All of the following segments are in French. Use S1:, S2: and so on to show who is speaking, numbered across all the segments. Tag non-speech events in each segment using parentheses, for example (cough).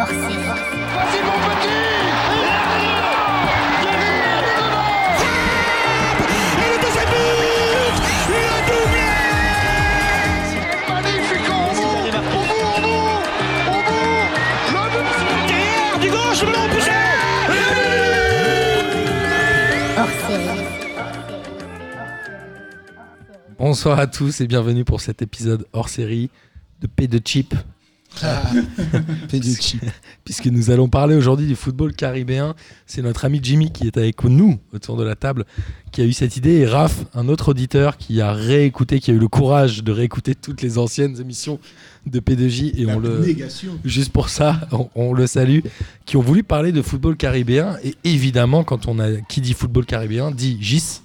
S1: Vas-y mon petit Et le deuxième but Le doublé C'est magnifique au bout Au bout, au bout Au bout Le but Derrière, du gauche, le long poussé
S2: Bonsoir à tous et bienvenue pour cet épisode hors série de P de Chip,
S3: Péducci.
S2: puisque nous allons parler aujourd'hui du football caribéen. C'est notre ami Jimmy qui est avec nous autour de la table qui a eu cette idée et Raph, un autre auditeur qui a réécouté, qui a eu le courage de réécouter toutes les anciennes émissions de P2J et
S4: La
S2: on le,
S4: négation.
S2: juste pour ça, on, on le salue, qui ont voulu parler de football caribéen. Et évidemment, quand on a qui dit football caribéen, dit Gis.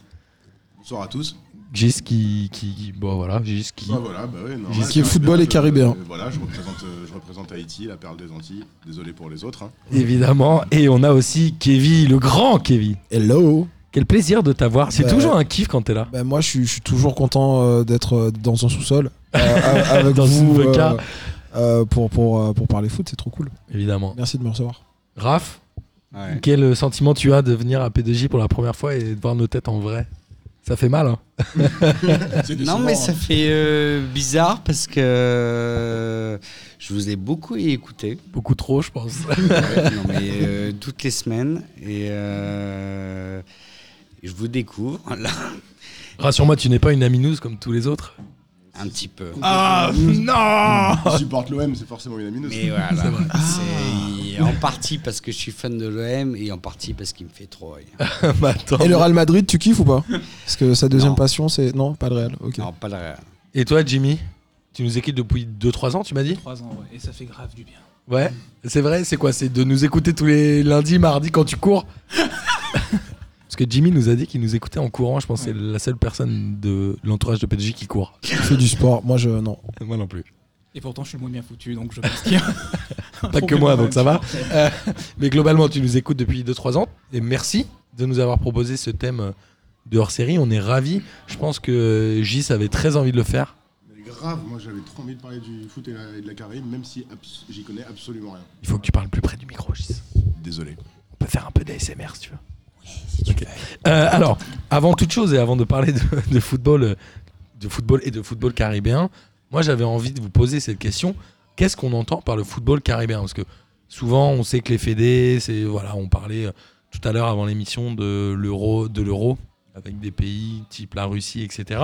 S4: Bonsoir à tous.
S2: Gis qui, qui, qui- bon voilà, Gis qui.
S4: Bah voilà, bah ouais, non,
S2: J'y
S4: ouais,
S3: suis
S4: Caribéen,
S3: football et
S4: je-
S3: Caribéen.
S4: euh, voilà, je représente, euh, je représente Haïti, la perle des Antilles. Désolé pour les autres. hein.
S2: Évidemment. Et on a aussi Kevin, le grand Kevin.
S3: Hello.
S2: Quel plaisir de t'avoir. C'est
S3: Bah,
S2: toujours un kiff quand t'es là.
S3: Ben moi, je suis, je suis toujours content euh, d'être euh, dans un sous-sol euh,
S2: (laughs)
S3: a- avec
S2: Dans
S3: vous
S2: une voca.
S3: euh, euh, pour pour euh, pour parler foot. C'est trop cool.
S2: Évidemment.
S3: Merci de me recevoir.
S2: Raph, quel sentiment tu as de venir à P2J pour la première fois et de voir nos têtes en vrai Ça fait mal, hein
S4: C'est
S5: Non,
S4: décevant,
S5: mais
S4: hein.
S5: ça fait euh, bizarre parce que euh, je vous ai beaucoup écouté.
S2: Beaucoup trop, je pense. (laughs)
S5: non, mais euh, toutes les semaines. Et euh, je vous découvre là,
S2: Rassure-moi, tu n'es pas une aminouse comme tous les autres. (laughs)
S5: un petit peu.
S2: Ah non
S4: Je supporte l'OM, c'est forcément une amineuse. (laughs)
S5: Mais voilà. C'est en partie parce que je suis fan de l'OM et en partie parce qu'il me fait trop rire.
S2: Bah, attends.
S3: Et le Real Madrid, tu kiffes ou pas Parce que sa deuxième
S5: Non.
S3: passion, c'est non, pas le Real. Ok.
S5: Non, pas le Real.
S2: Et toi, Jimmy Tu nous écoutes depuis 2-3 ans, tu m'as dit
S6: 3 ans, ouais, et ça fait grave du bien.
S2: Ouais. C'est vrai, c'est quoi C'est de nous écouter tous les lundis, mardis quand tu (laughs) cours Parce que Jimmy nous a dit qu'il nous écoutait en courant. Je pense que c'est la seule personne de l'entourage de PDG qui court.
S3: Tu fais du sport. Moi, je non.
S2: (laughs) Moi non plus.
S6: Et pourtant, je suis le moins bien foutu, donc je pense qu'il y a.
S2: (laughs) Pas que moi, donc ça va. Euh, mais globalement, tu nous écoutes depuis 2-3 ans. Et merci de nous avoir proposé ce thème de hors série. On est ravis. Je pense que Gis avait très envie de le faire.
S4: Mais grave, moi j'avais trop envie de parler du foot et de la- et de la Caraïbe, même si abs- j'y connais absolument rien.
S2: Il faut que tu parles plus près du micro, Gis.
S4: Désolé.
S2: On peut faire un peu d'ASMR si tu veux. Ok. Euh, alors, avant toute chose et avant de parler de, de football, euh, de football et de football caribéen, moi j'avais envie de vous poser cette question. Qu'est-ce qu'on entend par le football caribéen Parce que souvent on sait que les fédés, c'est voilà, on parlait euh, tout à l'heure avant l'émission de l'euro, de l'euro avec des pays type la Russie, etc.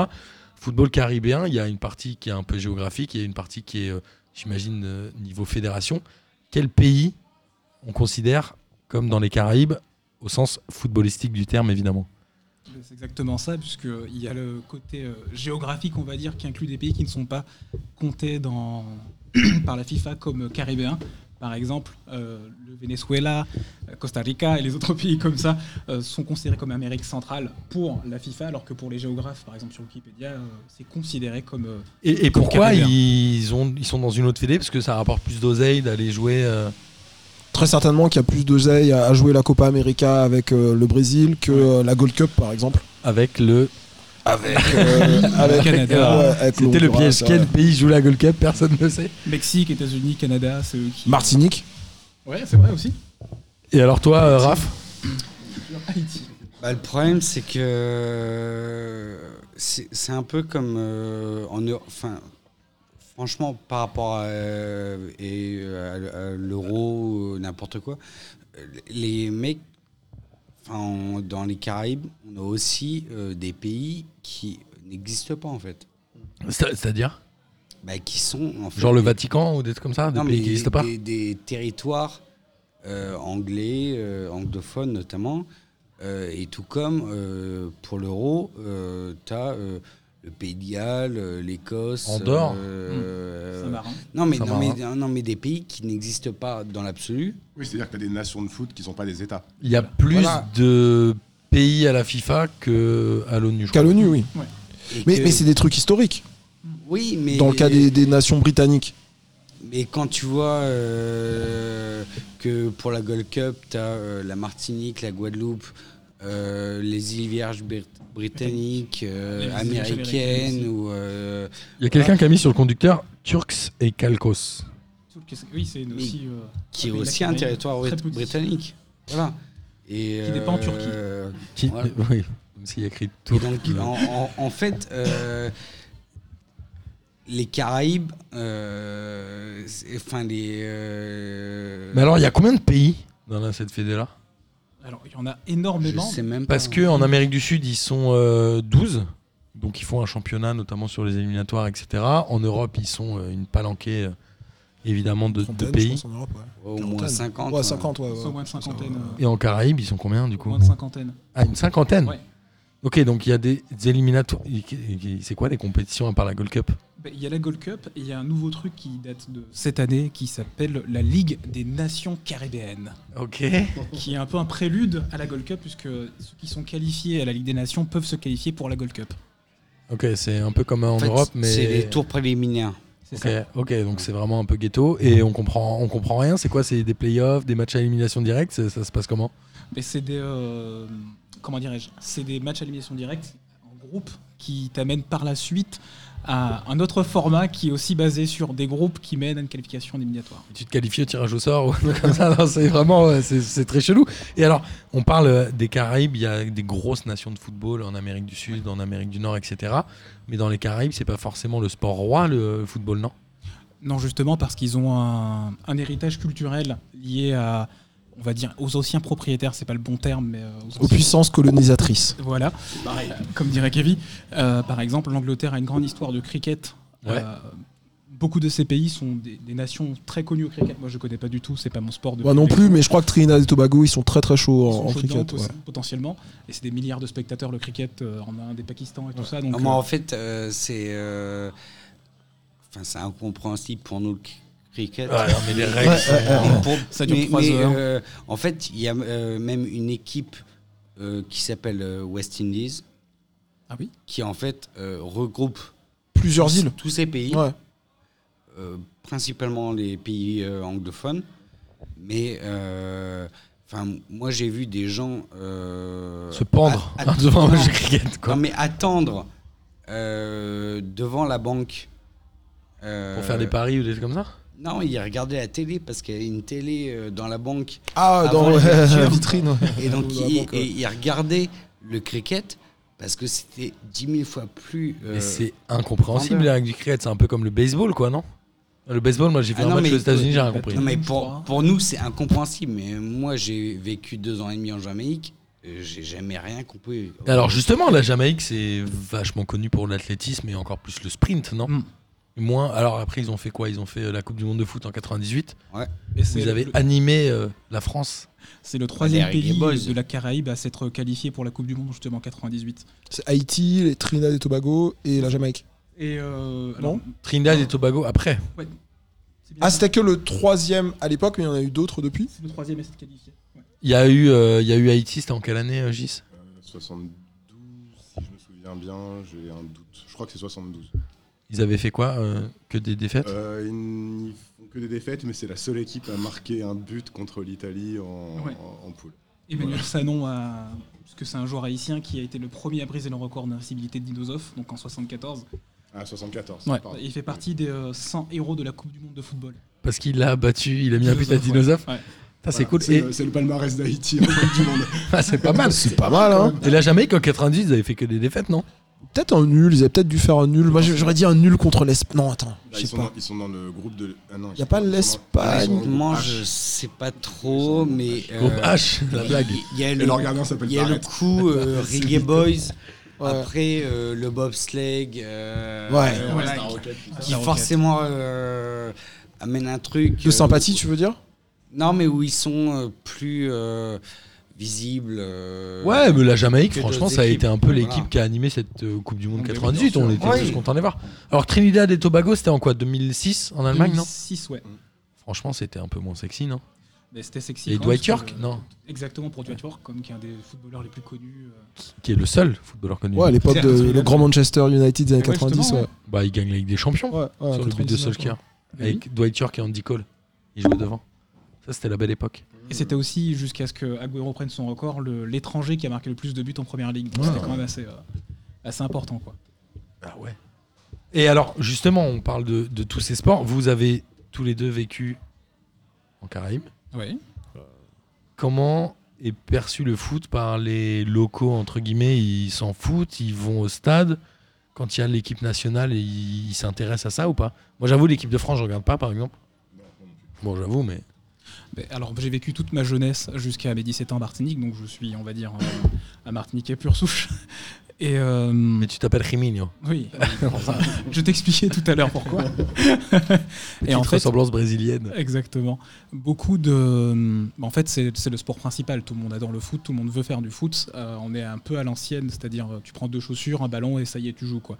S2: Football caribéen, il y a une partie qui est un peu géographique, il y a une partie qui est, euh, j'imagine, euh, niveau fédération. Quel pays on considère comme dans les Caraïbes, au sens footballistique du terme, évidemment.
S6: C'est exactement ça, puisqu'il y a le côté euh, géographique, on va dire, qui inclut des pays qui ne sont pas comptés dans... (clears throat) par la FIFA comme euh, caribéens. Par exemple, euh, le Venezuela, euh, Costa Rica et les autres (laughs) pays comme ça euh, sont considérés comme Amérique centrale pour la FIFA, alors que pour les géographes, par exemple sur Wikipédia, euh, c'est considéré comme euh,
S2: Et, et
S6: Comme
S2: pourquoi
S6: Caribéen.
S2: ils, ont, ils sont dans une autre fédé Parce que ça rapporte plus d'oseille d'aller jouer. euh,
S3: Très certainement qu'il y a plus d'oseille à à jouer la Copa América avec euh, le Brésil que euh, la Gold Cup, par exemple. (laughs)
S2: Avec le.
S3: Euh, avec-
S6: Canada.
S3: ouais, avec
S2: C'était le
S3: l'Honduras,
S2: piège.
S3: euh,
S2: Quel pays joue la Gold Cup Personne ne sait.
S6: Mexique, États-Unis, Canada, c'est eux qui.
S3: Martinique.
S6: Ouais, c'est vrai aussi.
S2: Et alors, toi, euh, Raph
S6: Haïti.
S5: Bah, le problème, c'est que c'est c'est un peu comme euh, en Eu- enfin, franchement, par rapport à, euh, et, euh, à l'euro, euh, n'importe quoi, euh, les mecs, enfin, on- dans les Caraïbes, on a aussi euh, des pays qui n'existent pas en fait,
S2: C'est- C'est-à-dire
S5: Bah, qui sont en fait,
S2: Genre le
S5: des-
S2: Vatican ou des trucs comme ça Des
S5: non,
S2: pays
S5: mais
S2: qui n'existent pas
S5: Des, des territoires euh, anglais, euh, anglophones notamment. euh, et tout comme euh, pour l'euro, tu as le Pays de Galles, euh, l'Écosse.
S2: Andorre.
S3: Hmm.
S5: euh,
S6: C'est marrant.
S5: non, mais, non, mais,
S2: Saint-Marin.
S3: hein.
S5: non, mais des pays qui n'existent pas dans l'absolu.
S4: Oui, c'est-à-dire que t'as des nations de foot qui sont pas des États.
S2: Il y a plus
S5: Voilà.
S2: de pays à la FIFA que à l'ONU. je crois.
S3: Qu'à l'ONU, oui.
S5: et
S3: Mais,
S5: que-
S3: mais c'est des trucs historiques.
S5: oui, mais
S3: Dans le cas des, des nations britanniques.
S5: Mais quand tu vois euh, que pour la Gold Cup, tu as la Martinique, la Guadeloupe, euh, les îles Vierges brit- britanniques, euh,
S6: Les îles Vierges américaines
S5: américaines, ou. euh,
S2: Il y a quelqu'un qui a mis sur le conducteur Turks et Calcos.
S6: Tout le Qu'est-ce- Oui, c'est
S5: Mais
S6: aussi. euh,
S5: qui est
S6: avec la
S5: aussi un
S6: Caraïbe,
S5: territoire
S6: très
S5: brit-
S6: petit.
S5: britannique. Voilà. Et,
S6: Qui n'est pas en Turquie.
S5: euh,
S2: Qui-
S5: Voilà.
S2: (laughs) Oui, comme s'il y a écrit
S5: et
S2: tout.
S5: donc, en, en- en fait, euh, les Caraïbes, euh, c'est- enfin les. euh,
S2: Mais alors, il y a combien de pays dans la- cette fédé-là
S6: Alors, il y en a
S5: je
S6: énormément.
S5: sais même
S2: Parce
S5: pas.
S2: que en Amérique du Sud, ils sont euh, 12. Donc ils font un championnat, notamment sur les éliminatoires, etc. En Europe, ils sont euh, une palanquée, euh, évidemment, de, de
S3: Trentaine, je
S2: pays.
S3: pense, en Europe, ouais.
S5: au moins
S3: Quarantaine.
S5: 50.
S3: Ouais,
S5: hein.
S3: 50, ouais.
S6: Ils sont
S3: ouais.
S6: au moins de cinquantaine. euh,
S2: Et en Caraïbes, ils sont combien, du
S6: au
S2: coup
S6: moins de cinquantaine.
S2: Ah, une cinquantaine
S6: Ouais.
S2: Ok, donc il y a des, des éliminatoires. Il- il- C'est quoi les compétitions à part la Gold Cup
S6: Ben, Il y a la Gold Cup et il y a un nouveau truc qui date de cette année qui s'appelle la Ligue des Nations
S5: (laughs)
S6: Caribéennes,
S2: Ok.
S6: qui est un peu un prélude à la Gold Cup puisque ceux qui sont qualifiés à la Ligue des Nations peuvent se qualifier pour la Gold Cup.
S2: Ok, c'est un peu comme en,
S5: En fait,
S2: Europe, mais.
S5: C'est les tours préliminaires.
S6: C'est
S2: Ok,
S6: ça.
S2: ok, donc c'est vraiment un peu ghetto et on comprend, on comprend rien. C'est quoi C'est des playoffs, des matchs à élimination directe Ça, ça se passe comment
S6: Mais c'est des euh, comment dirais-je C'est des matchs à élimination directe en groupe qui t'amènent par la suite à un autre format qui est aussi basé sur des groupes qui mènent à une qualification éliminatoire.
S2: Tu te qualifies au tirage au sort ou un truc comme ça Non, C'est vraiment, euh, c'est c'est très chelou. Et alors, on parle euh, des Caraïbes, il y a des grosses nations de football en Amérique du Sud, en Amérique du Nord, etc. Mais dans les Caraïbes, c'est pas forcément le sport roi, le football, non
S6: Non, justement parce qu'ils ont un, un héritage culturel lié à on va dire aux anciens propriétaires, c'est pas le bon terme, mais euh, aux
S3: Aux
S6: anciens-
S3: puissances colonisatrices.
S6: Voilà. Comme dirait Kevin, euh, par exemple, l'Angleterre a une grande histoire de cricket.
S2: Ouais.
S6: Euh, beaucoup de ces pays sont des, des nations très connues au cricket. Moi, je connais pas du tout, c'est pas mon sport de.
S3: Moi non plus, mais je crois que Trinidad et Tobago, ils sont très très chauds
S6: Ils
S3: en,
S6: sont
S3: en
S6: chauds dedans,
S3: cricket.
S6: possi-
S3: ouais.
S6: potentiellement. Et c'est des milliards de spectateurs le cricket euh, en Inde et Pakistan et tout ça. Donc,
S5: Ah, moi,
S6: euh,
S5: en fait, euh, c'est. euh, Enfin, c'est incompréhensible pour nous le cri- cricket. (laughs)
S2: mais les règles.
S5: Mais pour-
S6: Ça dure
S5: mais-
S6: trois
S5: mais,
S6: heures.
S5: euh, en fait, il y a euh, même une équipe euh, qui s'appelle euh, West Indies
S6: ah oui.
S5: qui, en fait, euh, regroupe
S3: Plusieurs îles.
S5: tous ces pays,
S3: Ouais.
S5: euh, principalement les pays euh, anglophones. Mais. euh, Enfin, moi j'ai vu des gens euh,
S2: Se pendre hein,
S5: a- a-
S2: (laughs) devant un match de cricket, quoi.
S5: Non, mais attendre euh, devant la banque. euh,
S2: Pour faire des paris ou des trucs comme ça
S5: Non, il regardait la télé parce qu'il y avait une télé euh, dans la banque.
S2: (laughs)
S3: Ah,
S5: Avant
S3: dans
S5: les
S3: la (laughs)
S5: voitures.
S3: vitrine. ouais.
S5: Et donc,
S3: Dans la
S5: il,
S3: banque, ouais.
S5: et il regardait le cricket parce que c'était 10 000 fois plus. euh,
S2: Mais c'est incompréhensible
S5: vendeur.
S2: les règles du cricket, c'est un peu comme le baseball, quoi, non Le baseball, moi j'ai fait
S5: Ah
S2: un
S5: non,
S2: match
S5: mais-
S2: aux États-Unis, j'ai rien compris.
S5: non, mais
S6: Je
S5: pour,
S6: crois.
S5: pour nous, c'est incompréhensible. Mais moi, j'ai vécu deux ans et demi en Jamaïque. euh, J'ai jamais rien compris.
S2: Mais Alors justement, la Jamaïque, c'est vachement connu pour l'athlétisme et encore plus le sprint, non
S6: Mm.
S2: Moins. Alors après, ils ont fait quoi Ils ont fait euh, la Coupe du Monde de foot en 98.
S6: Et c'est
S2: Vous avez
S6: le-
S2: animé euh, la France.
S6: C'est le troisième
S5: Reggae
S6: pays
S5: Boys.
S6: de la Caraïbe à s'être qualifié pour la Coupe du Monde justement en 98.
S3: C'est Haïti, les Trinidad et Tobago et la Jamaïque.
S6: Et euh,
S3: Non.
S6: alors,
S2: Trinidad et Tobago après.
S6: c'est bien
S3: Ah,
S6: ça.
S3: c'était que le troisième à l'époque, mais il y en a eu d'autres depuis.
S6: C'est le troisième à s'être qualifié. Ouais.
S2: Il y a eu, euh, il y a eu Haïti. C'était en quelle année, euh, Gis
S4: 72, si je me souviens bien, j'ai un doute. Je crois que c'est 72.
S2: Ils avaient fait quoi euh, Que des défaites
S4: Euh, ils ne font que des défaites, mais c'est la seule équipe à marquer un but contre l'Italie en,
S6: Ouais.
S4: en- en poule.
S6: Emmanuel Sanon, a, parce que c'est un joueur haïtien qui a été le premier à briser le record d'invincibilité de Dinosof, donc en 74.
S4: Ah, 74. pardon.
S6: Il fait partie des euh, 100 héros de la Coupe du Monde de football.
S2: Parce qu'il l'a battu. Il a mis un but à
S6: Dinosof, ouais.
S2: Dinosof.
S6: Ouais.
S2: Putain, C'est
S4: Voilà,
S2: cool.
S4: C'est
S2: Et (laughs)
S4: le, c'est le palmarès d'Haïti en Coupe du Monde.
S2: Ah, c'est pas mal.
S3: C'est pas mal, hein.
S2: Et la Jamaïque en 98, ils avaient fait que des défaites, non
S3: Peut-être un nul, ils avaient peut-être dû faire un nul. Moi, j'aurais dit un nul contre l'Espagne. Non, attends,
S4: Là,
S3: je
S4: ils,
S3: sais
S4: sont
S3: pas.
S4: dans, ils sont dans le groupe de. Ah non, ils
S3: Y a
S4: sont-
S3: pas
S4: ils sont dans-
S3: l'Espagne.
S4: ils sont dans le groupe
S5: Moi,
S4: H.
S5: je sais pas trop, mais.
S2: Groupe
S5: euh,
S2: H, Ah, la blague.
S5: Il y a
S4: Et
S5: le,
S4: leur gardien s'appelle
S5: il y a le
S4: Barrett.
S2: (laughs)
S5: coup euh, Reggae Boys.
S3: Ouais.
S5: Après, euh, le bobsleigh. euh,
S3: Ouais.
S5: euh,
S4: Ouais,
S5: voilà,
S4: c'est un
S5: qui-
S4: rocket, putain.
S5: qui forcément euh, amène un truc.
S3: De
S5: euh,
S3: sympathie, tu veux dire
S5: Non, mais où ils sont euh, plus euh, visibles. euh,
S2: Ouais, mais la Jamaïque,
S5: que
S2: franchement,
S5: d'autres
S2: ça a
S5: équipes.
S2: été un peu l'équipe
S5: Voilà.
S2: qui a animé cette euh, Coupe du Monde
S6: Mais oui,
S2: 98.
S6: bien
S2: On
S6: sûr.
S2: était
S5: Oui.
S2: tous contents de les voir. Alors, Trinidad et Tobago, c'était en quoi 2006 en Allemagne, non
S6: 2006, ouais.
S2: Franchement, c'était un peu moins sexy, non
S6: Mais c'était sexy.
S2: Et
S6: quand
S2: Dwight
S6: même, parce
S2: York,
S6: que-
S2: non
S6: Exactement, pour Dwight York, comme qui est un des footballeurs les plus connus. euh.
S2: Qui est le seul footballeur connu.
S3: Ouais, à l'époque
S6: Certes,
S3: de
S6: mais-
S3: le grand Manchester United des années
S6: Ouais, justement,
S3: 90, ouais.
S2: Bah, il gagne la Ligue des Champions
S3: Ouais, ouais,
S2: sur le but de
S3: 99,
S2: Solskjaer.
S3: ouais.
S6: Mais oui.
S2: Avec Dwight York et Andy Cole. Ils jouaient devant. Ça, c'était la belle époque.
S6: Et c'était aussi, jusqu'à ce que Agüero prenne son record, le- l'étranger qui a marqué le plus de buts en première ligue. Donc C'était quand même assez, euh, assez important, quoi.
S2: Ah ouais. Et alors, justement, on parle de, de tous ces sports. Vous avez tous les deux vécu en Caraïbes.
S6: Oui.
S2: Comment est perçu le foot par les locaux, entre guillemets Ils s'en foutent, ils vont au stade quand il y a l'équipe nationale et ils ils s'intéressent à ça ou pas Moi, j'avoue, l'équipe de France, je regarde pas, par exemple. Bon, j'avoue, mais.
S6: Ben, alors, j'ai vécu toute ma jeunesse jusqu'à mes 17 ans en Martinique, donc je suis, on va dire, euh, un Martiniquais pure souche. (laughs) Et euh,
S2: Mais tu t'appelles Riminho.
S6: oui, je t'expliquais tout à l'heure pourquoi.
S2: Et en ressemblance brésilienne.
S6: Exactement. Beaucoup de. hum, En fait, c'est c'est le sport principal. Tout le monde adore le foot, tout le monde veut faire du foot. Euh, on est un peu à l'ancienne, c'est-à-dire euh, tu prends deux chaussures, un ballon et ça y est, tu joues. Quoi.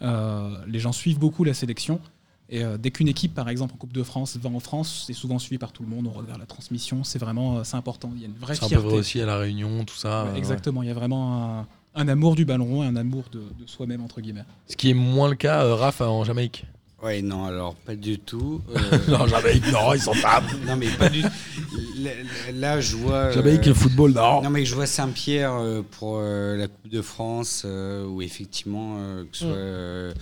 S6: Euh, les gens suivent beaucoup la sélection. Et euh, dès qu'une équipe, par exemple, en Coupe de France va en France, c'est souvent suivi par tout le monde. On regarde la transmission, c'est vraiment euh, c'est important. Il y a une vraie
S2: C'est un peu
S6: fierté.
S2: vrai aussi à La Réunion, tout ça.
S6: Ouais,
S2: euh, ouais.
S6: exactement. Il y a vraiment un, un amour du ballon et un amour de, de soi-même, entre guillemets.
S2: Ce qui est moins le cas, euh, Raph, en Jamaïque.
S5: Ouais, non, alors pas du tout. euh,
S2: (laughs) Non, Jamaïque, non, ils sont pas.
S5: non, mais pas du tout. Là, là, je vois. euh,
S2: Jamaïque et football, non.
S5: Non mais je vois Saint-Pierre euh, pour euh, la Coupe de France euh, où effectivement euh, que ce soit euh,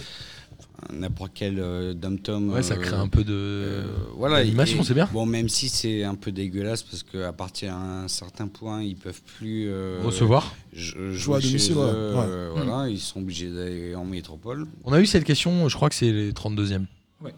S5: n'importe quel euh, dom-tom.
S2: Ouais, ça
S5: euh,
S2: crée un peu de.
S5: euh, voilà,
S2: d'animation,
S5: et-
S2: c'est bien.
S5: Bon, même si c'est un peu dégueulasse parce qu'à partir d'un certain point, ils peuvent plus euh,
S2: Recevoir.
S5: je-
S3: Jouer à
S5: jouer chez
S3: domicile,
S5: eux,
S3: ouais. Hmm.
S5: euh, Voilà, ils sont obligés d'aller en métropole.
S2: On a eu cette question, je crois que c'est les 32e.
S6: Ouais.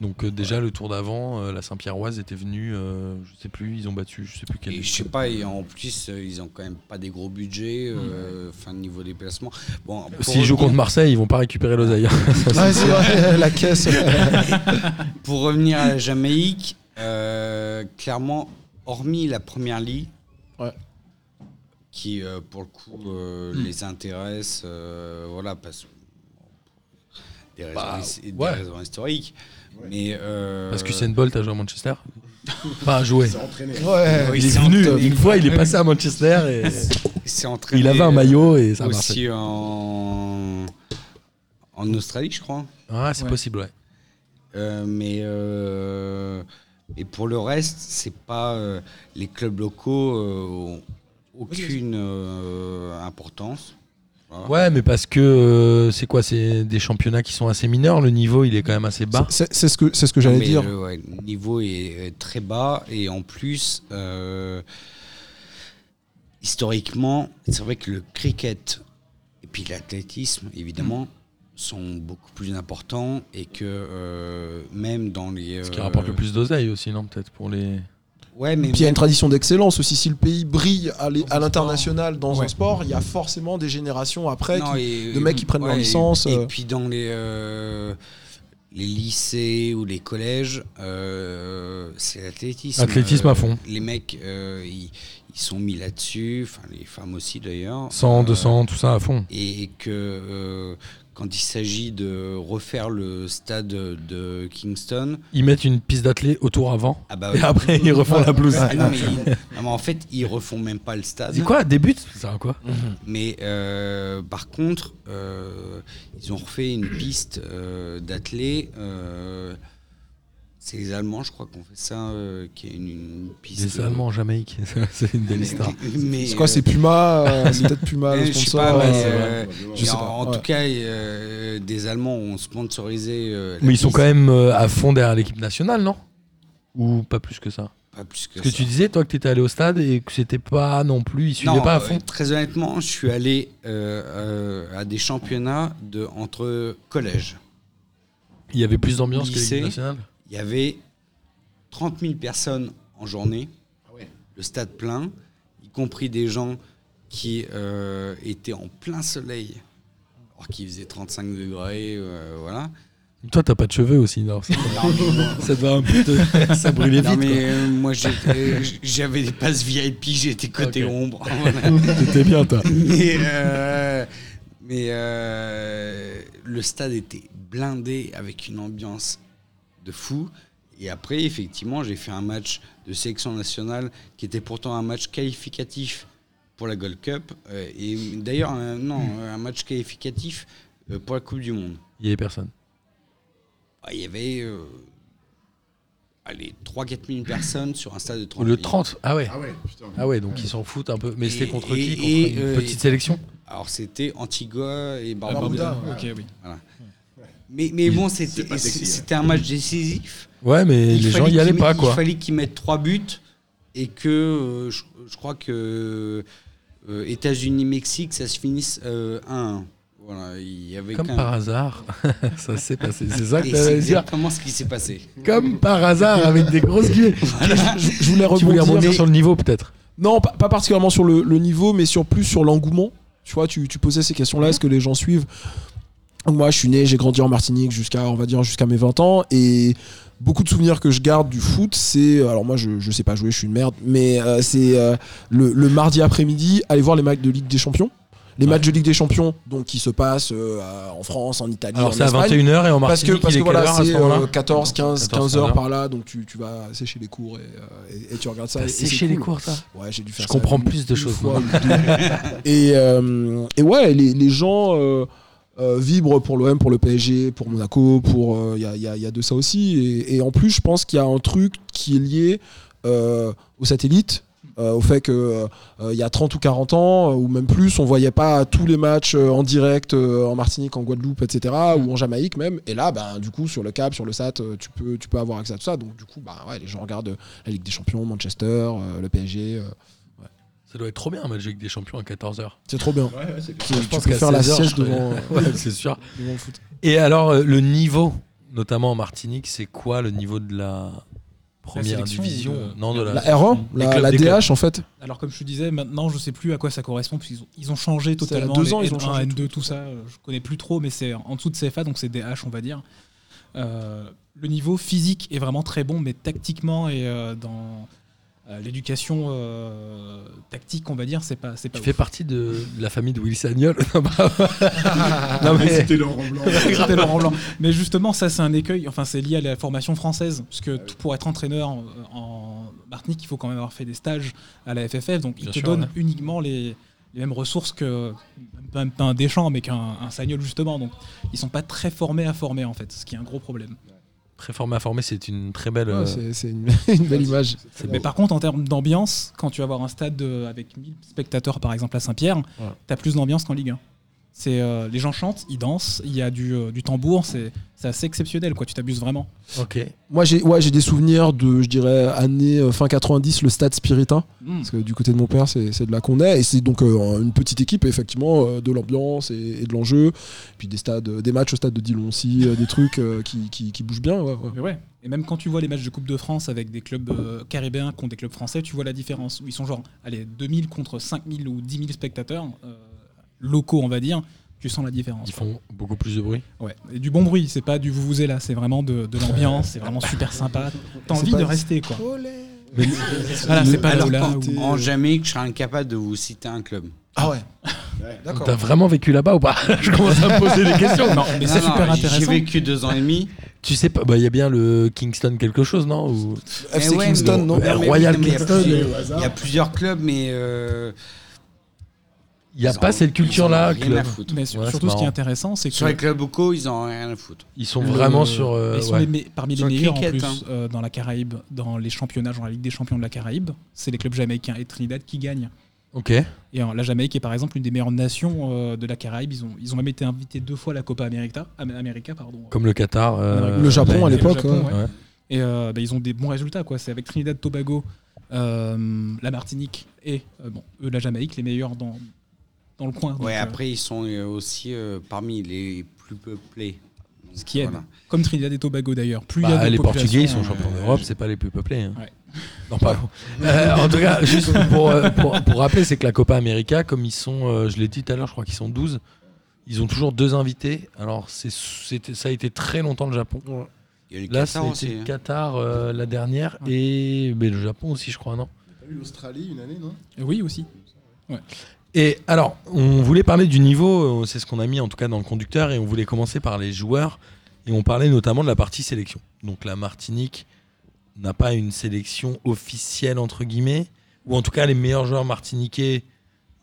S2: Donc euh, déjà le tour d'avant, euh, la Saint-Pierroise était venue, euh, je sais plus, ils ont battu, je sais plus quel.
S5: Et je sais pas, et en plus, euh, ils ont quand même pas des gros budgets,
S3: Hmm.
S5: euh, enfin niveau déplacement. Bon, pour Euh,
S2: S'ils jouent
S5: revenir-
S2: contre Marseille, ils vont pas récupérer l'oseille. hein.
S3: Ouais, c'est vrai, (laughs) la caisse.
S5: Pour revenir à la Jamaïque, euh, clairement, hormis la première ligue,
S3: Ouais.
S5: qui euh, pour le coup euh,
S2: Hmm.
S5: les intéresse, euh, voilà, parce des raisons,
S2: Bah,
S5: his- des
S2: ouais.
S5: raisons historiques. Mais, euh,
S2: Parce que Usain Bolt a joué à
S5: (laughs)
S2: Manchester. Pas joué.
S4: C'est entraîné.
S3: Ouais.
S5: oui,
S2: Il est
S5: c'est
S2: venu
S5: entraîné-
S2: une fois, il est passé à Manchester et
S5: Ah (laughs) c'est entraîné, euh,
S2: il avait un maillot et ça a marché.
S5: aussi en, en Australie, je crois.
S2: Ah, c'est
S6: Ouais.
S2: possible, ouais.
S5: Euh, mais euh, et pour le reste, c'est pas euh, les clubs locaux euh, ont aucune euh, importance. Voilà.
S2: Ouais, mais parce que euh, c'est quoi, c'est des championnats qui sont assez mineurs, le niveau il est quand même assez bas.
S3: C'est c'est ce que, c'est ce que j'allais
S5: Bah. Mais
S3: dire.
S5: Le ouais, le niveau est est très bas et en plus, euh, historiquement, c'est vrai que le cricket et puis l'athlétisme,
S2: Mm.
S5: évidemment, sont beaucoup plus importants et que euh, même dans les.
S2: Ce qui rapporte le
S5: euh,
S2: plus d'oseille aussi, non Peut-être pour les.
S5: Ouais, mais
S3: Puis il y a une tradition d'excellence aussi. Si le pays brille à l'é- à l'international dans un
S6: Ouais.
S3: sport, il y a forcément des générations après
S5: Non,
S3: qui
S5: et-
S3: de mecs qui prennent leur
S5: et-
S3: licence,
S5: Et,
S3: euh.
S5: puis dans les, euh, les lycées ou les collèges, euh, c'est l'athlétisme.
S2: Athlétisme à fond.
S5: Les mecs, euh, ils, ils sont mis là-dessus, enfin les femmes aussi d'ailleurs.
S2: 100,
S5: Euh,
S2: 200, tout ça à fond.
S5: Et que euh, quand il s'agit de refaire le stade de Kingston,
S2: Ils mettent une piste d'athlé autour avant
S5: ah bah
S2: et après ils refont la (laughs) blouse.
S5: Ah non, mais ils- ah, mais en fait, ils refont même pas le stade.
S2: C'est quoi Des buts Ça quoi
S5: Mais euh, par contre, euh, ils ont refait une piste euh, d'athlé. euh, c'est les Allemands, je crois, qu'on fait ça, euh, qui est une, une piste. euh,
S2: Des Allemands en Jamaïque, (laughs) c'est une belle histoire.
S5: Mais,
S3: C'est quoi, c'est
S5: euh,
S3: Puma euh,
S5: (laughs)
S3: C'est peut-être Puma
S5: euh,
S3: le
S5: je sais
S3: sponsor.
S5: pas, mais,
S3: euh,
S5: euh,
S3: je sais
S5: en-
S3: pas,
S5: en
S3: ouais.
S5: tout cas, euh, des Allemands ont sponsorisé. euh, la
S2: Mais ils sont
S5: piste.
S2: quand même euh, à fond derrière l'équipe nationale, non Ou pas plus que ça
S5: Pas plus que
S2: Parce que
S5: ça.
S2: tu disais, toi, que t'étais allé au stade et que c'était pas non plus, ils suivaient
S5: Non,
S2: pas à
S5: euh,
S2: fond.
S5: très honnêtement, je suis allé euh, euh, à des championnats de, entre collèges.
S2: Il y avait plus d'ambiance que
S5: lycée.
S2: l'équipe nationale
S5: Il y avait 30 000 personnes en journée,
S2: Ah
S5: le stade plein, y compris des gens qui euh, étaient en plein soleil, alors qu'il faisait 35 degrés, euh, voilà.
S2: Toi, t'as pas de cheveux aussi, non Ça
S5: Non, mais,
S2: ça te va un peu
S6: (laughs)
S2: te- (laughs) Ça brûlait
S5: non,
S2: vite,
S5: mais, euh, moi j'étais- j'avais des passes VIP, j'étais côté
S2: Ok. (laughs)
S5: ombre. voilà.
S2: quoi. T'étais bien, toi.
S5: (laughs) mais euh, mais euh, le stade était blindé avec une ambiance de fou. Et après, effectivement, j'ai fait un match de sélection nationale qui était pourtant un match qualificatif pour la Gold Cup. euh, et d'ailleurs, un- non, un match qualificatif euh, pour la Coupe du Monde.
S2: Il y avait personne.
S5: Ah, Il y avait euh, allez, 3-4 000 personnes sur un stade de 30
S2: Le
S5: 000.
S2: 30 Ah ouais
S4: Ah ouais, putain.
S2: Ah ouais, donc ils s'en foutent un peu. Mais
S5: Et-
S2: c'était contre
S5: et-
S2: qui Contre
S5: et,
S2: une
S5: euh,
S2: petite sélection
S5: Alors c'était Antigua et
S6: Ah,
S5: Barbuda.
S6: Ok, oui.
S5: Mais, mais
S2: Il-
S5: bon,
S4: c'est
S5: c'était
S4: pas sexy,
S5: c'était un match décisif.
S2: Ouais, mais
S5: Il
S2: les gens
S5: fallait
S2: y allaient
S5: qu'il
S2: pas,
S5: mette-
S2: quoi.
S5: Il fallait qu'ils mettent trois buts et que euh, je, je crois que euh, États-Unis Mexique ça se finisse euh, 1-1. Voilà, il y avait
S2: Comme
S5: qu'un-
S2: par Euh, hasard, (laughs) ça s'est passé. C'est ça que
S5: Et
S2: t'allais
S5: c'est
S2: dire.
S5: exactement ce qui s'est
S2: (laughs)
S5: passé.
S2: Comme par hasard, avec des grosses guillemets.
S3: Je, je voulais
S2: Tu voulais rebondir
S3: rebondir.
S2: sur le niveau, peut-être.
S3: Non, pas, pas particulièrement sur le, le niveau, mais sur plus sur l'engouement. Tu vois, tu, tu posais ces questions-là,
S2: Mhm.
S3: est-ce que les gens suivent Donc Moi, je suis né, j'ai grandi en Martinique jusqu'à, on va dire, jusqu'à mes 20 ans, et beaucoup de souvenirs que je garde du foot, c'est, euh, alors moi, je, je sais pas jouer, je suis une merde, mais euh, c'est euh, le, le mardi après-midi, aller voir les matchs de Ligue des Champions, les matchs de Ligue des Champions, donc qui se passent euh, à- en France, en Italie,
S2: Alors,
S3: en
S2: c'est à
S3: Espagne.
S2: 21h et en
S3: Parce que,
S2: Martinique,
S3: parce
S2: il
S3: que
S2: est quelle
S3: voilà,
S2: heure à ce
S3: c'est
S2: moment-là
S3: euh, 14, 15, 15
S2: heures.
S3: heures par là, donc tu, tu vas sécher les cours et, euh, et- et tu regardes ça. et- et c'est cool.
S2: cours, ça.
S3: Ouais, j'ai dû faire
S2: Je
S3: ça
S2: comprends
S3: une-
S2: plus de
S3: une
S2: choses,
S3: fois
S2: moi.
S3: ou deux. et, euh, et ouais, les, les gens euh, euh, vibrent pour l'OM, pour le PSG, pour Monaco, pour euh, il y, a, il y a- il y a de ça aussi. Et, et en plus, je pense qu'il y a un truc qui est lié euh, au satellite. euh, au fait que euh, il y a 30 ou 40 ans euh, ou même plus on voyait pas tous les matchs euh, en direct euh, en Martinique en Guadeloupe etc ou en Jamaïque même et là ben du coup sur le câble sur le sat euh, tu peux tu peux avoir accès à tout ça donc du coup bah ouais les gens regardent la Ligue des Champions Manchester euh, le PSG euh,
S2: Ça doit être trop bien un match avec des champions à 14h.
S3: c'est trop bien
S4: Ouais, ouais, c'est clair.
S3: Tu,
S2: Je
S3: tu
S2: pense
S3: peux
S2: qu'à
S3: faire la
S2: 16 heures,
S3: siège
S2: je
S3: devant,
S2: (laughs)
S3: euh,
S2: Ouais, c'est sûr.
S3: devant le foot.
S2: Et alors, euh, le niveau, notamment en Martinique, c'est quoi le niveau de la première
S6: sélection
S2: division
S6: ou de-
S2: Non, de la.
S3: La R1,
S2: Les
S3: la,
S2: clubs,
S3: la
S2: des
S3: DH en fait.
S6: Alors, comme je te disais, maintenant, je sais plus à quoi ça correspond, puisqu'ils ont, ils ont changé
S3: C'est à
S6: totalement.
S3: deux ans,
S6: les
S3: ils ont
S6: N1,
S3: changé
S6: N2, tout, ça. euh, Je connais plus trop, mais c'est en dessous de CFA, donc c'est DH, on va dire. Euh, le niveau physique est vraiment très bon, mais tactiquement et euh, dans euh, l'éducation euh, tactique, on va dire, c'est pas, c'est pas
S2: Tu
S6: ouf.
S2: fais partie de la famille de Willy Sagnol (laughs) Non, bah- non,
S4: Ah,
S2: mais.
S4: C'était Laurent Blanc.
S6: C'était Laurent Blanc. Mais justement, ça, c'est un écueil. Enfin, c'est lié à la formation française. Parce
S2: Ah
S6: que t- pour être entraîneur en, en Martinique, il faut quand même avoir fait des stages à la FFF. Donc, ils
S2: Bien
S6: te
S2: sûr,
S6: donnent
S2: ouais.
S6: uniquement les, les mêmes ressources que, pas, pas un Deschamps, mais qu'un un Sagnol, justement. Donc, ils sont pas très formés à former, en fait. Ce qui est un gros problème.
S2: Très formé à former, c'est une très belle. euh,
S3: Ouais, c'est- c'est une, (laughs) une belle image.
S6: Mais par contre, en termes d'ambiance, quand tu vas voir un stade euh, avec 1000 spectateurs, par exemple, à Saint-Pierre,
S3: Ouais.
S6: t'as plus d'ambiance qu'en Ligue 1. C'est, euh, les gens chantent, ils dansent, il y a du, euh, du tambour, c'est, c'est assez exceptionnel, quoi. Tu t'abuses vraiment.
S2: Ok.
S3: Moi j'ai ouais, j'ai des souvenirs de, je dirais, années euh, fin 90, le stade Spiritin.
S2: Hmm.
S6: Mm.
S3: Parce que du côté de mon père, c'est c'est de là qu'on est. Et c'est donc euh, une petite équipe, effectivement, euh, de l'ambiance et, et de l'enjeu. Puis des stades, euh, des matchs au stade de Diloncy, euh, des trucs euh, qui, qui, qui bougent bien. ouais, ouais.
S6: Mais ouais. Et même quand tu vois les matchs de Coupe de France avec des clubs euh, caribéens contre des clubs français, tu vois la différence. Où ils sont genre, allez, 2000 contre 5000 ou 10 000 spectateurs euh, locaux, on va dire. Tu sens la différence.
S2: Ils font beaucoup plus de bruit.
S6: Ouais. Et du bon bruit, c'est pas du vous vous là, c'est vraiment de, de l'ambiance, c'est vraiment super
S3: (laughs)
S6: sympa. T'as
S3: C'est
S6: envie
S3: pas-
S6: de rester, quoi. Voilà,
S5: Alors
S6: c'est pas là
S5: qu'en-
S6: ou-
S5: En Jamaïque, je serais incapable de vous citer un club.
S3: Ah ouais,
S4: Ouais.
S3: d'accord.
S2: T'as vraiment vécu là-bas ou pas Je commence à me poser des questions.
S6: Non,
S5: Non,
S6: mais c'est
S5: non,
S6: super
S5: j'y-
S6: intéressant.
S5: J'ai vécu deux ans et demi.
S2: Tu sais pas, bah il y a bien le Kingston quelque chose, non Ou-
S3: FC
S5: Eh ouais,
S3: Kingston,
S5: mais-
S3: non
S5: mais
S2: Euh,
S5: oui,
S2: Royal
S5: mais il y a
S2: Kingston,
S5: plusieurs-
S4: euh, au hasard.
S5: Il y a plusieurs clubs, mais. euh,
S2: Il n'y a
S5: ils en-
S2: pas cette
S5: ils en ont
S2: culture-là.
S5: rien
S2: club.
S5: à foutre.
S6: Mais sur-
S2: Ouais, c'est
S6: surtout, ce qui est
S2: marrant.
S6: intéressant, c'est que.
S5: Sur les clubs locaux, ils n'ont rien à foutre.
S2: Ils sont
S6: Le-
S2: vraiment sur. euh,
S6: ils sont
S2: ouais.
S6: les me- parmi les
S5: Sur le
S6: meilleurs en
S5: cricket,
S6: plus
S5: hein.
S6: euh, dans la Caraïbe, dans les championnats, genre la Ligue des champions de la Caraïbe. C'est les clubs jamaïcains et Trinidad qui gagnent.
S2: Ok.
S6: Et euh, la Jamaïque est par exemple une des meilleures nations euh, de la Caraïbe. Ils ont, ils ont même été invités deux fois à la Copa América. Am- América, pardon.
S2: Comme le Qatar. euh,
S3: Le Japon à
S2: l'année-
S3: l'époque.
S6: Japon,
S3: ouais.
S2: hein. ouais.
S6: Et euh, bah, ils ont des bons résultats. quoi. C'est avec Trinidad Tobago, euh, la Martinique et euh, bon, eux, la Jamaïque, les meilleurs dans, dans le coin. Donc,
S5: Ouais,
S6: euh,
S5: après, ils sont euh, aussi euh, parmi les plus peuplés. Donc,
S6: Ce qui aide.
S5: voilà.
S6: euh, Comme Trinidad et Tobago d'ailleurs. Plus il y a
S2: Bah,
S6: de
S2: les
S6: population,
S2: Portugais, ils sont
S6: euh,
S2: champions d'Europe, c'est pas les plus peuplés. hein.
S6: Ouais.
S2: Non, pardon. (laughs) Euh, en tout cas, juste pour, euh, pour, pour rappeler, c'est que la Copa América, comme ils sont, euh, je l'ai dit tout à l'heure, je crois qu'ils sont 12, ils ont toujours deux invités. Alors, c'est- c'était- ça a été très longtemps le Japon.
S5: Il y a le
S2: Là,
S5: Qatar aussi,
S2: c'était le
S5: hein.
S2: Qatar euh, la dernière et mais le Japon aussi, je crois, non
S4: T'as eu l'Australie une année, non
S6: euh, Oui, aussi.
S2: Et alors, on voulait parler du niveau, euh, c'est ce qu'on a mis en tout cas dans le conducteur, et on voulait commencer par les joueurs, et on parlait notamment de la partie sélection. Donc la Martinique n'a pas une sélection officielle, entre guillemets, ou en tout cas les meilleurs joueurs martiniquais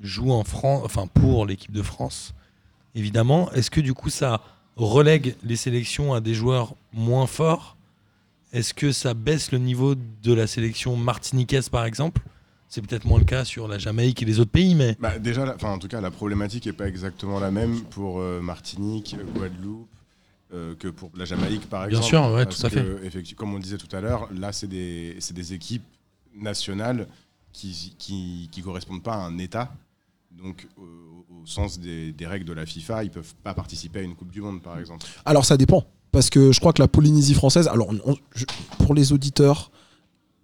S2: jouent en France, enfin pour l'équipe de France, évidemment. Est-ce que du coup ça relègue les sélections à des joueurs moins forts Est-ce que ça baisse le niveau de la sélection martiniquaise, par exemple c'est peut-être moins le cas sur la Jamaïque et les autres pays, mais
S4: Bah, déjà, la- enfin, en tout cas, la problématique n'est pas exactement la même pour euh, Martinique, euh, Guadeloupe euh, que pour la Jamaïque, par
S2: Bien
S4: exemple.
S2: sûr, ouais,
S4: Parce
S2: tout à fait.
S4: que, effectu- comme on le disait tout à l'heure, là, c'est des, c'est des équipes nationales qui qui, qui correspondent pas à un État. Donc, au, au sens des, des règles de la FIFA, ils peuvent pas participer à une Coupe du Monde, par exemple.
S3: Alors ça dépend. Parce que je crois que la Polynésie française, alors on- on- je- pour les auditeurs,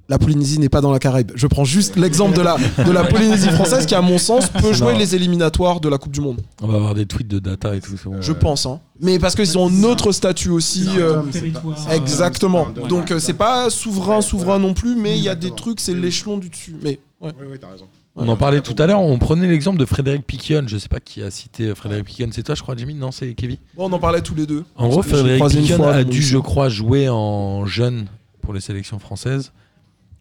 S3: la Polynésie n'est pas dans la Caraïbe. Je prends juste l'exemple de la, de la Polynésie française qui, à mon sens, peut jouer
S2: Non.
S3: les éliminatoires de la Coupe du Monde.
S2: On va avoir des tweets de data et tout. c'est bon.
S3: Je pense. Hein. Mais parce qu'ils ont un autre statut aussi.
S4: C'est un
S3: euh,
S4: dôme, c'est pas-
S6: territoire.
S4: c'est un-
S3: exactement.
S4: c'est un dôme.
S3: Donc euh, c'est pas souverain, souverain non plus, mais il y a des
S4: Exactement.
S3: trucs, c'est l'échelon du dessus. Mais ouais.
S4: Oui, oui, t'as raison.
S2: On en parlait tout à l'heure, on prenait l'exemple de Frédéric Piquion. Je sais pas qui a cité Frédéric Piquion. C'est toi, je crois, Jimmy Non, c'est Kevin.
S3: Bon, on en parlait tous les deux.
S2: En gros,
S3: Parce que je l'ai
S2: Frédéric
S3: croisé une
S2: Piquion
S3: fois,
S2: a
S3: donc-
S2: dû, je crois, jouer en jeune pour les sélections françaises.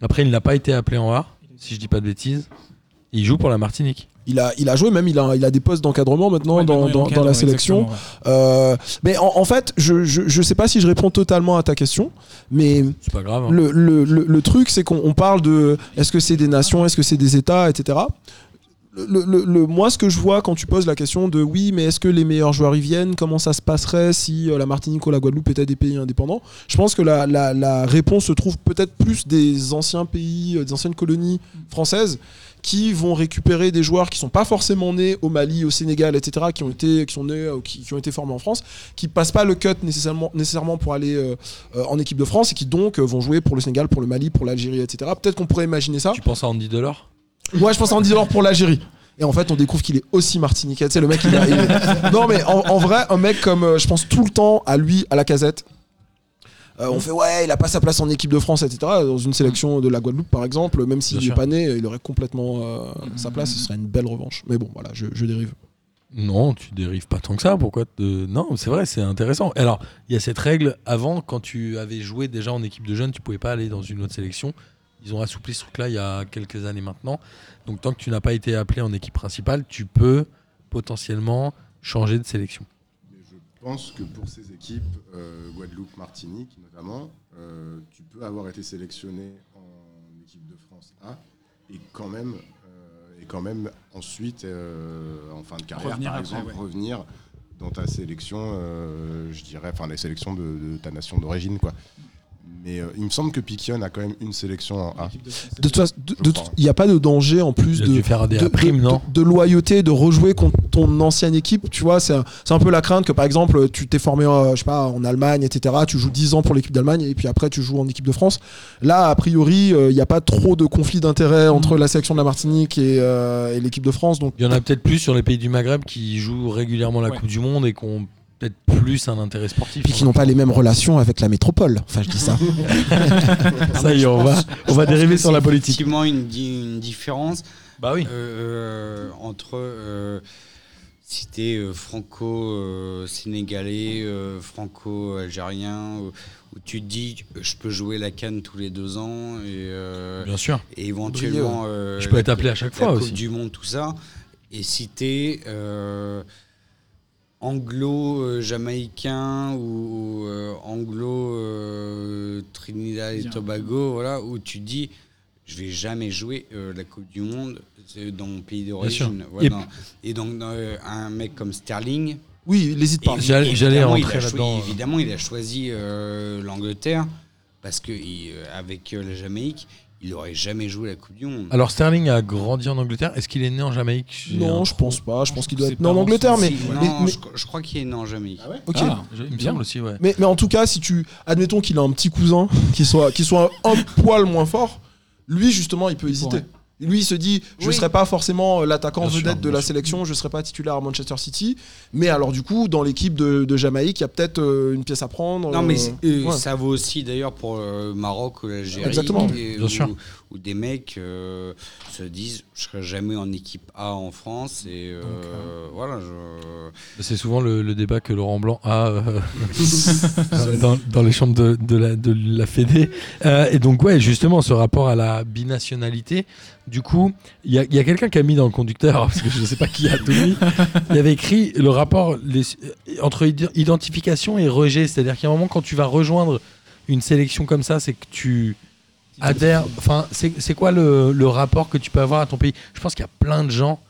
S2: Après, il n'a pas été appelé en A, si je dis pas de bêtises. Il joue pour la Martinique.
S3: Il a, il a joué, même il a, il a des postes d'encadrement maintenant
S6: Ouais,
S3: dans,
S6: maintenant, il
S3: dans-
S6: encadre,
S3: dans la
S6: ouais,
S3: sélection.
S6: exactement, ouais.
S3: Euh, mais en, en fait, je, je, je sais pas si je réponds totalement à ta question, mais
S2: C'est pas grave. hein.
S3: le, le- le- le truc, c'est qu'on on parle de est-ce que c'est des nations, est-ce que c'est des États, etc. Le, le- le- moi, ce que je vois quand tu poses la question de oui, mais est-ce que les meilleurs joueurs y viennent Comment ça se passerait si euh, la Martinique ou la Guadeloupe étaient des pays indépendants Je pense que la, la- la réponse se trouve peut-être plus des anciens pays, euh, des anciennes colonies françaises qui vont récupérer des joueurs qui sont pas forcément nés au Mali, au Sénégal, etc., qui ont été, qui sont nés, euh, qui, qui ont été formés en France, qui passent pas le cut nécessairement, nécessairement pour aller euh, euh, en équipe de France et qui donc euh, vont jouer pour le Sénégal, pour le Mali, pour l'Algérie, etc. Peut-être qu'on pourrait imaginer ça.
S2: Tu penses à Andy Delors
S3: Moi, je pense à Andy Delors pour l'Algérie. Et en fait, on découvre qu'il est aussi martiniquais. Tu sais, le mec, il a- il est- Non, mais en, en vrai, un mec comme. euh, je pense tout le temps à lui, à la casette. Euh, on fait, ouais, il a pas sa place en équipe de France, etc. Dans une sélection de la Guadeloupe, par exemple, même s'il
S2: Bien sûr.
S3: n'est pas né, il aurait complètement euh, sa place. Ce serait une belle revanche. Mais bon, voilà, je, je dérive.
S2: Non, tu dérives pas tant que ça. Pourquoi te- Non, c'est vrai, c'est intéressant. Alors, il y a cette règle. Avant, quand tu avais joué déjà en équipe de jeunes, tu pouvais pas aller dans une autre sélection. Ils ont assoupli ce truc-là il y a quelques années maintenant. Donc, tant que tu n'as pas été appelé en équipe principale, tu peux potentiellement changer de sélection.
S4: Mais je pense que pour ces équipes, euh, Guadeloupe, Martinique notamment, euh, tu peux avoir été sélectionné en équipe de France A et quand même, euh, et quand même ensuite, euh, en fin de carrière,
S6: Revenir
S4: par
S6: après,
S4: exemple,
S6: ouais.
S4: revenir dans ta sélection, euh, je dirais, enfin les sélections de, de ta nation d'origine, quoi. Mais euh, il me semble que Piquion a quand même une sélection en A.
S3: De toute façon, de- de
S4: Je
S3: toute-
S4: crois.
S3: il n'y a pas de danger en plus
S2: Tu as
S3: de.
S2: dû faire des
S3: de,
S2: primes,
S3: de-
S2: non
S3: de- de loyauté, de rejouer contre ton ancienne équipe. Tu vois, c'est un, c'est un peu la crainte que, par exemple, tu t'es formé, euh, je sais pas, en Allemagne, etc. Tu joues 10 ans pour l'équipe d'Allemagne et puis après, tu joues en équipe de France. Là, a priori, il n'y a pas trop de conflit d'intérêt entre la sélection de la Martinique et, euh, Mm. et l'équipe de France. Donc,
S2: Il y en a peut-être plus sur les pays du Maghreb qui jouent régulièrement la
S6: Ouais.
S2: Coupe du Monde et qui ont peut-être plus un intérêt sportif. hein.
S3: puis qui n'ont pas les mêmes relations avec la métropole. Enfin, je dis ça.
S5: (laughs)
S2: Ça y est, on va, on va
S5: Je pense
S2: dériver
S5: que
S2: sur la
S5: c'est
S2: politique.
S5: Effectivement, une, di- une différence
S2: Bah oui.
S5: euh, entre euh, si t'es euh, franco-sénégalais, euh, franco-algérien, où, où tu te dis je peux jouer la canne tous les deux ans et, euh,
S2: Bien sûr.
S5: et éventuellement euh,
S2: Je peux être
S5: la-
S2: appelé à chaque
S5: la
S2: fois
S5: Coupe
S2: aussi.
S5: du Monde, tout ça. Et si t'es euh, anglo-jamaïcain ou, ou, euh, anglo-trinidad et
S6: Bien.
S5: Tobago, voilà, où tu dis je vais jamais jouer euh, la Coupe du Monde c'est dans mon pays d'origine.
S2: sûr.
S5: Voilà.
S2: Et-
S5: Et, donc euh, un mec comme Sterling,
S3: (laughs) Oui, il hésite pas.
S5: évi-
S2: J'allais- j'allais
S5: évidemment, il
S2: rentrer
S5: a choi-
S2: là-dedans. hein.
S5: Évidemment, il a choisi euh, l'Angleterre parce que il- euh, avec euh, la Jamaïque, il aurait jamais joué la Coupe du Monde.
S2: Alors Sterling a grandi en Angleterre. Est-ce qu'il est né en Jamaïque J'ai un
S3: Non, je
S2: trou.
S3: pense pas. Je pense qu'il doit
S6: Ses
S3: être. Non, en
S6: parents
S3: Angleterre,
S6: sont-
S3: mais.
S5: Si,
S3: mais-
S5: non,
S3: mais-
S5: je, cro- je crois qu'il est né en Jamaïque.
S3: ok.
S6: Ah,
S2: Il me semble aussi, ouais.
S3: Mais, mais en tout cas, si tu admettons qu'il a un petit cousin qui soit, qui soit un poil moins fort, lui justement, il peut hésiter.
S6: pourrait.
S3: Lui, il se dit, je ne
S5: Oui.
S3: serai pas forcément euh, l'attaquant
S2: Bien sûr,
S3: vedette de
S2: bien
S3: la
S2: sûr.
S3: sélection, je ne serai pas titulaire à Manchester City. Mais alors, du coup, dans l'équipe de, de Jamaïque, il y a peut-être euh, une pièce à prendre.
S5: Non, mais
S3: euh,
S5: c'est- et
S3: ouais.
S5: ça vaut aussi d'ailleurs pour le Maroc ou l'Algérie.
S3: Exactement.
S5: et
S2: Bien
S5: où,
S2: sûr.
S5: où des mecs euh, se disent je serai jamais en équipe A en France. Et euh, voilà. je-
S2: C'est souvent le, le débat que Laurent Blanc a euh, dans, dans les chambres de, de la, de la Fédé. Euh, et donc, ouais, justement, ce rapport à la binationalité. Du coup, il y a, il y a quelqu'un qui a mis dans le conducteur, (laughs) parce que je ne sais pas qui a tout mis, il avait écrit le rapport les- euh, entre id- identification et rejet. C'est-à-dire qu'il y a un moment, quand tu vas rejoindre une sélection comme ça, c'est que tu adhères. Enfin, c'est c'est quoi le, le rapport que tu peux avoir à ton pays Je pense qu'il y a plein de gens.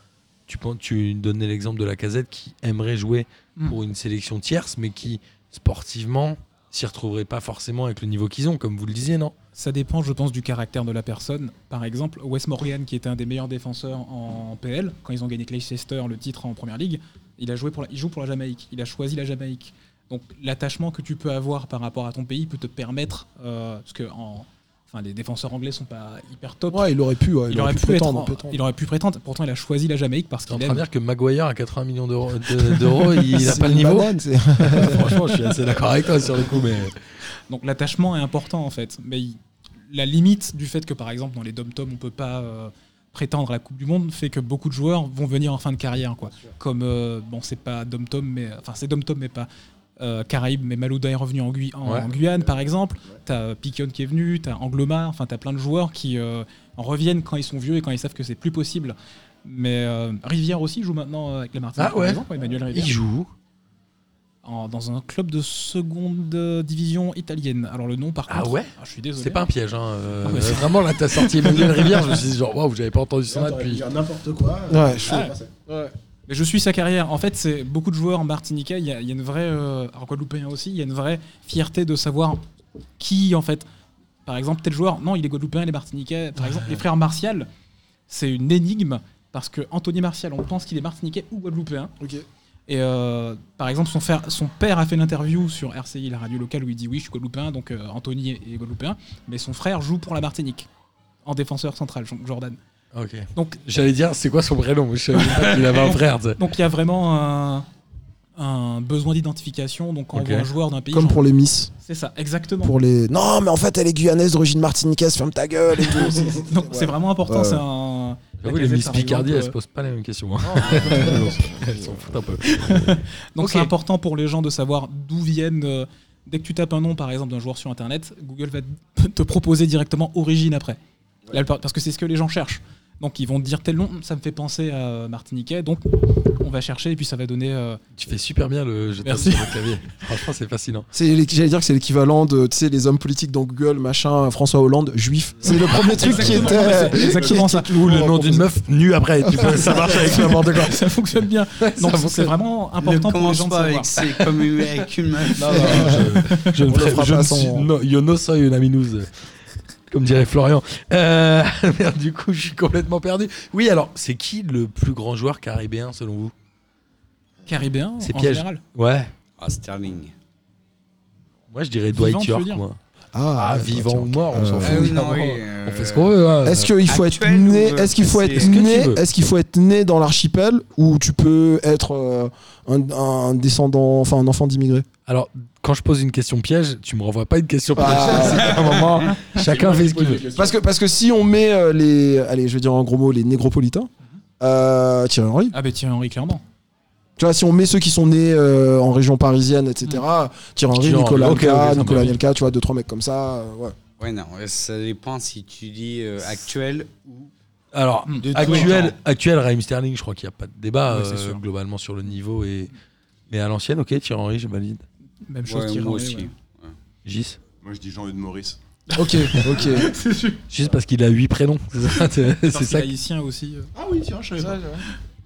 S2: Tu, penses- tu donnais l'exemple de la casette qui aimerait jouer
S6: Mm.
S2: pour une sélection tierce, mais qui sportivement, s'y retrouveraient pas forcément avec le niveau qu'ils ont, comme vous le disiez, non
S6: Ça dépend, je pense, du caractère de la personne. Par exemple, Wes Morgan, qui était un des meilleurs défenseurs en PL, quand ils ont gagné Leicester le titre en Première Ligue, il, a joué pour la- il joue pour la Jamaïque, il a choisi la Jamaïque. Donc l'attachement que tu peux avoir par rapport à ton pays peut te permettre, euh, parce que en- enfin, les défenseurs anglais sont pas hyper top.
S3: Ouais, il aurait pu, ouais,
S6: il, aurait pu
S3: prétendre.
S6: prétendre,
S3: prétendre.
S6: il aurait pu prétendre. Pourtant, il a choisi la Jamaïque parce
S2: T'es en
S6: qu'il
S2: train de
S6: aime.
S2: dire que Maguire à 80 millions d'euros, de- d'euros, il a
S3: Ah, C'est
S2: pas le
S3: une
S2: niveau
S3: banane, c'est- (laughs)
S2: Franchement, je suis assez d'accord avec toi sur le coup, mais
S6: Donc l'attachement est important en fait. Mais il- la limite du fait que par exemple dans les dom-tom on peut pas euh, prétendre à la Coupe du Monde fait que beaucoup de joueurs vont venir en fin de carrière quoi. Comme euh, bon c'est pas dom-tom mais euh, enfin c'est dom-tom mais pas euh, Caraïbes mais Malouda est revenu en, Gui- en-
S2: Ouais.
S6: en Guyane par exemple. T'as euh, Piquion qui est venu, t'as Angloma, enfin t'as plein de joueurs qui euh, en reviennent quand ils sont vieux et quand ils savent que c'est plus possible. Mais euh, Rivière aussi joue maintenant euh, avec la Martinique
S2: Ah
S6: par
S2: ouais.
S6: exemple, Emmanuel Rivière
S2: il joue.
S6: en- dans un club de seconde euh, division italienne. Alors le nom par
S2: Ah
S6: contre.
S2: ouais
S6: Je suis désolé.
S2: C'est pas un piège. Hein. euh,
S6: Ah, mais c'est-
S2: vraiment, là, t'as sorti Emmanuel Rivière. Je me suis dit, genre, waouh, j'avais pas entendu ça
S4: T'aurais pu
S2: depuis.
S4: dire n'importe quoi.
S3: Ouais, je-
S4: Ah, c'est-
S6: Mais je suis sa carrière. En fait, c'est beaucoup de joueurs martiniquais. Il y, a il y a une vraie, euh, alors guadeloupéen aussi, il y a une vraie fierté de savoir qui en fait. Par exemple, tel joueur, non, il est guadeloupéen, il est martiniquais. Par exemple, les frères Martial, c'est une énigme parce que Anthony Martial, on pense qu'il est martiniquais ou guadeloupéen.
S3: Ok.
S6: Et euh, par exemple, son, frère- son père a fait une interview sur RCI, la radio locale, où il dit oui, je suis guadeloupéen, donc euh, Anthony est est guadeloupéen, mais son frère joue pour la Martinique en défenseur central, Jo- Jordan.
S2: Ok.
S6: Donc
S2: J'allais dire, c'est quoi son prénom Je savais pas qu'il avait un frère. tu sais.
S6: donc il y a vraiment un, un besoin d'identification. Donc quand
S2: Ok.
S6: on voit un joueur d'un pays,
S3: Comme
S6: genre-
S3: pour les Miss.
S6: c'est ça, exactement.
S3: Pour les... Non, mais en fait, elle est guyanaise d'origine martiniquaise, ferme ta gueule et tout. C'est- c'est-
S6: (laughs) Donc
S3: ouais.
S6: c'est vraiment important.
S3: Ouais.
S6: C'est un.
S2: J'avoue,
S6: la
S2: Ah les
S6: euh. Gazette,
S2: Miss
S6: par
S2: Picardie,
S6: exemple,
S2: elles se posent pas la même question. hein. (laughs) elles s'en foutent un peu.
S6: Donc
S2: Ok.
S6: c'est important pour les gens de savoir d'où viennent. euh, dès que tu tapes un nom, par exemple, d'un joueur sur Internet, Google va te- te proposer directement origine après. Là, par- parce que c'est ce que les gens cherchent. Donc ils vont te dire tel nom, ça me fait penser à Martiniquais. Donc on va chercher et puis ça va donner. euh,
S2: Tu fais super bien le je tape
S6: Merci.
S2: sur le clavier. Franchement, c'est fascinant.
S3: C'est l'é- J'allais dire que c'est l'équivalent de, tu sais, les hommes politiques dans Google, machin, François Hollande, juif. C'est le premier truc qui
S6: Exactement,
S3: était...
S6: c'est exactement ça.
S2: Ou le nom d'une
S3: meuf.
S2: meuf nue après. Tu peux- ça marche avec n'importe quoi.
S6: (laughs) Ça fonctionne bien. Donc c'est
S2: fonctionne.
S6: vraiment
S5: Ne
S6: important pour les
S5: commence
S6: gens de
S5: pas
S6: savoir.
S5: avec, c'est comme une-
S2: (laughs)
S5: avec une meuf.
S2: Je ne
S3: On le
S2: ferai-
S3: fera
S2: je
S3: pas
S2: ne
S3: sans-
S2: suis- no- yo no soy una minouse. Comme dirait Florian. Euh, (laughs) merde, du coup, je suis complètement perdu. Oui, alors, c'est qui le plus grand joueur caribéen selon vous
S6: Caribéen,
S2: C'est
S6: en
S2: piège.
S6: général.
S2: Ouais.
S5: Ah, Sterling.
S2: Moi, je dirais Dwight
S6: Vivant, tu veux
S2: York.
S6: dire
S2: moi.
S3: Ah,
S2: Ah,
S3: attends,
S2: vivant
S3: tiens.
S2: ou mort, on
S3: Euh,
S2: s'en fout.
S5: Ah
S2: (laughs)
S5: oui, non, oui,
S2: On
S5: euh,
S2: fait ce qu'on veut. hein.
S3: Est-ce qu'il faut être
S5: Actuel
S3: né
S5: ou, euh,
S3: Est-ce qu'il faut être
S5: c'est-
S2: que tu
S3: né
S2: veux
S3: Est-ce qu'il faut être né dans l'archipel ou tu peux être euh, un, un descendant, enfin un enfant d'immigré
S2: Alors, quand je pose une question piège, tu me renvoies pas une question piège. (laughs)
S3: Ah.
S2: C'est qu'à un moment, chacun fait ce qu'il veut.
S3: Parce que parce que si on met euh, les, allez, je vais dire en gros mots les négropolitains. Euh, Thierry Henry.
S6: Ah ben Thierry Henry, clairement.
S3: Tu vois, si on met ceux qui sont nés euh, en région parisienne, etc. Thierry Henry,
S2: Thierry Henry,
S3: Nicolas
S2: ok, ok,
S3: Anelka,
S2: ça
S3: Nicolas
S2: marche.
S3: Anelka, tu vois, deux trois mecs comme ça. euh, ouais.
S5: Ouais, non, ça dépend si tu dis euh, actuel ou.
S2: Alors,
S6: De
S5: tous les
S2: actuel,
S5: temps.
S2: actuel Raheem Sterling, je crois qu'il n'y a pas de débat
S6: Ouais, c'est
S2: euh,
S6: sûr.
S2: globalement sur le niveau. et Mais à l'ancienne, ok, Thierry Henry, je valide.
S6: Même chose
S5: Ouais,
S6: Thierry
S5: moi
S6: Henry,
S5: aussi.
S6: ouais.
S2: Gis
S4: Moi, je dis Jean-Eudes Maurice.
S3: Ok, ok.
S2: Juste parce qu'il a huit prénoms. (laughs) C'est ça, c'est-
S6: Parce
S2: c'est
S6: qu'il
S2: ça.
S6: est haïtien aussi. euh.
S4: Ah oui, tiens, je savais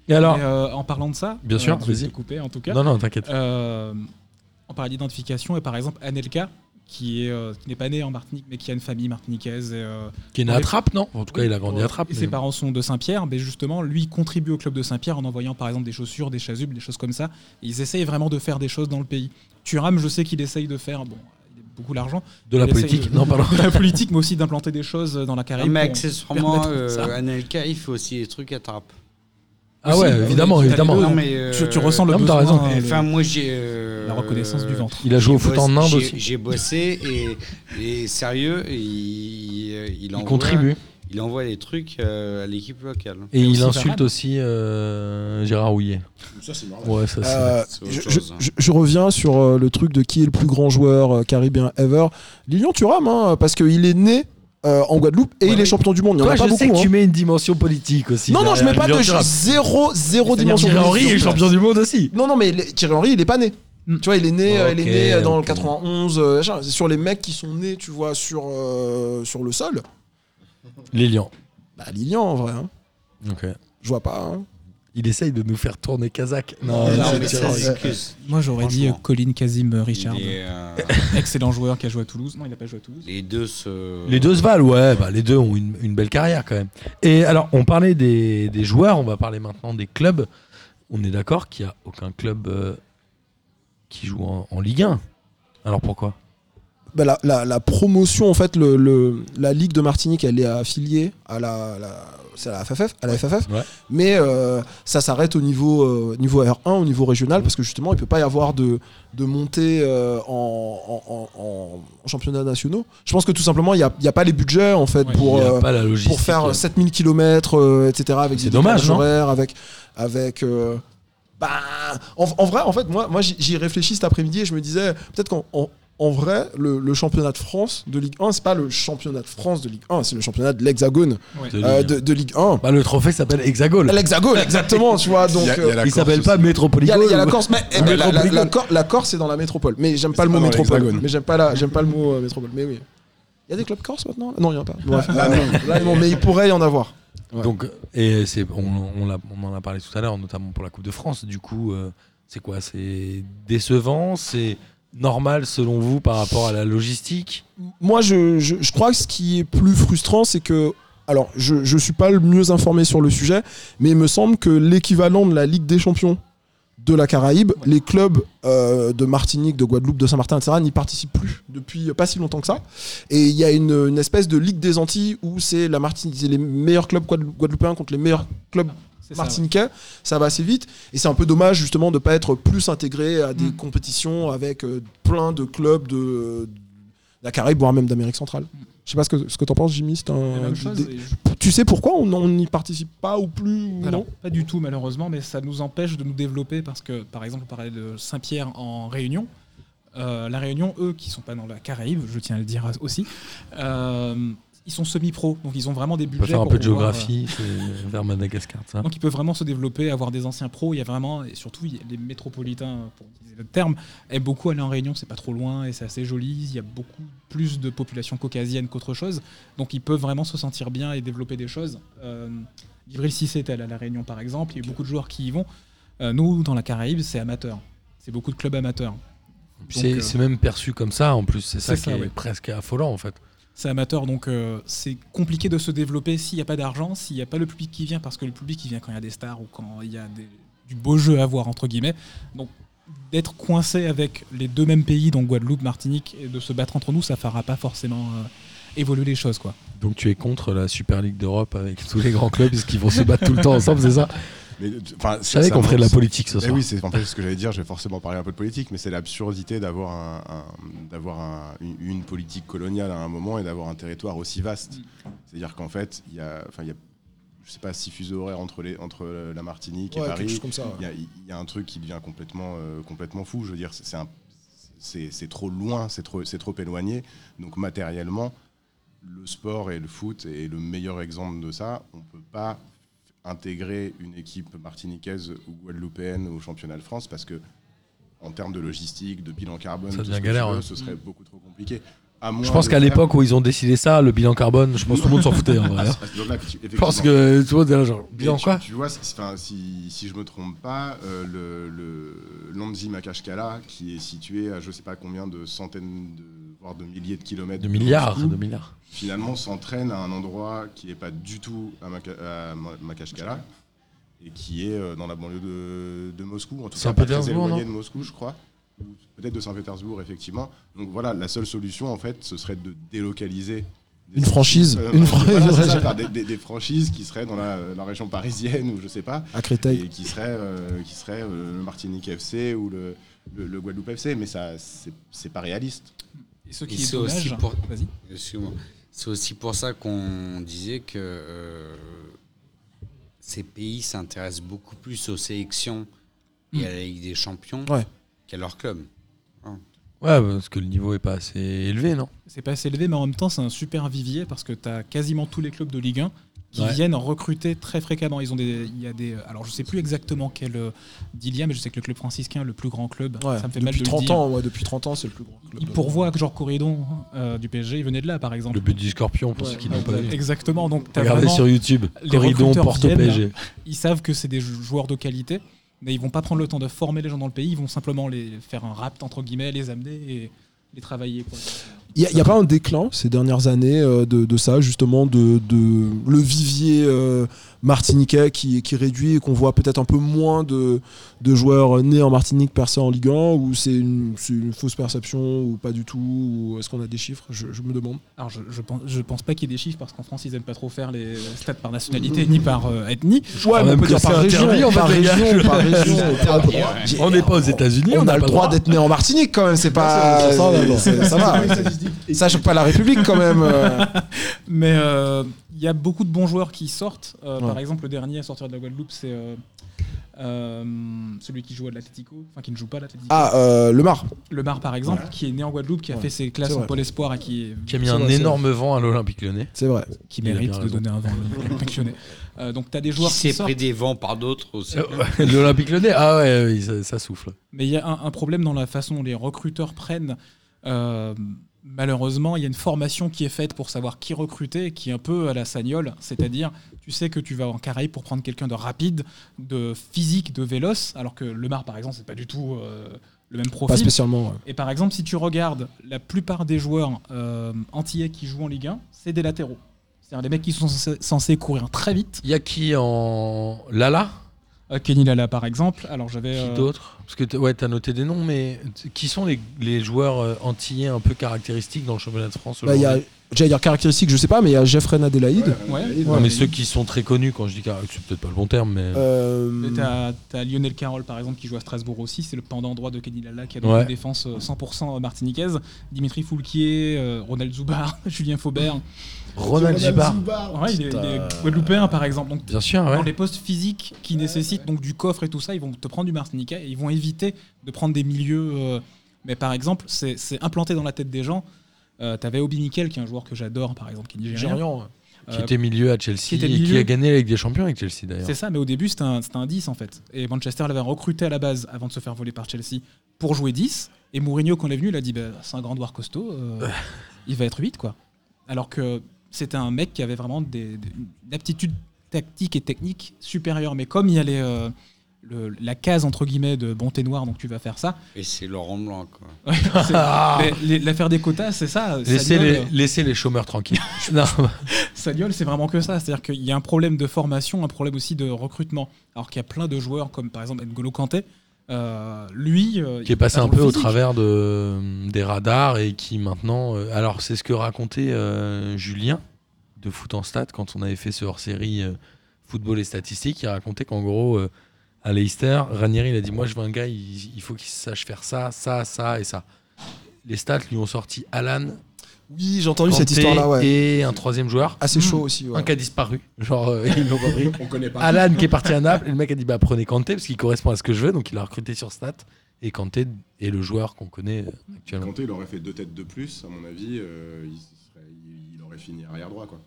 S2: Et alors
S6: Mais, euh, en parlant de ça,
S2: Bien sûr,
S6: désolé de
S2: vas-y.
S6: te couper en tout cas.
S2: Non, non, t'inquiète.
S6: Euh, on parlait d'identification et par exemple Anelka, qui est euh, qui n'est pas né en Martinique mais qui a une famille martiniquaise. Et, euh,
S2: Qui est né à
S6: oui.
S2: Trappes, non En tout cas, il a grandi à Trappes.
S6: et
S2: mais-
S6: ses parents sont de Saint-Pierre, mais justement lui contribue au club de Saint-Pierre en envoyant par exemple des chaussures, des chasubles, des choses comme ça. Et ils essayent vraiment de faire des choses dans le pays. Thuram, je sais qu'il essaye de faire bon, il a beaucoup d'argent,
S2: De la
S6: il essaye
S2: politique
S6: de-
S2: Non, pardon.
S6: (laughs) de la politique, mais aussi d'implanter des choses dans la Caraïbe.
S5: mais
S6: pour-
S5: accessoirement,
S6: permettre
S5: euh,
S6: ça.
S5: Anelka, il fait aussi des trucs à trappe.
S2: Ah ouais,
S6: Aussi,
S2: évidemment,
S6: oui,
S2: évidemment.
S6: t'as les deux.
S5: mais, euh,
S6: tu, tu ressens le
S2: non, mais t'as
S6: besoin,
S2: raison.
S6: euh, le-
S5: Enfin, moi, j'ai. euh,
S6: la reconnaissance du ventre.
S2: Il a joué au foot
S5: bossé-
S2: en Inde
S5: j'ai-
S2: aussi.
S5: J'ai bossé et, et sérieux, il, il,
S2: Il
S5: envoie,
S2: contribue.
S5: Il envoie des trucs euh, à l'équipe locale.
S2: Et
S6: aussi
S2: il
S6: Varane.
S2: insulte aussi euh, Gérard Houillet.
S4: Ça, c'est normal.
S2: Ouais, ça c'est.
S3: Euh,
S5: c'est autre
S3: je,
S5: chose,
S3: je-
S5: hein.
S3: je- je reviens sur euh, le truc de qui est le plus grand joueur euh, caribéen ever. Lilian Thuram, hein, parce qu'il est né euh, en Guadeloupe et
S2: Ouais,
S3: il est
S2: mais-
S3: champion du monde. Il n'y en
S2: Toi,
S3: a
S2: je
S3: pas
S2: sais
S3: beaucoup.
S2: que tu
S3: hein.
S2: mets une dimension politique aussi.
S3: Non, non, je mets pas de
S2: Gérard
S3: zéro, zéro dimension.
S2: Thierry Henry
S3: politique
S2: est
S3: sur
S2: champion
S3: place.
S2: du monde aussi.
S3: Non, non, mais les- Thierry Henry, il est pas né.
S6: Mm.
S3: Tu vois, il est né, euh, il est
S2: Ok,
S3: né euh, dans le
S2: ok.
S3: 91. euh, machin. C'est sur les mecs qui sont nés, tu vois, sur, euh, sur le sol.
S2: Les Lions.
S3: Bah, Lilian, en vrai. hein.
S2: Ok.
S3: Je vois pas. hein.
S2: il essaye de nous faire tourner Kazakh. Non,
S5: Non,
S2: Ah, c'est
S5: mais
S2: tireur.
S5: ça s'excuse.
S6: Moi, j'aurais dit euh,
S5: Franchement.
S6: Colin Kazim euh, Richard,
S5: Les, euh,
S6: excellent joueur qui a joué à Toulouse. Non, il n'a pas joué à Toulouse.
S5: les deux se.
S2: Les deux se valent, ouais, bah, les deux ont une, une belle carrière quand même. Et alors, on parlait des, des joueurs, on va parler maintenant des clubs. On est d'accord qu'il n'y a aucun club euh, qui joue en, en Ligue 1. Alors pourquoi
S3: Bah, la, la- la promotion, en fait, le, le- la Ligue de Martinique, elle est affiliée à la, la- c'est à la FFF, à la FFF.
S2: Ouais.
S3: mais euh, ça s'arrête au niveau, euh, niveau R1, au niveau régional, parce que justement, il ne peut pas y avoir de, de montée euh, en, en- en- en championnat nationaux. Je pense que tout simplement, il n'y a, il y a pas les budgets, en fait,
S6: Ouais,
S3: pour...
S2: Il n'y a
S3: euh,
S2: pas la logistique.
S3: pour faire
S2: euh,
S3: 7000 km, etc. euh, Avec
S2: C'est
S3: des
S2: dommage,
S3: décalages
S2: non
S3: horaires, avec. avec euh, bah, en, en vrai, en fait, moi, moi j'y- j'y réfléchis cet après-midi et je me disais, peut-être qu'en. en- en vrai, le, le championnat de France de Ligue 1, c'est pas le championnat de France de Ligue 1, c'est le championnat de l'Hexagone
S2: de
S3: euh,
S2: Ligue 1.
S3: de, de Ligue 1.
S2: Bah, le trophée s'appelle Hexagone.
S3: L'Hexagone, exactement, tu vois.
S4: Il
S3: Donc,
S4: y a- il y a
S3: euh,
S4: la
S2: Il
S4: Corse
S2: s'appelle
S4: aussi.
S2: pas
S3: il
S2: Métropoligone.
S3: y a, il y a la Corse, mais eh ben, la, la- la
S2: Métropole.
S3: Cor- la Corse, c'est dans la métropole. Mais j'aime pas
S4: c'est pas
S3: le mot
S4: dans
S3: métropole.
S4: l'Hexagone.
S3: Mais j'aime pas, la- j'aime pas le mot euh, métropole. Mais oui. Il y a des clubs corse maintenant Non, il n'y en a pas. Bref, euh, là, non, mais il pourrait y en avoir. Ouais.
S2: Donc, et c'est, on, on l'a- on en a parlé tout à l'heure, notamment pour la Coupe de France. Du coup, euh, c'est quoi C'est décevant C'est normal selon vous par rapport à la logistique
S3: moi, je, je- je crois que ce qui est plus frustrant, c'est que. Alors, je ne suis pas le mieux informé sur le sujet, mais il me semble que l'équivalent de la Ligue des Champions de la Caraïbe, les clubs euh, de Martinique, de Guadeloupe, de Saint-Martin, etc., n'y participent plus depuis pas si longtemps que ça. Et il y a une, une espèce de Ligue des Antilles où c'est la Martinique, c'est les meilleurs clubs guadeloup- guadeloupéens contre les meilleurs clubs
S6: C'est ça, ouais.
S3: martiniquais, ça va assez vite. Et c'est un peu dommage justement de ne pas être plus intégré à des
S6: Mm.
S3: compétitions avec euh, plein de clubs de, de la Caraïbe, voire même d'Amérique centrale. Je sais pas ce que, ce que t'en penses, Jimmy. c'est un-
S6: Mm. La même chose,
S3: des-
S6: et je-
S3: Tu sais pourquoi on on n'y participe pas ou plus ou
S6: Alors,
S3: non
S6: pas du tout malheureusement, mais ça nous empêche de nous développer parce que par exemple on parlait de Saint-Pierre en Réunion. Euh, la Réunion, eux, qui sont pas dans la Caraïbe, je tiens à le dire aussi, euh, ils sont semi-pro, donc ils ont vraiment des
S2: On peut
S6: budgets.
S2: faire un
S6: pour
S2: peu de
S6: pouvoir,
S2: géographie c'est vers Madagascar, ça.
S6: euh, donc ils peuvent vraiment se développer, avoir des anciens pros. Il y a vraiment, et surtout il y a les métropolitains, pour utiliser le terme, aiment beaucoup aller en Réunion, c'est pas trop loin et c'est assez joli. Il y a beaucoup plus de population caucasienne qu'autre chose, donc ils peuvent vraiment se sentir bien et développer des choses. Euh, Livril 6 est allé à La Réunion par exemple, il y a eu beaucoup de joueurs qui y vont. Euh, nous, dans la Caraïbe, c'est amateur. C'est beaucoup de clubs amateurs.
S2: Puis C'est
S6: Donc, euh,
S2: c'est même perçu comme ça en plus, c'est ça
S6: c'est
S2: qui
S6: ça,
S2: est
S6: ouais.
S2: presque affolant en fait.
S6: C'est amateur, donc euh, c'est compliqué de se développer s'il n'y a pas d'argent, s'il n'y a pas le public qui vient, parce que le public il vient quand il y a des stars ou quand il y a des- du beau jeu à voir, entre guillemets. Donc d'être coincé avec les deux mêmes pays, donc Guadeloupe, Martinique, et de se battre entre nous, ça ne fera pas forcément euh, évoluer les choses. quoi.
S2: Donc tu es contre la Super League d'Europe avec tous les grands clubs, parce qu'ils vont se battre tout le temps ensemble, c'est ça
S4: Mais, enfin,
S2: Je savais qu'on ferait de la politique ce
S4: Eh
S2: soir.
S4: oui, c'est en fait ce que j'allais dire. Je vais forcément parler un peu de politique, mais c'est l'absurdité d'avoir un- un- d'avoir un- une- une politique coloniale à un moment et d'avoir un territoire aussi vaste.
S3: Mm.
S4: C'est-à-dire qu'en fait, il y a, enfin, il y a, je sais pas, six fuseaux horaires entre les entre la Martinique et
S3: Ouais, quelque
S4: Paris.
S3: chose comme ça. ouais.
S4: Il y a- il y, a un truc qui devient complètement euh, complètement fou. Je veux dire, c'est- c'est un- c'est c'est trop loin, c'est trop c'est trop éloigné. Donc matériellement, le sport et le foot est le meilleur exemple de ça. On peut pas intégrer une équipe martiniquaise ou guadeloupéenne au championnat de France parce que en termes de logistique, de bilan carbone,
S2: Ça
S4: tout
S2: devient
S4: ce que
S2: galère,
S4: tu veux,
S2: ouais.
S4: ce serait beaucoup trop compliqué. À moins
S2: Je pense
S4: de
S2: qu'à
S4: faire-
S2: l'époque où ils ont décidé ça, le bilan carbone, je pense que tout le monde s'en foutait en vrai. hein.
S4: Parce que donc là, tu-
S2: Je pense
S4: effectivement,
S2: que tout le monde est là genre, bilan
S4: Ah, mais tu-
S2: quoi
S4: tu, vois, c'est- enfin, si, si je me trompe pas, euh, le, le Lanzi Makashkala, qui est situé à je sais pas combien de centaines, de, voire de milliers de kilomètres,
S2: De milliards,
S4: Moscou,
S2: de milliards.
S4: finalement s'entraîne à un endroit qui n'est pas du tout à, Maka- à Ma- Makashkala et qui est euh, dans la banlieue de, de Moscou, en tout cas pas très
S2: Saint-Pétersbourg,
S4: éloigné
S2: non
S4: de Moscou, je crois, ou peut-être de Saint-Pétersbourg, effectivement. Donc voilà, la seule solution, en fait, ce serait de délocaliser des
S3: Une franchise.
S4: équipes, euh,
S3: Une franchise.
S4: (laughs) voilà, c'est ça, par des, des- des franchises qui seraient dans la, la région parisienne ou je sais pas,
S3: À Créteil.
S4: et qui seraient, euh, qui seraient euh, le Martinique FC ou le, le, le Guadeloupe FC, mais ça, c'est- c'est pas réaliste.
S6: Et ce
S5: Et
S6: qui est
S5: c'est aussi
S6: dommage-
S5: pour-
S6: Vas-y.
S5: Excuse-moi. C'est aussi pour ça qu'on disait que euh, ces pays s'intéressent beaucoup plus aux sélections et à la Ligue des Champions
S3: Ouais.
S5: qu'à leur club.
S2: Ouais, parce que le niveau est pas assez élevé, non
S6: C'est pas assez élevé, mais en même temps, c'est un super vivier parce que tu as quasiment tous les clubs de Ligue 1 qui
S2: Ouais.
S6: viennent recruter très fréquemment. Ils ont des, il y a des, alors je sais plus exactement quel euh, deal il y a, mais je sais que le club franciscain, le plus grand club,
S3: Ouais,
S6: ça me fait mal
S3: depuis
S6: de le
S3: 30
S6: dire.
S3: ans, ouais, depuis 30 ans, c'est le plus grand club.
S6: Il
S3: de-
S6: pourvoit que genre Corridon euh, du PSG, il venait de là par exemple. Euh,
S2: Le but du scorpion, pour
S3: Ouais.
S2: ceux qui n'ont pas vu.
S6: Exactement. Donc t'as
S2: Regardez
S6: vraiment-
S2: sur YouTube.
S6: les
S2: Corridon
S6: recruteurs
S2: Porto
S6: viennent,
S2: PSG.
S6: ils savent que c'est des jou- joueurs de qualité, mais ils vont pas prendre le temps de former les gens dans le pays. Ils vont simplement les faire un rapt entre guillemets, les amener et les travailler. quoi.
S3: Il n'y a, pas un déclin ces dernières années euh, de, de ça, justement, de, de le vivier euh, martiniquais qui, qui réduit et qu'on voit peut-être un peu moins de, de joueurs nés en Martinique percés en Ligue 1, ou c'est une, c'est une fausse perception, ou pas du tout, ou est-ce qu'on a des chiffres je, je me demande.
S6: Alors je, je pense, je pense pas qu'il y ait des chiffres parce qu'en France ils aiment pas trop faire les stats par nationalité ni par euh, ethnie.
S3: Ouais,
S2: mais on peut dire par région,
S3: par
S2: par
S3: région,
S2: région,
S3: (laughs) par région.
S2: On n'est pas aux États-Unis,
S3: on, a le droit d'être né en Martinique quand même, c'est pas.
S4: c'est-
S3: c'est- c'est- ça va. Ça choque pas la République quand même. euh.
S6: Mais euh, il y a beaucoup de bons joueurs qui sortent. Euh,
S3: Ouais.
S6: Par exemple, le dernier à sortir de la Guadeloupe, c'est euh, euh, celui qui joue à l'Atlético, enfin qui ne joue pas à l'Atlético.
S3: Ah, euh, le Mar.
S6: Le Mar par exemple, qui est né en Guadeloupe, qui a
S3: Ouais.
S6: fait ses
S3: C'est
S6: classes en
S3: vrai.
S6: Pôle Espoir et qui est
S2: Qui a mis
S3: C'est
S2: un
S3: vrai, c'est
S2: énorme vent à l'Olympique lyonnais.
S3: C'est vrai.
S6: qui
S2: Il a
S6: mérite
S2: bien
S6: de
S2: raison.
S6: donner
S2: (laughs)
S6: un vent au club lyonnais. Euh, donc tu as des joueurs
S5: Qui
S6: qui
S5: s'est
S6: sortent,
S5: pris des vents par d'autres aussi.
S2: Euh, (laughs) L'Olympique Lyonnais Ah ouais, oui, ça, ça souffle.
S6: mais il y a un, un problème dans la façon dont les recruteurs prennent. Euh, malheureusement, il y a une formation qui est faite pour savoir qui recruter, qui est un peu à la sagnole, c'est-à-dire tu sais que tu vas en Caraïbes pour prendre quelqu'un de rapide, de physique, de véloce, alors que le Mar par exemple, c'est pas du tout euh, le même
S3: Pas
S6: profil.
S3: spécialement. ouais.
S6: Et par exemple, si tu regardes la plupart des joueurs euh, antillais qui jouent en Ligue 1, c'est des latéraux. C'est-à-dire des mecs qui sont censés- censés courir très vite.
S2: Il y a qui en Lala
S6: Euh, Kenny Lala, par exemple. Alors j'avais.
S2: Qui
S6: euh,
S2: d'autre Parce que t- ouais, t'as noté des noms, mais t- qui sont les, les joueurs euh, antillais un peu caractéristiques dans le championnat de France
S3: Bah, il
S2: aujourd'hui
S3: y a, j'allais dire caractéristique, je sais pas, mais il y a Jeffrey Adélaïde.
S2: Non, mais ceux qui sont très connus, quand je dis car- c'est peut-être pas le bon terme, mais
S3: Euh,
S6: mais
S2: Hmm.
S6: T'as t'as Lionel Carroll par exemple qui joue à Strasbourg aussi, c'est le pendant droit de Kenny Lala qui a donc
S2: Ouais.
S6: une défense euh, 100% martiniquaise. Dimitri Foulquier, euh, Ronald Zubar, (laughs) Julien Faubert.
S2: Ronald Gibar.
S6: Ouais, il est, il est Guadeloupéen par exemple. Donc
S2: Bien sûr,
S6: dans
S2: ouais.
S6: les postes physiques qui nécessitent donc du coffre et tout ça, ils vont te prendre du Martiniquais et ils vont éviter de prendre des milieux. euh, mais par exemple, c'est c'est implanté dans la tête des gens. Euh, T'avais Obi Mikel, qui est un joueur que j'adore, par exemple, qui est nigérien.
S3: Gérian, ouais.
S2: Qui
S6: Euh,
S2: était milieu à Chelsea
S6: qui était
S2: et qui
S6: milieu.
S2: a gagné avec des champions avec Chelsea d'ailleurs.
S6: C'est ça, mais au début, c'était un, c'était un 10 en fait. Et Manchester l'avait recruté à la base avant de se faire voler par Chelsea pour jouer 10. Et Mourinho, quand il est venu, il a dit bah, c'est un grand noir costaud, euh, il va être 8 quoi. Alors que c'était un mec qui avait vraiment des, des- une aptitude tactique et technique supérieure. Mais comme il y a les, euh, le- la case entre guillemets de bonté noire, donc tu vas faire ça. (laughs)
S5: Et c'est Laurent Blanc,
S3: (laughs)
S5: quoi.
S6: C'est-
S2: (laughs) Ah
S6: mais les- L'affaire des quotas, c'est ça.
S2: Laissez
S6: Sagnol,
S2: les,
S6: euh,
S2: laissez les chômeurs
S6: (laughs)
S2: tranquilles. Non,
S6: Sagnol, c'est vraiment que ça. C'est-à-dire qu'il y a un problème de formation, un problème aussi de recrutement. Alors qu'il y a plein de joueurs, comme par exemple N'Golo Kanté, euh, lui. euh,
S2: qui
S6: il
S2: est passé
S6: pas
S2: un
S6: dans le
S2: peu au
S6: physique.
S2: travers de, des radars et qui maintenant. euh, alors, c'est ce que racontait euh, Julien de Foot en Stat quand on avait fait ce hors-série euh, Football et Statistiques. Il racontait qu'en gros, euh, à Leicester, Ranieri, il a dit Moi, je veux un gars, il, il faut qu'il sache faire ça, ça, ça et ça. Les stats lui ont sorti Alan,
S3: Oui, j'ai entendu cette
S2: Kanté
S3: histoire-là, ouais.
S2: et un troisième joueur.
S3: Assez chaud aussi, ouais.
S2: Un qui a disparu. Genre, euh, ils l'ont pas pris.
S4: On connaît
S2: (laughs)
S4: pas.
S2: Alan qui est parti à Naples, et le mec a dit bah prenez Kanté parce qu'il correspond à ce que je veux, donc il l'a recruté sur Stat. Et Kanté est le joueur qu'on connaît actuellement.
S4: Kanté, il aurait fait deux têtes de plus, à mon avis, euh, il, serait- il- il aurait fini arrière droit. Quoi.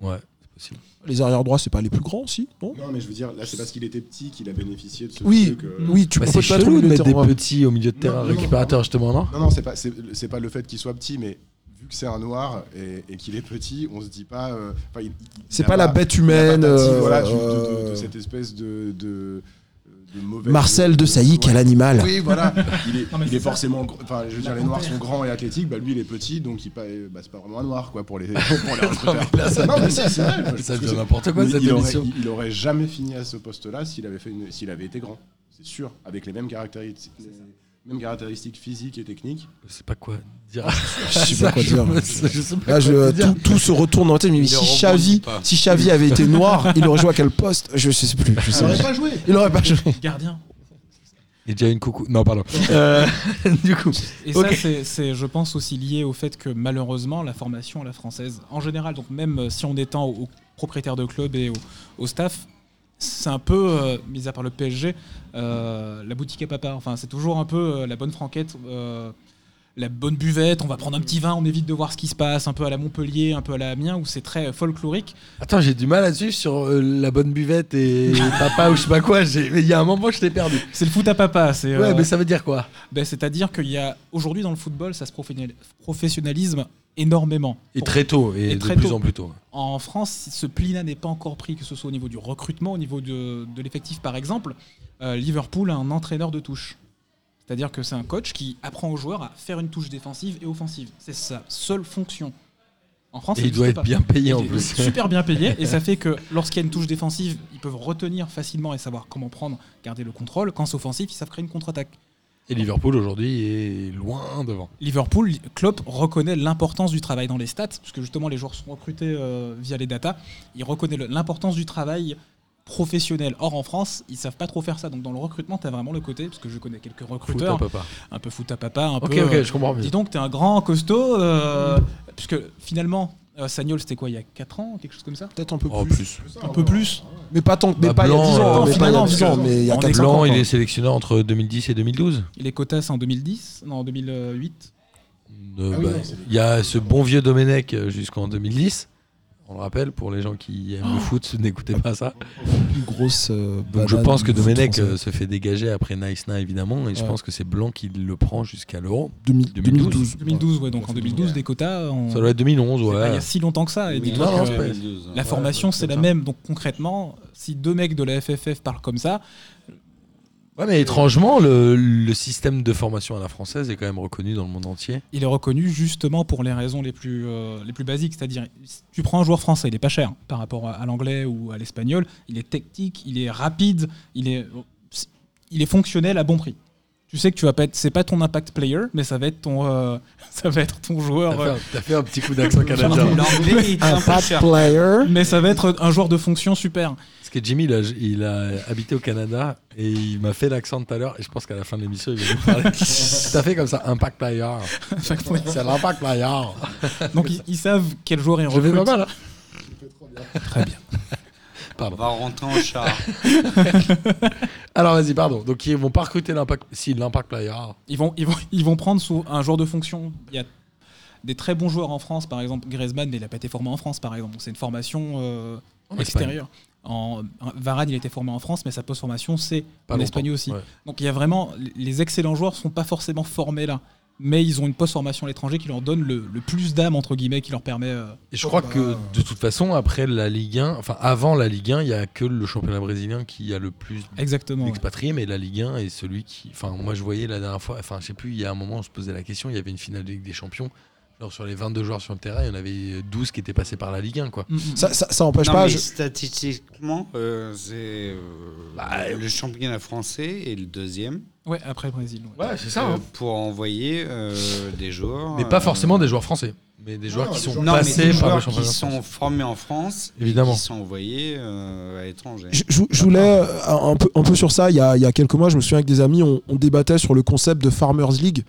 S2: Ouais, c'est possible.
S3: Les arrières droits, c'est pas les plus grands aussi, non
S4: Non, mais je veux dire, là, c'est parce qu'il était petit qu'il a bénéficié de ce
S3: Oui,
S4: truc. euh,
S3: oui, tu
S2: Bah,
S3: peux
S2: c'est
S3: pas trop hein.
S2: chelou de mettre des
S3: terrain.
S2: petits au milieu de terrain
S4: non, non,
S2: récupérateur justement, non
S4: Non, non, c'est pas, c'est, c'est pas le fait qu'il soit petit, mais vu que c'est un noir et, et qu'il est petit, on se dit pas. euh, enfin, il- il- il
S3: C'est
S4: a
S3: pas la bête
S4: il a pas
S3: humaine.
S4: d'atti-
S3: euh,
S4: voilà, du- de, de- de
S3: euh,
S4: cette espèce de, de, de mauvaise.
S3: Marcel de Sailly, quel
S4: Ouais.
S3: animal.
S4: Oui,
S5: (laughs)
S4: voilà. Il est,
S6: Non, mais
S4: il
S6: c'est
S4: est
S6: ça.
S4: forcément. gr- Enfin, je veux dire, les noirs sont grands et athlétiques. Bah, lui, il est petit, donc il pa- euh, bah, c'est pas vraiment un noir, quoi, pour les. Pour
S3: (laughs)
S4: les recruteurs.
S2: mais là, ça-
S4: non, mais si, c'est vrai. moi, je
S2: Ça
S4: pense que
S2: devient
S4: c'est-
S2: n'importe quoi
S4: mais
S2: cette
S4: il, aurait,
S2: émission.
S4: il- il aurait jamais fini à ce poste-là s'il avait fait une- s'il avait été grand. C'est sûr, avec les mêmes caractéristiques, les mêmes caractéristiques physiques et techniques.
S2: Je sais pas quoi dire.
S6: Ah,
S3: Je sais pas quoi dire.
S2: (laughs) Je sais pas quoi
S3: Là, je,
S2: te dire.
S3: tout, tout se retourne dans la tête. Mais
S5: Il
S3: si
S5: rebondit
S3: Xavi,
S5: pas.
S3: si Xavi avait été noir, il aurait joué à quel poste Je sais plus. je sais plus.
S4: pas joué.
S3: Il aurait pas joué.
S6: Gardien.
S2: Il y a déjà une coucou. Non, pardon. Euh, du coup,
S6: Et
S2: Ok.
S6: ça, c'est- c'est, je pense, aussi lié au fait que malheureusement, la formation à la française, en général, donc même euh, si on étend aux, aux propriétaires de clubs et au, au staff, c'est un peu, euh, mis à part le PSG, euh, la boutique à papa. Enfin, c'est toujours un peu euh, la bonne franquette. euh, la bonne buvette, on va prendre un petit vin, on évite de voir ce qui se passe, un peu à la Montpellier, un peu à la Amiens, où c'est très euh, folklorique.
S2: Attends, j'ai du mal à suivre sur euh, la bonne buvette
S6: (laughs)
S2: et papa ou je sais pas quoi. j'ai- mais Il y a un moment, je t'ai perdu.
S6: C'est le foot à papa. c'est,
S2: Ouais,
S6: euh,
S2: mais ça veut dire quoi
S6: ben, C'est-à-dire qu'il y a aujourd'hui dans le football, ça se professionnal- professionnalise énormément.
S2: Et
S6: Pour-
S2: très tôt, et,
S6: Et
S2: de
S6: très
S2: plus
S6: tôt.
S2: en plus tôt.
S6: En France, ce pli-là n'est pas encore pris, que ce soit au niveau du recrutement, au niveau de, de l'effectif par exemple. Euh, Liverpool a un entraîneur de touche. C'est-à-dire que c'est un coach qui apprend aux joueurs à faire une touche défensive et offensive. C'est sa seule fonction. En France,
S2: Et
S6: ça
S2: il doit
S6: n'existe
S2: être
S6: pas.
S2: bien payé en
S6: Il est
S2: plus.
S6: (laughs) Super bien payé.
S2: (laughs)
S6: Et ça fait que lorsqu'il y a une touche défensive, ils peuvent retenir facilement et savoir comment prendre, garder le contrôle. Quand c'est offensif, ils savent créer une contre-attaque.
S2: Et Liverpool aujourd'hui est loin devant.
S6: Liverpool, Klopp reconnaît l'importance du travail dans les stats, puisque justement les joueurs sont recrutés euh, via les datas. Il reconnaît le- l'importance du travail professionnel. Or en France, ils savent pas trop faire ça. Donc dans le recrutement, tu as vraiment le côté, parce que je connais quelques
S2: Foot
S6: recruteurs,
S2: à papa.
S6: un peu foot à papa, un
S2: Ok,
S6: peu.
S2: ok,
S6: euh,
S2: je comprends mieux.
S6: Dis donc, t'es un grand costaud, euh, puisque finalement, euh, Sagnol, c'était quoi, il y a 4 ans, quelque chose comme ça
S3: Peut-être un peu
S2: Oh,
S3: plus.
S2: plus.
S6: Un peu plus.
S3: Mais pas tant, mais
S2: Bah,
S3: pas il y a
S2: Blanc,
S3: 10 ans,
S2: euh,
S3: mais pas il y a
S6: finalement,
S3: 10 ans,
S6: on
S3: mais il y a
S6: est
S3: 4
S2: Blanc,
S3: ans.
S2: il
S3: quoi.
S2: est sélectionneur entre 2010 et 2012.
S6: Il est cotas en 2010, non, en 2008.
S2: Euh,
S4: Ah oui,
S2: bah,
S4: non, c'est-
S2: Il y a ce bon vieux Domenech euh, jusqu'en 2010. On le rappelle, pour les gens qui aiment le foot, (laughs) n'écoutez pas ça.
S3: Une grosse. euh,
S2: Donc Bah, je
S3: banane
S2: pense que
S3: du foot
S2: Domenech
S3: français.
S2: euh, se fait dégager après Naïsna, évidemment. Et je
S3: Ouais.
S2: pense que c'est Blanc qui le prend jusqu'à l'Euro. 2012.
S3: 2000- 2012.
S6: 2012, ouais, donc en
S4: Ouais.
S6: 2012, des quotas, on...
S2: Ça doit être 2011,
S6: c'est
S2: ouais.
S6: pas il y a si longtemps que ça. Et dis-toi
S2: non,
S6: que-
S2: c'est pas-
S5: hein.
S6: La formation, c'est la même. Donc concrètement, si deux mecs de la FFF parlent comme ça,
S2: Ouais, mais étrangement, le, le système de formation à la française est quand même reconnu dans le monde entier.
S6: il est reconnu justement pour les raisons les plus, euh, les plus basiques. C'est-à-dire, si tu prends un joueur français, il est pas cher par rapport à, à l'anglais ou à l'espagnol. Il est technique, il est rapide, il est, il est fonctionnel à bon prix. Tu sais que tu vas pas être, c'est pas ton impact player, mais ça va être ton, euh, (laughs) ça va être ton joueur. euh,
S2: un petit coup d'accent
S5: L'anglais est un peu cher.
S3: player.
S6: mais ça va être un joueur de
S5: (laughs)
S6: fonction super.
S2: Parce que Jimmy, il a, il a habité au Canada et il m'a fait l'accent tout à l'heure. Et je pense qu'à la fin de l'émission, il va nous
S6: (laughs)
S2: parler. tout à fait comme ça, Impact Player. C'est l'Impact Player.
S6: Donc ils, ils savent quel joueur ils
S2: Je vais pas
S6: recrutent.
S2: mal. hein.
S5: On va rentrer en
S3: (laughs)
S5: char.
S2: Alors vas-y, pardon. Donc ils vont pas recruter l'Impact. Si, l'Impact Player.
S6: Ils vont, (laughs) ils vont, ils vont prendre sous un joueur de fonction. Il y a des très bons joueurs en France, par exemple Griezmann, mais il n'a pas été formé en France, par exemple. Donc, C'est une formation euh,
S2: En Espagne.
S6: extérieure. En, en- Varane, il a été formé en France, mais sa post-formation, c'est
S2: Pas
S6: en
S2: longtemps.
S6: Espagne aussi.
S2: Ouais.
S6: Donc il y a vraiment. Les excellents joueurs ne sont pas forcément formés là, mais ils ont une post-formation à l'étranger qui leur donne le, le plus d'âme, entre guillemets, qui leur permet. euh,
S2: Et je crois que de toute façon, après la Ligue 1, enfin avant la Ligue 1, il y a que le championnat brésilien qui a le plus
S6: exactement. ouais.
S2: expatrié, mais la Ligue 1 est celui qui. Enfin, moi je voyais la dernière fois, enfin, je sais plus, il y a un moment, on se posait la question, il y avait une finale de Ligue des Champions. Genre, sur les 22 joueurs sur le terrain, il y en avait 12 qui étaient passés par la Ligue 1, quoi.
S6: Mm, mm.
S3: Ça, ça, ça empêche
S5: Non,
S3: pas.
S5: mais
S3: je-
S5: statistiquement, euh, c'est euh,
S2: Bah,
S5: le championnat français est le deuxième
S6: Ouais, après le Brésil. ouais.
S2: Ouais, c'est
S5: euh, pour envoyer euh, des joueurs.
S2: Mais pas
S5: euh,
S2: forcément des joueurs français, mais des joueurs qui
S4: des
S2: sont
S4: joueurs-
S5: non, mais des
S2: passés par
S5: joueurs
S2: le championnat.
S5: qui sont
S2: français.
S5: formés en France, et
S2: Évidemment.
S5: qui sont envoyés euh, à l'étranger.
S3: Je, je- je voulais euh, un, un peu, un peu sur ça, il y, a, il y a quelques mois, je me souviens avec des amis, on, on débattait sur le concept de Farmers League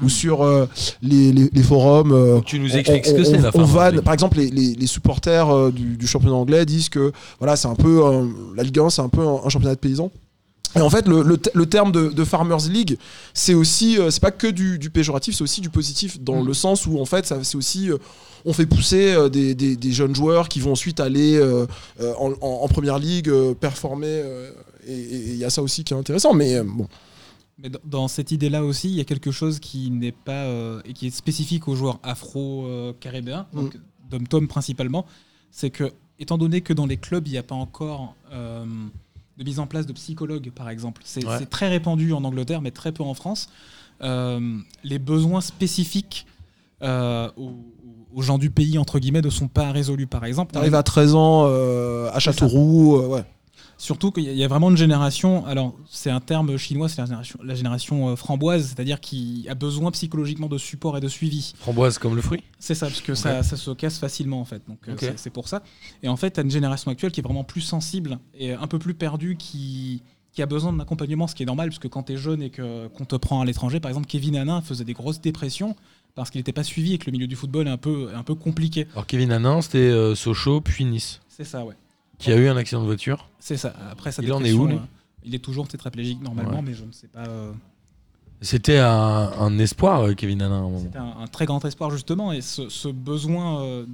S5: Hmm.
S3: ou sur euh, les, les- les forums. euh,
S2: Donc, tu nous expliques ce que
S3: on-
S2: c'est
S3: on-
S2: la hein,
S3: on
S2: Farmers
S3: vanne.
S2: League.
S3: Par exemple, les, les- les supporters euh, du, du championnat anglais disent que voilà, c'est un peu euh, la Ligue 1, c'est un peu un, un championnat de paysans. Et en fait, le, le te- le terme de, de Farmers League, c'est aussi, euh, c'est pas que du, du péjoratif, c'est aussi du positif
S2: Mm.
S3: dans le sens où en fait, ça- c'est aussi, euh, on fait pousser euh, des, des- des jeunes joueurs qui vont ensuite aller euh, euh, en, en- en première ligue euh, performer. euh, et- et il y a ça aussi qui est intéressant, mais euh, bon.
S6: Mais dans- dans cette idée-là aussi, il y a quelque chose qui n'est pas euh, et qui est spécifique aux joueurs afro-caribéens, donc Dom Tom principalement, c'est que étant donné que dans les clubs il n'y a pas encore euh, de mise en place de psychologues par exemple, c'est
S2: Ouais.
S6: c'est très répandu en Angleterre mais très peu en France, euh, les besoins spécifiques euh, aux, aux gens du pays entre guillemets ne sont pas résolus par exemple.
S3: T'arrives à 13 ans euh, à Châteauroux, euh, ouais.
S6: Surtout qu'il y a- il y a vraiment une génération, alors c'est un terme chinois, c'est la génération, la génération euh, framboise, c'est-à-dire qui a besoin psychologiquement de support et de suivi.
S2: Framboise comme le fruit
S6: C'est ça, parce que ça, ça se casse facilement en fait, donc euh,
S2: Ok.
S6: c'est- c'est pour ça. Et en fait, tu une génération actuelle qui est vraiment plus sensible et un peu plus perdue, qui, qui a besoin d'un accompagnement, ce qui est normal, parce que quand tu es jeune et que- qu'on te prend à l'étranger, par exemple, Kevin Hanin faisait des grosses dépressions parce qu'il n'était pas suivi et que le milieu du football est un peu, un peu compliqué.
S2: Alors, Kevin Hanin, c'était euh, Sochaux, puis Nice,
S6: C'est ça, ouais.
S2: qui a eu un accident de voiture.
S6: C'est ça. Après, sa
S2: Il en est
S6: dépression,
S2: où, lui
S6: euh, Il est toujours tétraplégique normalement,
S2: Ouais.
S6: mais je ne sais pas. euh,
S2: C'était un, un espoir, euh, Kevin Alain. à un moment.
S6: C'était un, un très grand espoir justement, et ce, ce besoin euh,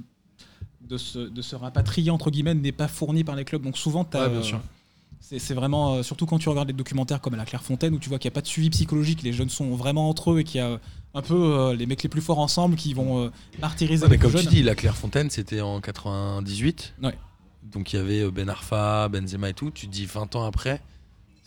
S6: de, se, de se rapatrier entre guillemets n'est pas fourni par les clubs. Donc souvent, t'as,
S2: Ouais, bien
S6: euh,
S2: sûr.
S6: c'est c'est vraiment euh, surtout quand tu regardes les documentaires comme à la Clairefontaine où tu vois qu'il n'y a pas de suivi psychologique, les jeunes sont vraiment entre eux et qu'il y a un peu euh, les mecs les plus forts ensemble qui vont euh, martyriser
S2: Ouais, Ah, mais
S6: les
S2: comme
S6: plus
S2: tu
S6: jeunes.
S2: dis, la Clairefontaine, c'était en 98.
S6: Ouais.
S2: Donc il y avait euh, Ben Arfa, Benzema et tout. Tu te dis 20 ans après, les
S6: Ça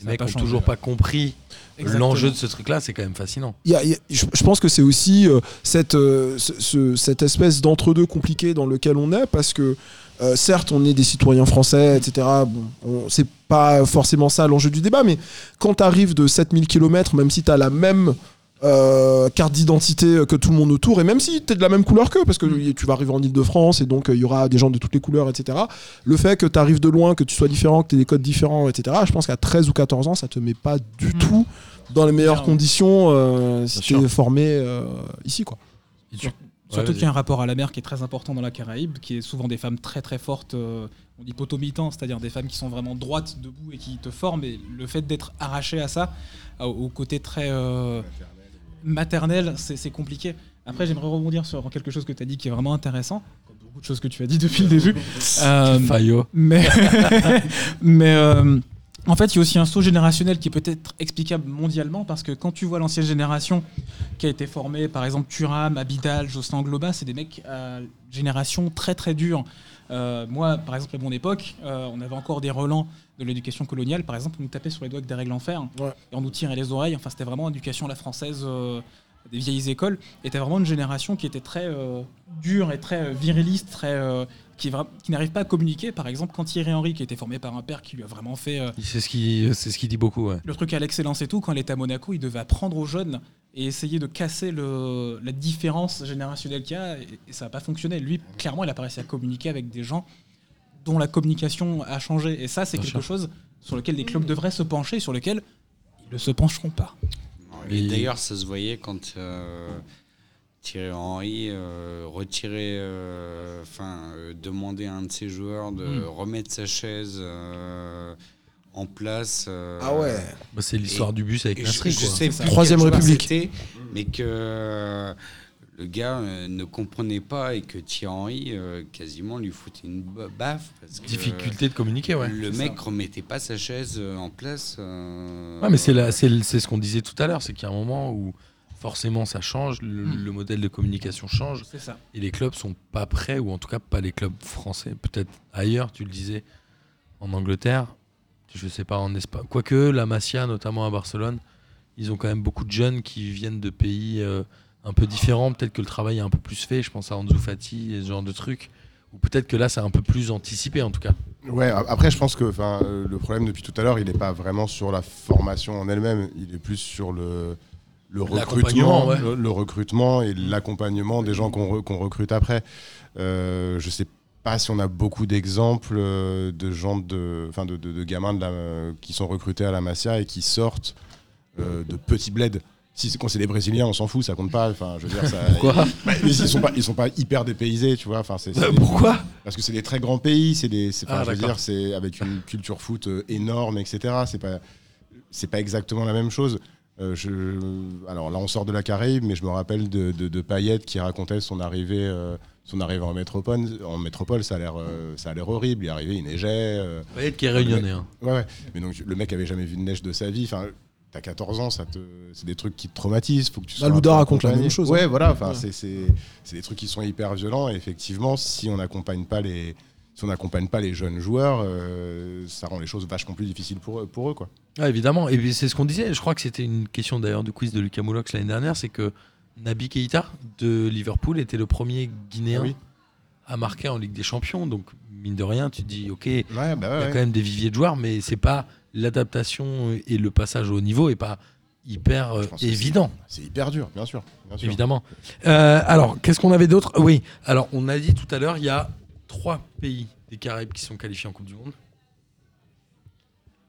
S6: a
S2: mecs
S6: pas
S2: n'ont
S6: changé,
S2: toujours
S6: ouais.
S2: pas compris
S6: Exactement.
S2: l'enjeu de ce truc-là. C'est quand même fascinant.
S3: Il y a- il y a- je, je pense que c'est aussi euh, cette, euh, ce- ce- cette espèce d'entre-deux compliqué dans lequel on est, parce que euh, certes, on est des citoyens français, etc. Bon, on- c'est pas forcément ça l'enjeu du débat, mais quand tu arrives de 7000 km, même si tu as la même euh, carte d'identité que tout le monde autour, et même si tu es de la même couleur qu'eux, parce que y- tu vas arriver en Ile-de-France, et donc euh, il y aura des gens de toutes les couleurs, etc. Le fait que tu arrives de loin, que tu sois différent, que tu des codes différents, etc., je pense qu'à 13 ou 14 ans, ça te met pas du tout dans les meilleures
S6: Bien.
S3: conditions euh, si tu
S2: sûr.
S3: es formé euh, ici. quoi.
S2: Et tu- Ouais,
S6: Surtout
S2: vas-y.
S6: qu'il y a un rapport à la mer qui est très important dans la Caraïbe, qui est souvent des femmes très très fortes, euh, on dit potomitan, c'est-à-dire des femmes qui sont vraiment droites, debout et qui te forment. Et le fait d'être arraché à ça, à- au côté très euh, maternel, c'est c'est compliqué. Après, j'aimerais rebondir sur quelque chose que tu as dit qui est vraiment intéressant, comme beaucoup de choses que tu as dit depuis
S2: (laughs)
S6: le début. Euh,
S2: Fayot.
S6: mais (laughs) mais euh, en fait, il y a aussi un saut générationnel qui est peut-être explicable mondialement parce que quand tu vois l'ancienne génération qui a été formée, par exemple Thuram, Abidal, Jocelyn Globa, c'est des mecs à génération très très dure. Euh, moi, par exemple, à mon époque, euh, on avait encore des relents de l'éducation coloniale. Par exemple, on nous tapait sur les doigts avec des règles en fer
S3: Ouais.
S6: et on nous tirait les oreilles. Enfin, c'était vraiment éducation à la française. euh, des vieilles écoles, et t'as vraiment une génération qui était très euh, dure et très euh, viriliste, très euh, qui, est vra- qui n'arrive pas à communiquer. Par exemple, quand Thierry Henry, qui était formé par un père qui lui a vraiment fait euh,
S2: C'est ce qu'il c'est ce qu'il dit beaucoup. ouais.
S6: le truc à l'excellence et tout, quand il était à Monaco, il devait apprendre aux jeunes et essayer de casser le, la différence générationnelle qu'il y a, et, et ça n'a pas fonctionné. Lui, clairement, il a pas réussi à communiquer avec des gens dont la communication a changé. Et ça, c'est
S2: Bien
S6: quelque chose sur lequel les clubs devraient se pencher, sur lequel ils ne se pencheront pas.
S5: Et
S2: Et-
S5: d'ailleurs, ça se voyait quand euh, Thierry Henry euh, retirait, euh, enfin, euh, demandait à un de ses joueurs de
S2: Hmm.
S6: Mm.
S5: remettre sa chaise euh, en place. euh,
S2: Bah, c'est l'histoire
S5: Et-
S2: du bus avec
S5: et
S2: Nasri.
S5: je- je
S2: quoi.
S5: sais plus
S3: Troisième
S5: quel joueur
S3: République.
S5: c'était, Mais que euh, le gars euh, ne comprenait pas et que Thierry Henry euh, quasiment lui foutait une ba- baffe. Parce que,
S2: Difficulté de communiquer,
S5: euh,
S2: ouais.
S5: Le
S6: c'est
S5: mec
S6: ça.
S5: remettait pas sa chaise euh, en place. euh,
S2: Ouais, mais c'est la- c'est le- c'est ce qu'on disait tout à l'heure, c'est qu'il y a un moment où forcément ça change, le,
S6: Mm.
S2: le modèle de communication change,
S6: C'est ça.
S2: et les clubs sont pas prêts, ou en tout cas pas les clubs français. Peut-être ailleurs, tu le disais, en Angleterre, je sais pas, en Espagne. Quoique la Masia, notamment à Barcelone, ils ont quand même beaucoup de jeunes qui viennent de pays euh, un peu différents. Peut-être que le travail est un peu plus fait, je pense à Ansu Fati et ce genre de trucs. Ou peut-être que là, c'est un peu plus anticipé en tout cas.
S4: Ouais, a- après, je pense que 'fin, euh, le problème depuis tout à l'heure, il n'est pas vraiment sur la formation en elle-même, il est plus sur le, le
S2: L'accompagnement,
S4: recrutement,
S2: ouais. Mmh.
S4: le, le recrutement et l'accompagnement des gens qu'on re- qu'on recrute après. Euh, je sais pas si on a beaucoup d'exemples euh, de gens de, 'fin, de, de- de gamins de la- euh, qui sont recrutés à la Masia et qui sortent euh, de petits bleds. Si c'est quand c'est des Brésiliens, on s'en fout, ça compte pas. Enfin, je veux dire, ça,
S2: Quoi
S4: (laughs) Bah, ils, ils sont pas, ils sont pas hyper dépaysés, tu vois. Enfin, c'est c'est-
S2: Bah, Pourquoi
S4: parce que c'est des très grands pays, c'est des, c'est,
S2: Ah,
S4: enfin, je veux
S2: d'accord.
S4: dire, c'est avec une culture foot euh, énorme, etc. C'est pas, c'est pas exactement la même chose. Euh, je- alors là, on sort de la Caraïbe, mais je me rappelle de, de, de Payet qui racontait son arrivée, euh, son arrivée en métropole. En métropole, ça a l'air, euh, ça a l'air horrible. Il est arrivé, il neigeait. euh,
S2: Vous voyez qui est réunionnais. hein.
S4: ouais, ouais. Mais donc le mec avait jamais vu de neige de sa vie. Enfin, t'as 14 ans, ça te, c'est des trucs qui te traumatisent. Faut que tu sois
S3: Bah, Louda
S4: un peu
S3: raconte la
S4: accompagné.
S3: même chose,
S4: Ouais, voilà.
S3: Ouais.
S4: Enfin, c'est, c'est, c'est des trucs qui sont hyper violents. Et effectivement, si on n'accompagne pas les, si on n'accompagne pas les jeunes joueurs, euh, ça rend les choses vachement plus difficiles pour eux, pour eux, quoi.
S2: Ah, évidemment, et puis c'est ce qu'on disait, je crois que c'était une question d'ailleurs du quiz de Lucas Moulox l'année dernière, c'est que Nabi Keita de Liverpool était le premier Guinéen
S4: Ah oui.
S2: à marquer en Ligue des Champions, donc mine de rien, tu te dis ok, il
S4: Ouais, bah
S2: y a
S4: ouais,
S2: quand même des viviers de joueurs, mais c'est pas l'adaptation et le passage au niveau est pas hyper euh,
S4: Je pense que c'est-
S2: évident,
S4: C'est hyper dur, bien sûr. Bien sûr.
S2: évidemment. Euh, alors, qu'est-ce qu'on avait d'autre Oui, alors on a dit tout à l'heure, il y a trois pays des Caraïbes qui sont qualifiés en Coupe du Monde.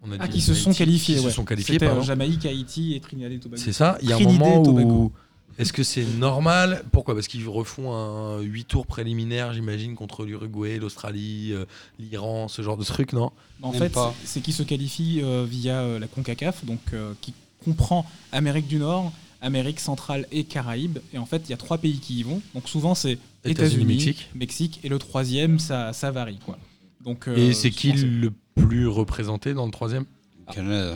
S2: On a
S6: Ah,
S2: dit
S6: qui se sont
S2: Haïti,
S6: qualifiés.
S2: qui se
S6: ouais.
S2: sont qualifiés,
S6: C'était, euh,
S2: pardon.
S6: Jamaïque, Haïti et Trinidad et Tobago.
S2: C'est ça. Il y a un
S6: Trinidad et
S2: moment où.
S6: Tobago.
S2: Est-ce que c'est normal Pourquoi Parce qu'ils refont un 8 tours préliminaire, j'imagine, contre l'Uruguay, l'Australie, euh, l'Iran, ce genre de truc, non
S6: En
S5: Même
S6: fait,
S5: pas.
S6: c'est- c'est qui se qualifie euh, via euh, la CONCACAF, donc euh, qui comprend Amérique du Nord, Amérique centrale et Caraïbes. Et en fait, il y a trois pays qui y vont. Donc souvent, c'est
S2: États-Unis,
S6: États-Unis,
S2: Mexique.
S6: Mexique. et le troisième, ça, ça varie. Quoi. Donc, euh,
S2: Et c'est
S6: je
S2: qui
S6: pense-
S2: le plus représenté dans le troisième
S5: Canada.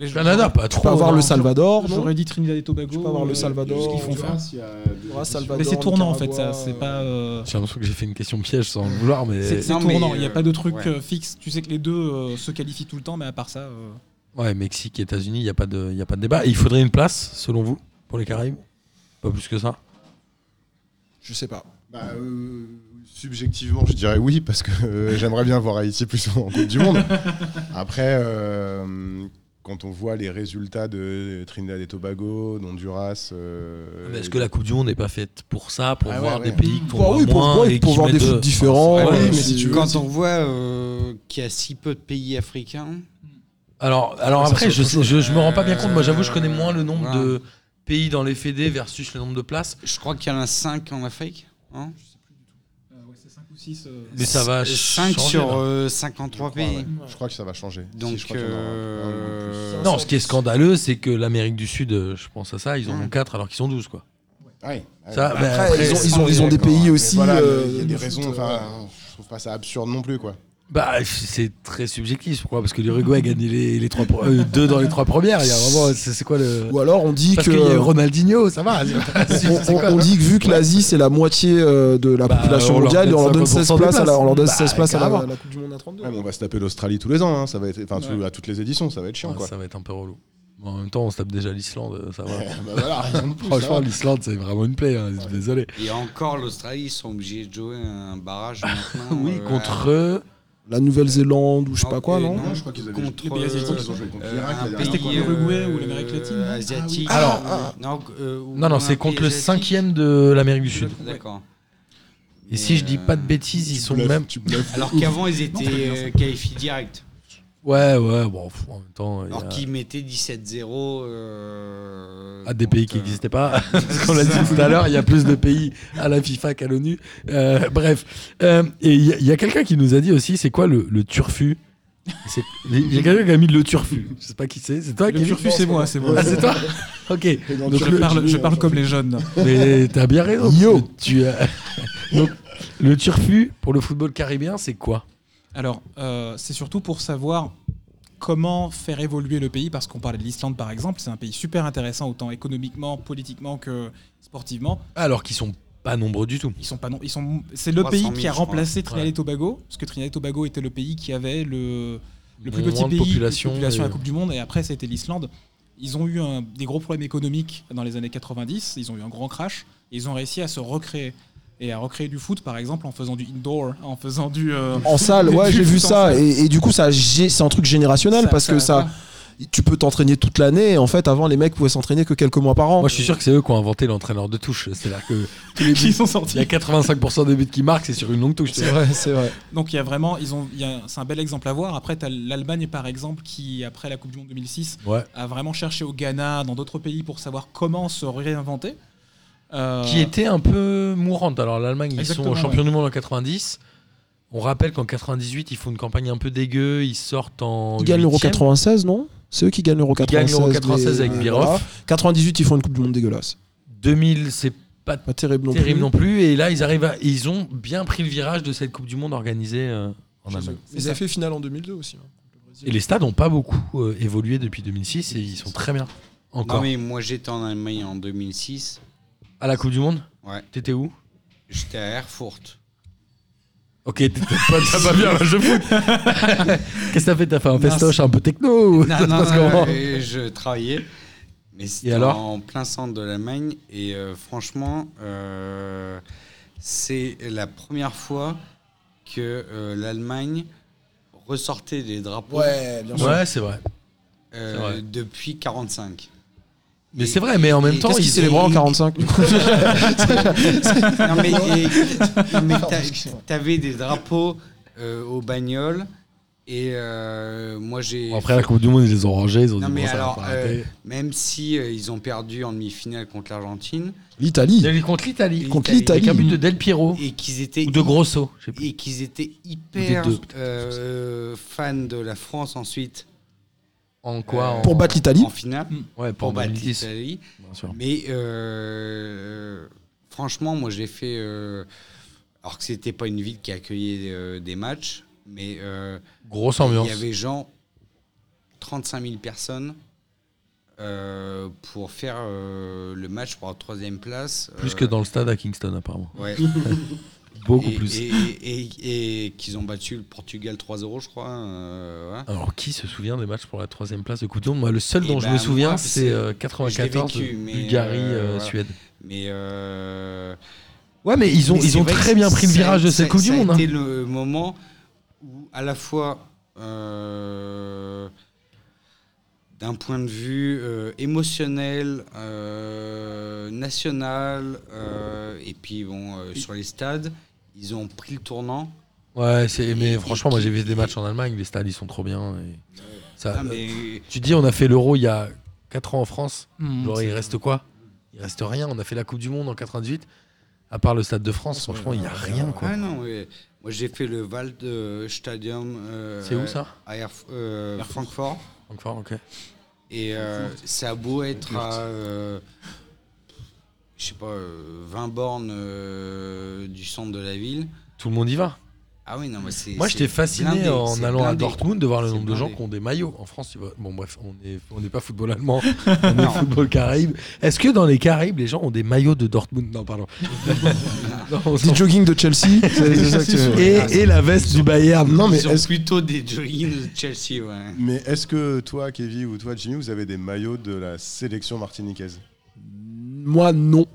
S6: Mais je-
S2: Canada, pas
S3: Tu peux
S2: trop.
S3: avoir
S6: non,
S3: le
S6: je-
S3: Salvador, non
S6: J'aurais dit Trinidad et Tobago.
S3: Tu peux avoir le
S6: euh,
S3: Salvador,
S6: Ce qu'ils font
S3: tu
S6: faire.
S4: Honduras, il y a deux
S3: Honduras,
S4: nations.
S6: Mais
S3: Salvador.
S6: c'est tournant en fait, ça.
S3: Nicaragua,
S6: C'est pas. euh,
S2: J'ai l'impression que j'ai fait une question piège sans le vouloir, mais.
S6: C'est c'est
S5: Non, mais,
S6: tournant, il n'y a
S5: euh,
S6: pas de truc
S5: ouais.
S6: euh, fixe. Tu sais que les deux euh, se qualifient tout le temps, mais à part ça. euh,
S2: Ouais, Mexique, États-Unis, il n'y a, pas de- y a pas de débat. Et il faudrait une place, selon vous, pour les Caraïbes Pas plus que ça
S3: Je sais pas.
S4: Bah, euh, subjectivement, je dirais oui, parce que euh, (laughs) j'aimerais bien voir Haïti plus souvent en Coupe du Monde. Après, euh, quand on voit les résultats de Trinidad et Tobago, d'Honduras. euh,
S2: Ah, Mais Est-ce que la Coupe du Monde n'est pas faite pour ça, pour
S4: Ah
S2: voir
S4: ouais,
S2: des
S4: ouais.
S2: pays qu'on
S3: Bah
S2: voit
S3: oui, pour,
S2: moins
S3: ouais,
S2: et
S3: pour
S2: qui
S3: voir des
S2: mettent
S3: foot
S2: de-
S3: différents.
S2: Ah,
S4: oui,
S3: euh,
S4: mais
S3: c'est-
S4: si tu veux,
S5: Quand on voit euh, qu'il y a si peu de pays africains.
S2: Alors, alors
S3: Ça,
S2: après,
S3: c'est
S2: je,
S3: autre
S2: sais-
S3: chose.
S2: je, je me rends pas bien compte. Moi, j'avoue, je connais
S5: Euh,
S2: moins le nombre
S5: ouais.
S2: de pays dans les fédés versus le nombre de places.
S5: Je crois qu'il y en a 5 en Afrique. Hein
S6: Euh, ouais, c'est 5 ou 6.
S2: Mais ça va
S5: 5
S2: changer,
S5: sur
S2: là.
S5: euh, 53
S4: Je crois,
S5: pays.
S4: ouais. Je crois que ça va changer.
S5: Donc,
S4: je crois qu'il y en aura un
S5: euh,
S4: ou plus.
S2: Non, ce qui est scandaleux, c'est que l'Amérique du Sud, euh, je pense à ça, ils en
S5: Mm.
S2: ont 4 alors qu'ils sont 12. Quoi.
S4: Ouais, ouais.
S2: Ça, bah,
S3: Après,
S2: après,
S3: ils ont,
S2: c'est-
S3: ils ont- ils ont des
S4: ah D'accord,
S3: pays
S4: mais
S3: aussi.
S4: voilà,
S3: euh,
S4: Il y a des
S3: de
S4: raisons.
S3: foot,
S4: Enfin,
S3: euh,
S4: je trouve pas ça absurde non plus, quoi.
S2: bah, c'est très subjectif, pourquoi Parce que l'Uruguay a gagné les, les trois pro- euh, deux dans les trois premières. Il y a vraiment, c'est c'est quoi le.
S3: Ou alors on dit
S2: Parce
S3: que. euh,
S2: qu'il y a Ronaldinho, ça (laughs) va.
S3: On, on- on dit que vu que l'Asie c'est la moitié euh, de la
S2: Bah, on
S3: population
S2: leur
S3: mondiale,
S2: donne
S3: on leur donne 16
S2: 50% des
S3: places, à la, on leur donne
S2: places.
S3: 16 places à la,
S2: Bah,
S3: à la Coupe du Monde à 32.
S4: Ouais, Ah, mais on va se taper l'Australie tous les ans, hein, ça va être, enfin tout- à toutes les éditions, ça va être chiant, quoi. (laughs)
S2: ça va être un peu relou. Bon, en même temps, on se tape déjà l'Islande, ça va.
S4: Bah voilà, raison de
S3: Oh,
S4: plus, ça
S2: Franchement,
S4: va.
S2: l'Islande, c'est vraiment une plaie. hein, Désolé.
S5: Et encore, l'Australie, ils sont obligés de jouer un barrage maintenant.
S2: (laughs) Oui,
S5: euh,
S2: contre eux.
S3: La Nouvelle-Zélande ou je sais pas quoi,
S5: et
S3: non
S4: Non, je crois qu'ils avaient
S5: contre
S6: Les pays asiatiques,
S5: euh,
S6: ils ont
S4: joué contre
S5: euh,
S4: l'Irak,
S5: un
S4: la dernière
S5: pays,
S6: fois.
S5: euh,
S6: L'Uruguay ou l'Amérique latine, non
S5: asiatique.
S2: Ah oui.
S5: Euh, non, euh, ou
S2: Non,
S5: un
S2: non, c'est
S5: pays
S2: contre le
S5: asiatique.
S2: cinquième de l'Amérique du Sud.
S5: D'accord.
S2: Et si je dis pas de
S5: Euh,
S2: bêtises, ils sont même.
S5: Alors qu'avant, ils étaient euh, qualifiés direct.
S2: Ouais, ouais, bon, pff, en même temps. il y a-
S5: Alors qu'ils mettaient 17-0. euh,
S2: à ah, des pays
S5: contre,
S2: qui
S5: euh,
S2: n'existaient
S5: (laughs)
S2: pas. (laughs) Parce qu'on l'a dit tout à l'heure, il y a plus de pays à la FIFA qu'à l'ONU. Euh, bref. Euh, et il y a- il y a, quelqu'un qui nous a dit aussi c'est quoi le, le turfu C'est- Il y a quelqu'un qui a mis le turfu. Je sais pas qui c'est. C'est toi qui
S6: Le turfu, c'est moi, c'est moi.
S2: Ah,
S5: (laughs)
S2: c'est toi Ok. Donc,
S6: Je
S2: le-
S6: parle, je parle comme les jeunes.
S2: Mais t'as bien raison.
S3: Yo.
S2: Tu as- (laughs) Donc, le turfu pour le football caribéen, c'est quoi
S6: Alors, euh, c'est surtout pour savoir comment faire évoluer le pays, parce qu'on parlait de l'Islande par exemple, c'est un pays super intéressant, autant économiquement, politiquement que sportivement.
S2: Alors qu'ils sont pas nombreux du tout.
S6: Ils sont pas non, ils sont. C'est le
S5: 300
S6: pays
S5: 000,
S6: qui a
S5: je crois.
S6: remplacé Trinidad
S2: Ouais.
S6: et Tobago, parce que Trinidad et Tobago était le pays qui avait le, le plus
S2: Moins
S6: petit
S2: de
S6: pays
S2: population,
S6: de population à
S2: et-
S6: la Coupe du Monde, et après c'était l'Islande. Ils ont eu un- des gros problèmes économiques dans les années 90, ils ont eu un grand crash, et ils ont réussi à se recréer. Et à recréer du foot, par exemple, en faisant du indoor, en faisant du. euh,
S3: En salle, ouais,
S6: Du
S3: j'ai
S6: foot
S3: vu
S6: en
S3: ça.
S6: salle.
S3: Et, et du coup, ça, gé- c'est un truc générationnel parce que ça, tu peux t'entraîner toute l'année. Et en fait, avant, les mecs pouvaient s'entraîner que quelques mois par an.
S2: Moi, je suis sûr que c'est eux qui ont inventé l'entraîneur de touche. C'est-à-dire que tous les
S6: (laughs) qui
S2: buts-
S6: sont
S2: il y a
S6: sortis.
S2: 85% des buts qui marquent, c'est sur une longue touche.
S3: c'est vrai, c'est vrai.
S6: Donc il y a vraiment, ils ont, il y a- c'est un bel exemple à voir. Après, tu as l'Allemagne par exemple qui, après la Coupe du Monde 2006,
S2: Ouais.
S6: a vraiment cherché au Ghana, dans d'autres pays pour savoir comment se réinventer. Euh,
S2: qui était un peu mourante. Alors l'Allemagne, ils sont
S6: Exactement,
S2: champions du monde en 90. On rappelle qu'en 98, ils font une campagne un peu dégueu. Ils sortent en.
S3: Ils gagnent l'Euro
S2: huitième.
S3: 96, non C'est eux qui gagnent l'Euro
S2: Ils gagnent
S3: 96.
S2: l'Euro 96 avec
S3: mais-
S2: Birov.
S3: voilà. 98, ils font une Coupe du Monde dégueulasse.
S2: 2000, c'est pas
S3: Pas terrible non
S2: terrible
S3: plus.
S2: non plus. Et là, ils arrivent. À... Ils ont bien pris le virage de cette Coupe du Monde organisée euh, en Allemagne.
S3: Ils avaient fait finale en 2002 aussi. hein, contre le Brésil.
S2: Et les stades n'ont pas beaucoup euh, évolué depuis 2006 et ils sont très bien encore.
S5: Non, mais moi, j'étais en Allemagne en 2006.
S2: À la Coupe du Monde,
S5: Ouais.
S2: t'étais où
S5: J'étais à
S2: (laughs)
S5: Erfurt.
S2: Ok, t'étais pas, t'as pas bien, là, je fous.
S5: (laughs)
S2: Qu'est-ce que t'as fait T'as fait un festoche un peu techno ou (laughs) ça
S5: Non,
S2: se
S5: non,
S2: passe
S5: non,
S2: comment
S5: euh, je travaillais. Mais c'était
S2: alors
S5: en plein centre de l'Allemagne. Et euh, franchement, euh, c'est la première fois que euh, l'Allemagne ressortait des drapeaux
S3: Ouais, bien sûr.
S2: Ouais, c'est vrai.
S5: euh,
S2: c'est vrai.
S5: depuis 45.
S2: Mais
S5: Et-
S2: c'est vrai, mais en même
S5: et-
S2: temps,
S3: Qu'est-ce qu'ils
S2: ils
S3: célébraient en 45
S5: (laughs) Non,
S2: (laughs)
S5: mais, et- non, mais t'a- t'avais des drapeaux euh, aux bagnoles. Et euh, moi, j'ai.
S2: Bon, Après la Coupe du Monde, ils les ont rangés, ils ont
S5: Non,
S2: dit
S5: mais
S2: bon, ça
S5: alors,
S2: va pas
S5: euh,
S2: rater.
S5: même si euh, ils ont perdu en demi-finale contre l'Argentine
S2: Il y
S3: L'Italie.
S2: a eu contre l'Italie.
S3: Contre
S2: Avec
S3: l'Italie.
S2: un but de Del Piero
S5: et qu'ils étaient
S2: ou de Grosso, je sais plus.
S5: et qu'ils étaient hyper
S2: Ou des deux, peut-être,
S5: euh, fans de la France ensuite.
S2: En quoi
S5: Euh,
S2: en-
S3: Pour battre l'Italie.
S5: en finale
S2: Ouais, pour
S5: pour battre
S2: 2010.
S5: l'Italie.
S2: Bien sûr.
S5: Mais euh, franchement, moi j'ai fait. euh, alors que c'était pas une ville qui accueillait euh, des matchs, mais euh,
S2: Grosse
S5: il
S2: ambiance.
S5: y avait genre 35 000 personnes euh, pour faire euh, le match pour la troisième place.
S2: Plus
S5: euh,
S2: que dans le stade à Kingston, apparemment.
S5: Ouais.
S2: (laughs) Beaucoup
S5: et,
S2: plus.
S5: Et, et- et qu'ils ont battu le Portugal 3-0, je crois. euh, ouais.
S2: Alors, qui se souvient des matchs pour la troisième place de Coupe du Monde Moi, le seul
S5: Eh
S2: dont je
S5: ben,
S2: me souviens,
S5: moi,
S2: c'est
S5: c'est-
S2: euh, 94,
S5: je l'ai vécu, mais,
S2: Bulgarie,
S5: euh,
S2: euh,
S5: voilà.
S2: Suède.
S5: Mais. euh,
S2: Ouais, Ah, mais ils ont,
S5: Mais
S2: ils
S5: c'est
S2: ont
S5: vrai
S2: très
S5: que
S2: bien pris le
S5: ça-
S2: virage de
S5: ça-
S2: cette Coupe du
S5: ça a
S2: Monde.
S5: été
S2: hein.
S5: le moment où, à la fois, euh, d'un point de vue euh, émotionnel, euh, national, euh, et puis bon, euh, sur les stades, ils ont pris le tournant.
S2: Ouais, c'est- mais
S5: Et-
S2: franchement,
S5: et-
S2: moi, j'ai vu des matchs en Allemagne, les stades, ils sont trop bien. et ça-
S5: Ah, mais
S2: Tu dis, on a fait l'Euro il y a 4 ans en France.
S5: Mm.
S6: Hmm.
S2: Genre, il reste quoi Il reste rien. On a fait la Coupe du Monde en 98. À part le stade de France, franchement, il n'y a rien. quoi.
S5: Ah non, ouais. moi j'ai fait le Wald euh, Stadium. euh,
S2: C'est où ça
S5: à Erf- euh, Francfort.
S2: Encore, ok.
S5: Et euh, ça a beau être à, euh, je sais pas, euh, 20 bornes euh, du centre de la ville.
S2: Tout le monde y va.
S5: Ah oui, non, mais c'est.
S2: Moi,
S5: c'est
S2: j'étais fasciné
S5: blindé,
S2: en
S5: c'est
S2: allant à
S5: blindé.
S2: Dortmund de voir le
S5: C'est
S2: nombre de gens
S5: blindé.
S2: qui ont des maillots. En France, tu vois. Bon, bref, on n'est on n'est pas football
S5: (laughs)
S2: allemand, on est football caraïbe. Est-ce que dans les Caraïbes, les gens ont des maillots de Dortmund Non,
S5: (laughs)
S2: pardon. Non, on s'en
S3: Des jogging de
S2: (laughs)
S3: Chelsea. c'est- c'est ça que tu-
S2: fout. et, et la veste du Bayern.
S4: Non, mais
S5: Ils ont
S3: euh,
S4: est-ce-
S5: plutôt des jogging de Chelsea, ouais.
S4: Mais est-ce que toi, Kevin, ou toi, Jimmy, vous avez des maillots de la sélection martiniquaise
S3: Moi, non.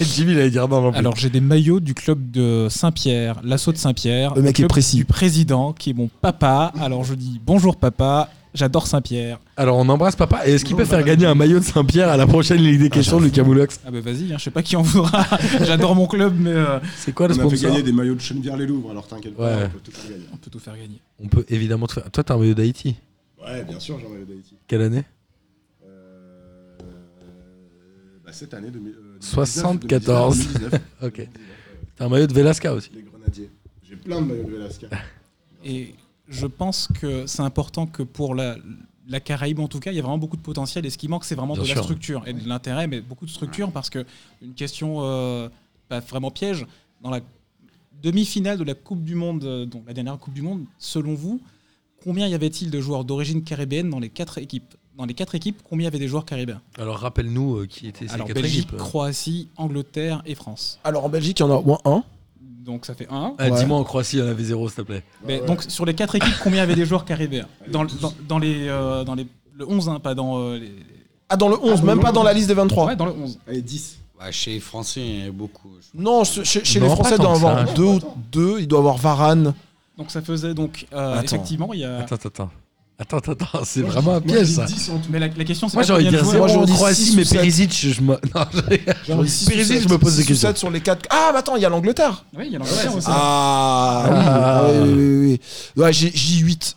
S2: Jimmy, il allait dire non, non plus.
S6: Alors j'ai des maillots du club de Saint-Pierre, l'assaut de Saint-Pierre,
S3: Le mec est
S6: club
S3: précis.
S6: du président qui est mon papa. Alors je dis bonjour papa, j'adore Saint-Pierre.
S2: Alors, on embrasse papa. Et est-ce qu'il
S6: Non,
S2: peut faire
S6: papa.
S2: gagner un maillot de Saint-Pierre à la prochaine Ligue des questions, Lucas Moulox
S6: Ah bah vas-y, hein, je sais pas qui en voudra. (laughs) j'adore mon club, mais euh,
S2: C'est quoi le
S4: On a fait
S2: sponsor
S4: gagner des maillots de Chenevière-les-Louvres, alors t'inquiète pas,
S2: Ouais.
S4: on peut tout faire gagner.
S6: on peut tout faire gagner.
S2: On peut évidemment te faire. Toi, t'as un maillot d'Haïti.
S4: Ouais, bien sûr, j'en avais d'Haïti.
S2: Quelle année
S4: Euh, bah, cette année, 2000, euh, 2019,
S2: 74.
S4: 2019,
S2: (laughs) Ok.
S4: 2019, ouais.
S2: T'as un maillot de Velasca aussi.
S4: Les euh, Grenadiers. J'ai plein de maillots de Velasca.
S6: Et je pense que c'est important que pour la, la Caraïbe, en tout cas, il y a vraiment beaucoup de potentiel. Et ce qui manque, c'est vraiment
S2: Bien
S6: de
S2: sûr.
S6: la structure et de l'intérêt, mais beaucoup de structure, parce que une question euh, pas vraiment piège, dans la demi-finale de la Coupe du Monde, euh, donc la dernière Coupe du Monde, selon vous, combien y avait-il de joueurs d'origine caribéenne dans les quatre équipes Dans les quatre équipes, combien y avait des joueurs caribéens
S2: Alors, rappelle-nous euh, qui étaient ces
S6: Alors
S2: quatre
S6: Belgique,
S2: équipes. euh.
S6: Croatie, Angleterre et France.
S3: Alors en Belgique, il y en a au moins un.
S6: Donc ça fait un.
S2: Ah,
S3: Ouais.
S2: Dis-moi en Croatie, il y en avait zéro, s'il te plaît.
S6: Mais
S4: Ouais.
S6: Donc sur les quatre équipes, combien y avait des joueurs caribéens dans, le- dans, dans les euh, dans les le 11 hein, pas dans euh, les
S3: Ah, dans le 11,
S4: Ah,
S3: même
S4: non,
S3: pas
S4: non.
S3: dans la liste des 23.
S6: ouais, dans le 11.
S4: Allez, 10.
S5: Bah, chez les Français, il y en avait beaucoup. je pense.
S3: Non, ce- chez, chez
S2: Non,
S3: les
S2: pas
S3: Français,
S2: tant
S3: il doit y
S2: que ça,
S3: avoir
S2: hein.
S3: deux, ou- deux. Il doit y avoir Varane.
S6: Donc ça faisait donc euh,
S3: Attends.
S6: effectivement il y a
S2: Attends, attends, attends. Attends, attends, attends, c'est
S4: Moi,
S2: vraiment un
S4: je dis- moi, je
S2: piège
S4: dis
S2: ça.
S4: 10 en tout.
S6: mais la, la question c'est
S2: Moi
S6: pas
S2: j'ai envie de
S6: combien
S2: dire
S6: joueurs-
S3: moi,
S2: zéro en
S3: j'aurais dit
S2: Croatie,
S3: six
S2: mais
S3: ou sept.
S2: Perisic, je me. (laughs) Non, je rigole.
S3: Genre six ou
S2: Perisic,
S3: sept.
S2: je me pose des
S3: Six ou
S2: questions.
S3: sept sur les quatre. Ah, mais attends, il y a l'Angleterre.
S6: Oui, il y a l'Angleterre aussi.
S3: Ah,
S2: Ah.
S3: oui, oui, oui, oui. Ouais, j'ai j'ai 8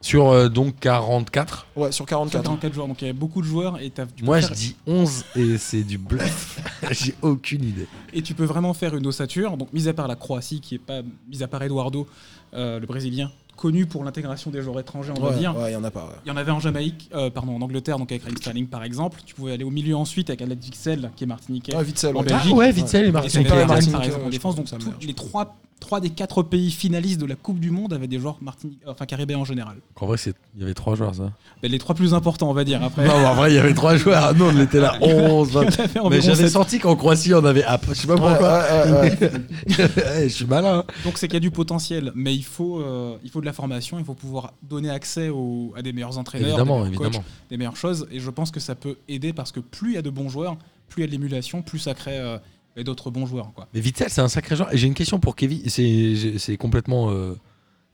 S2: Sur euh, donc 44,
S3: ouais, sur 44.
S6: 44 joueurs donc il y avait beaucoup de joueurs et t'as- tu peux
S2: moi je
S6: faire-
S2: dis 11 et c'est du bluff. (laughs) j'ai aucune idée.
S6: et tu peux vraiment faire une ossature donc mis à part la Croatie qui est pas mis à part Eduardo euh, le brésilien connu pour l'intégration des joueurs étrangers on va
S3: Ouais,
S6: dire.
S3: ouais, il y en a pas. ouais.
S6: Il y en avait en Jamaïque, euh, pardon, en Angleterre, donc avec Raheem Sterling par exemple. Tu pouvais aller au milieu ensuite avec Alad Vixel, qui est martiniquais.
S3: Ah, vite, ça,
S6: En
S3: ouais.
S6: Belgique.
S2: ouais, Vitzel et
S6: Et
S2: Martin.
S6: c'est
S3: Martinique,
S6: pas la Martinique,
S3: Martinique,
S6: par exemple, euh, en
S3: ouais,
S6: défense.
S3: je
S6: Donc
S3: pense que ça
S6: tous
S3: merde.
S6: les trois, trois des quatre pays finalistes de la Coupe du Monde avaient des joueurs Martinique, euh, enfin caribéens en général.
S2: En vrai, c'est- il y avait 3 joueurs ça.
S6: Mais les trois plus importants, on va dire. Après,
S2: Non, mais en vrai, il y avait 3 joueurs. Nous on
S3: (laughs)
S2: était là 11, 20.
S6: Il y en (laughs) avait
S2: Mais
S6: environ
S2: j'avais
S6: sept.
S2: senti qu'en Croatie, on avait. Ah, je sais pas
S3: Ouais,
S2: pourquoi. (laughs)
S3: ouais, ouais, ouais.
S2: Eh, je suis malin.
S6: Donc c'est qu'il y a du potentiel, mais il faut, euh, il faut de la formation, il faut pouvoir donner accès au- à des meilleurs entraîneurs,
S2: Évidemment,
S6: des meilleurs coachs,
S2: évidemment.
S6: des meilleures choses. Et je pense que ça peut aider parce que plus il y a de bons joueurs, plus il y a de l'émulation, plus ça crée euh, d'autres bons joueurs. Quoi.
S2: Mais Vitzel, c'est un sacré joueur. Et j'ai une question pour Kevin. C'est- j'ai- C'est complètement. euh,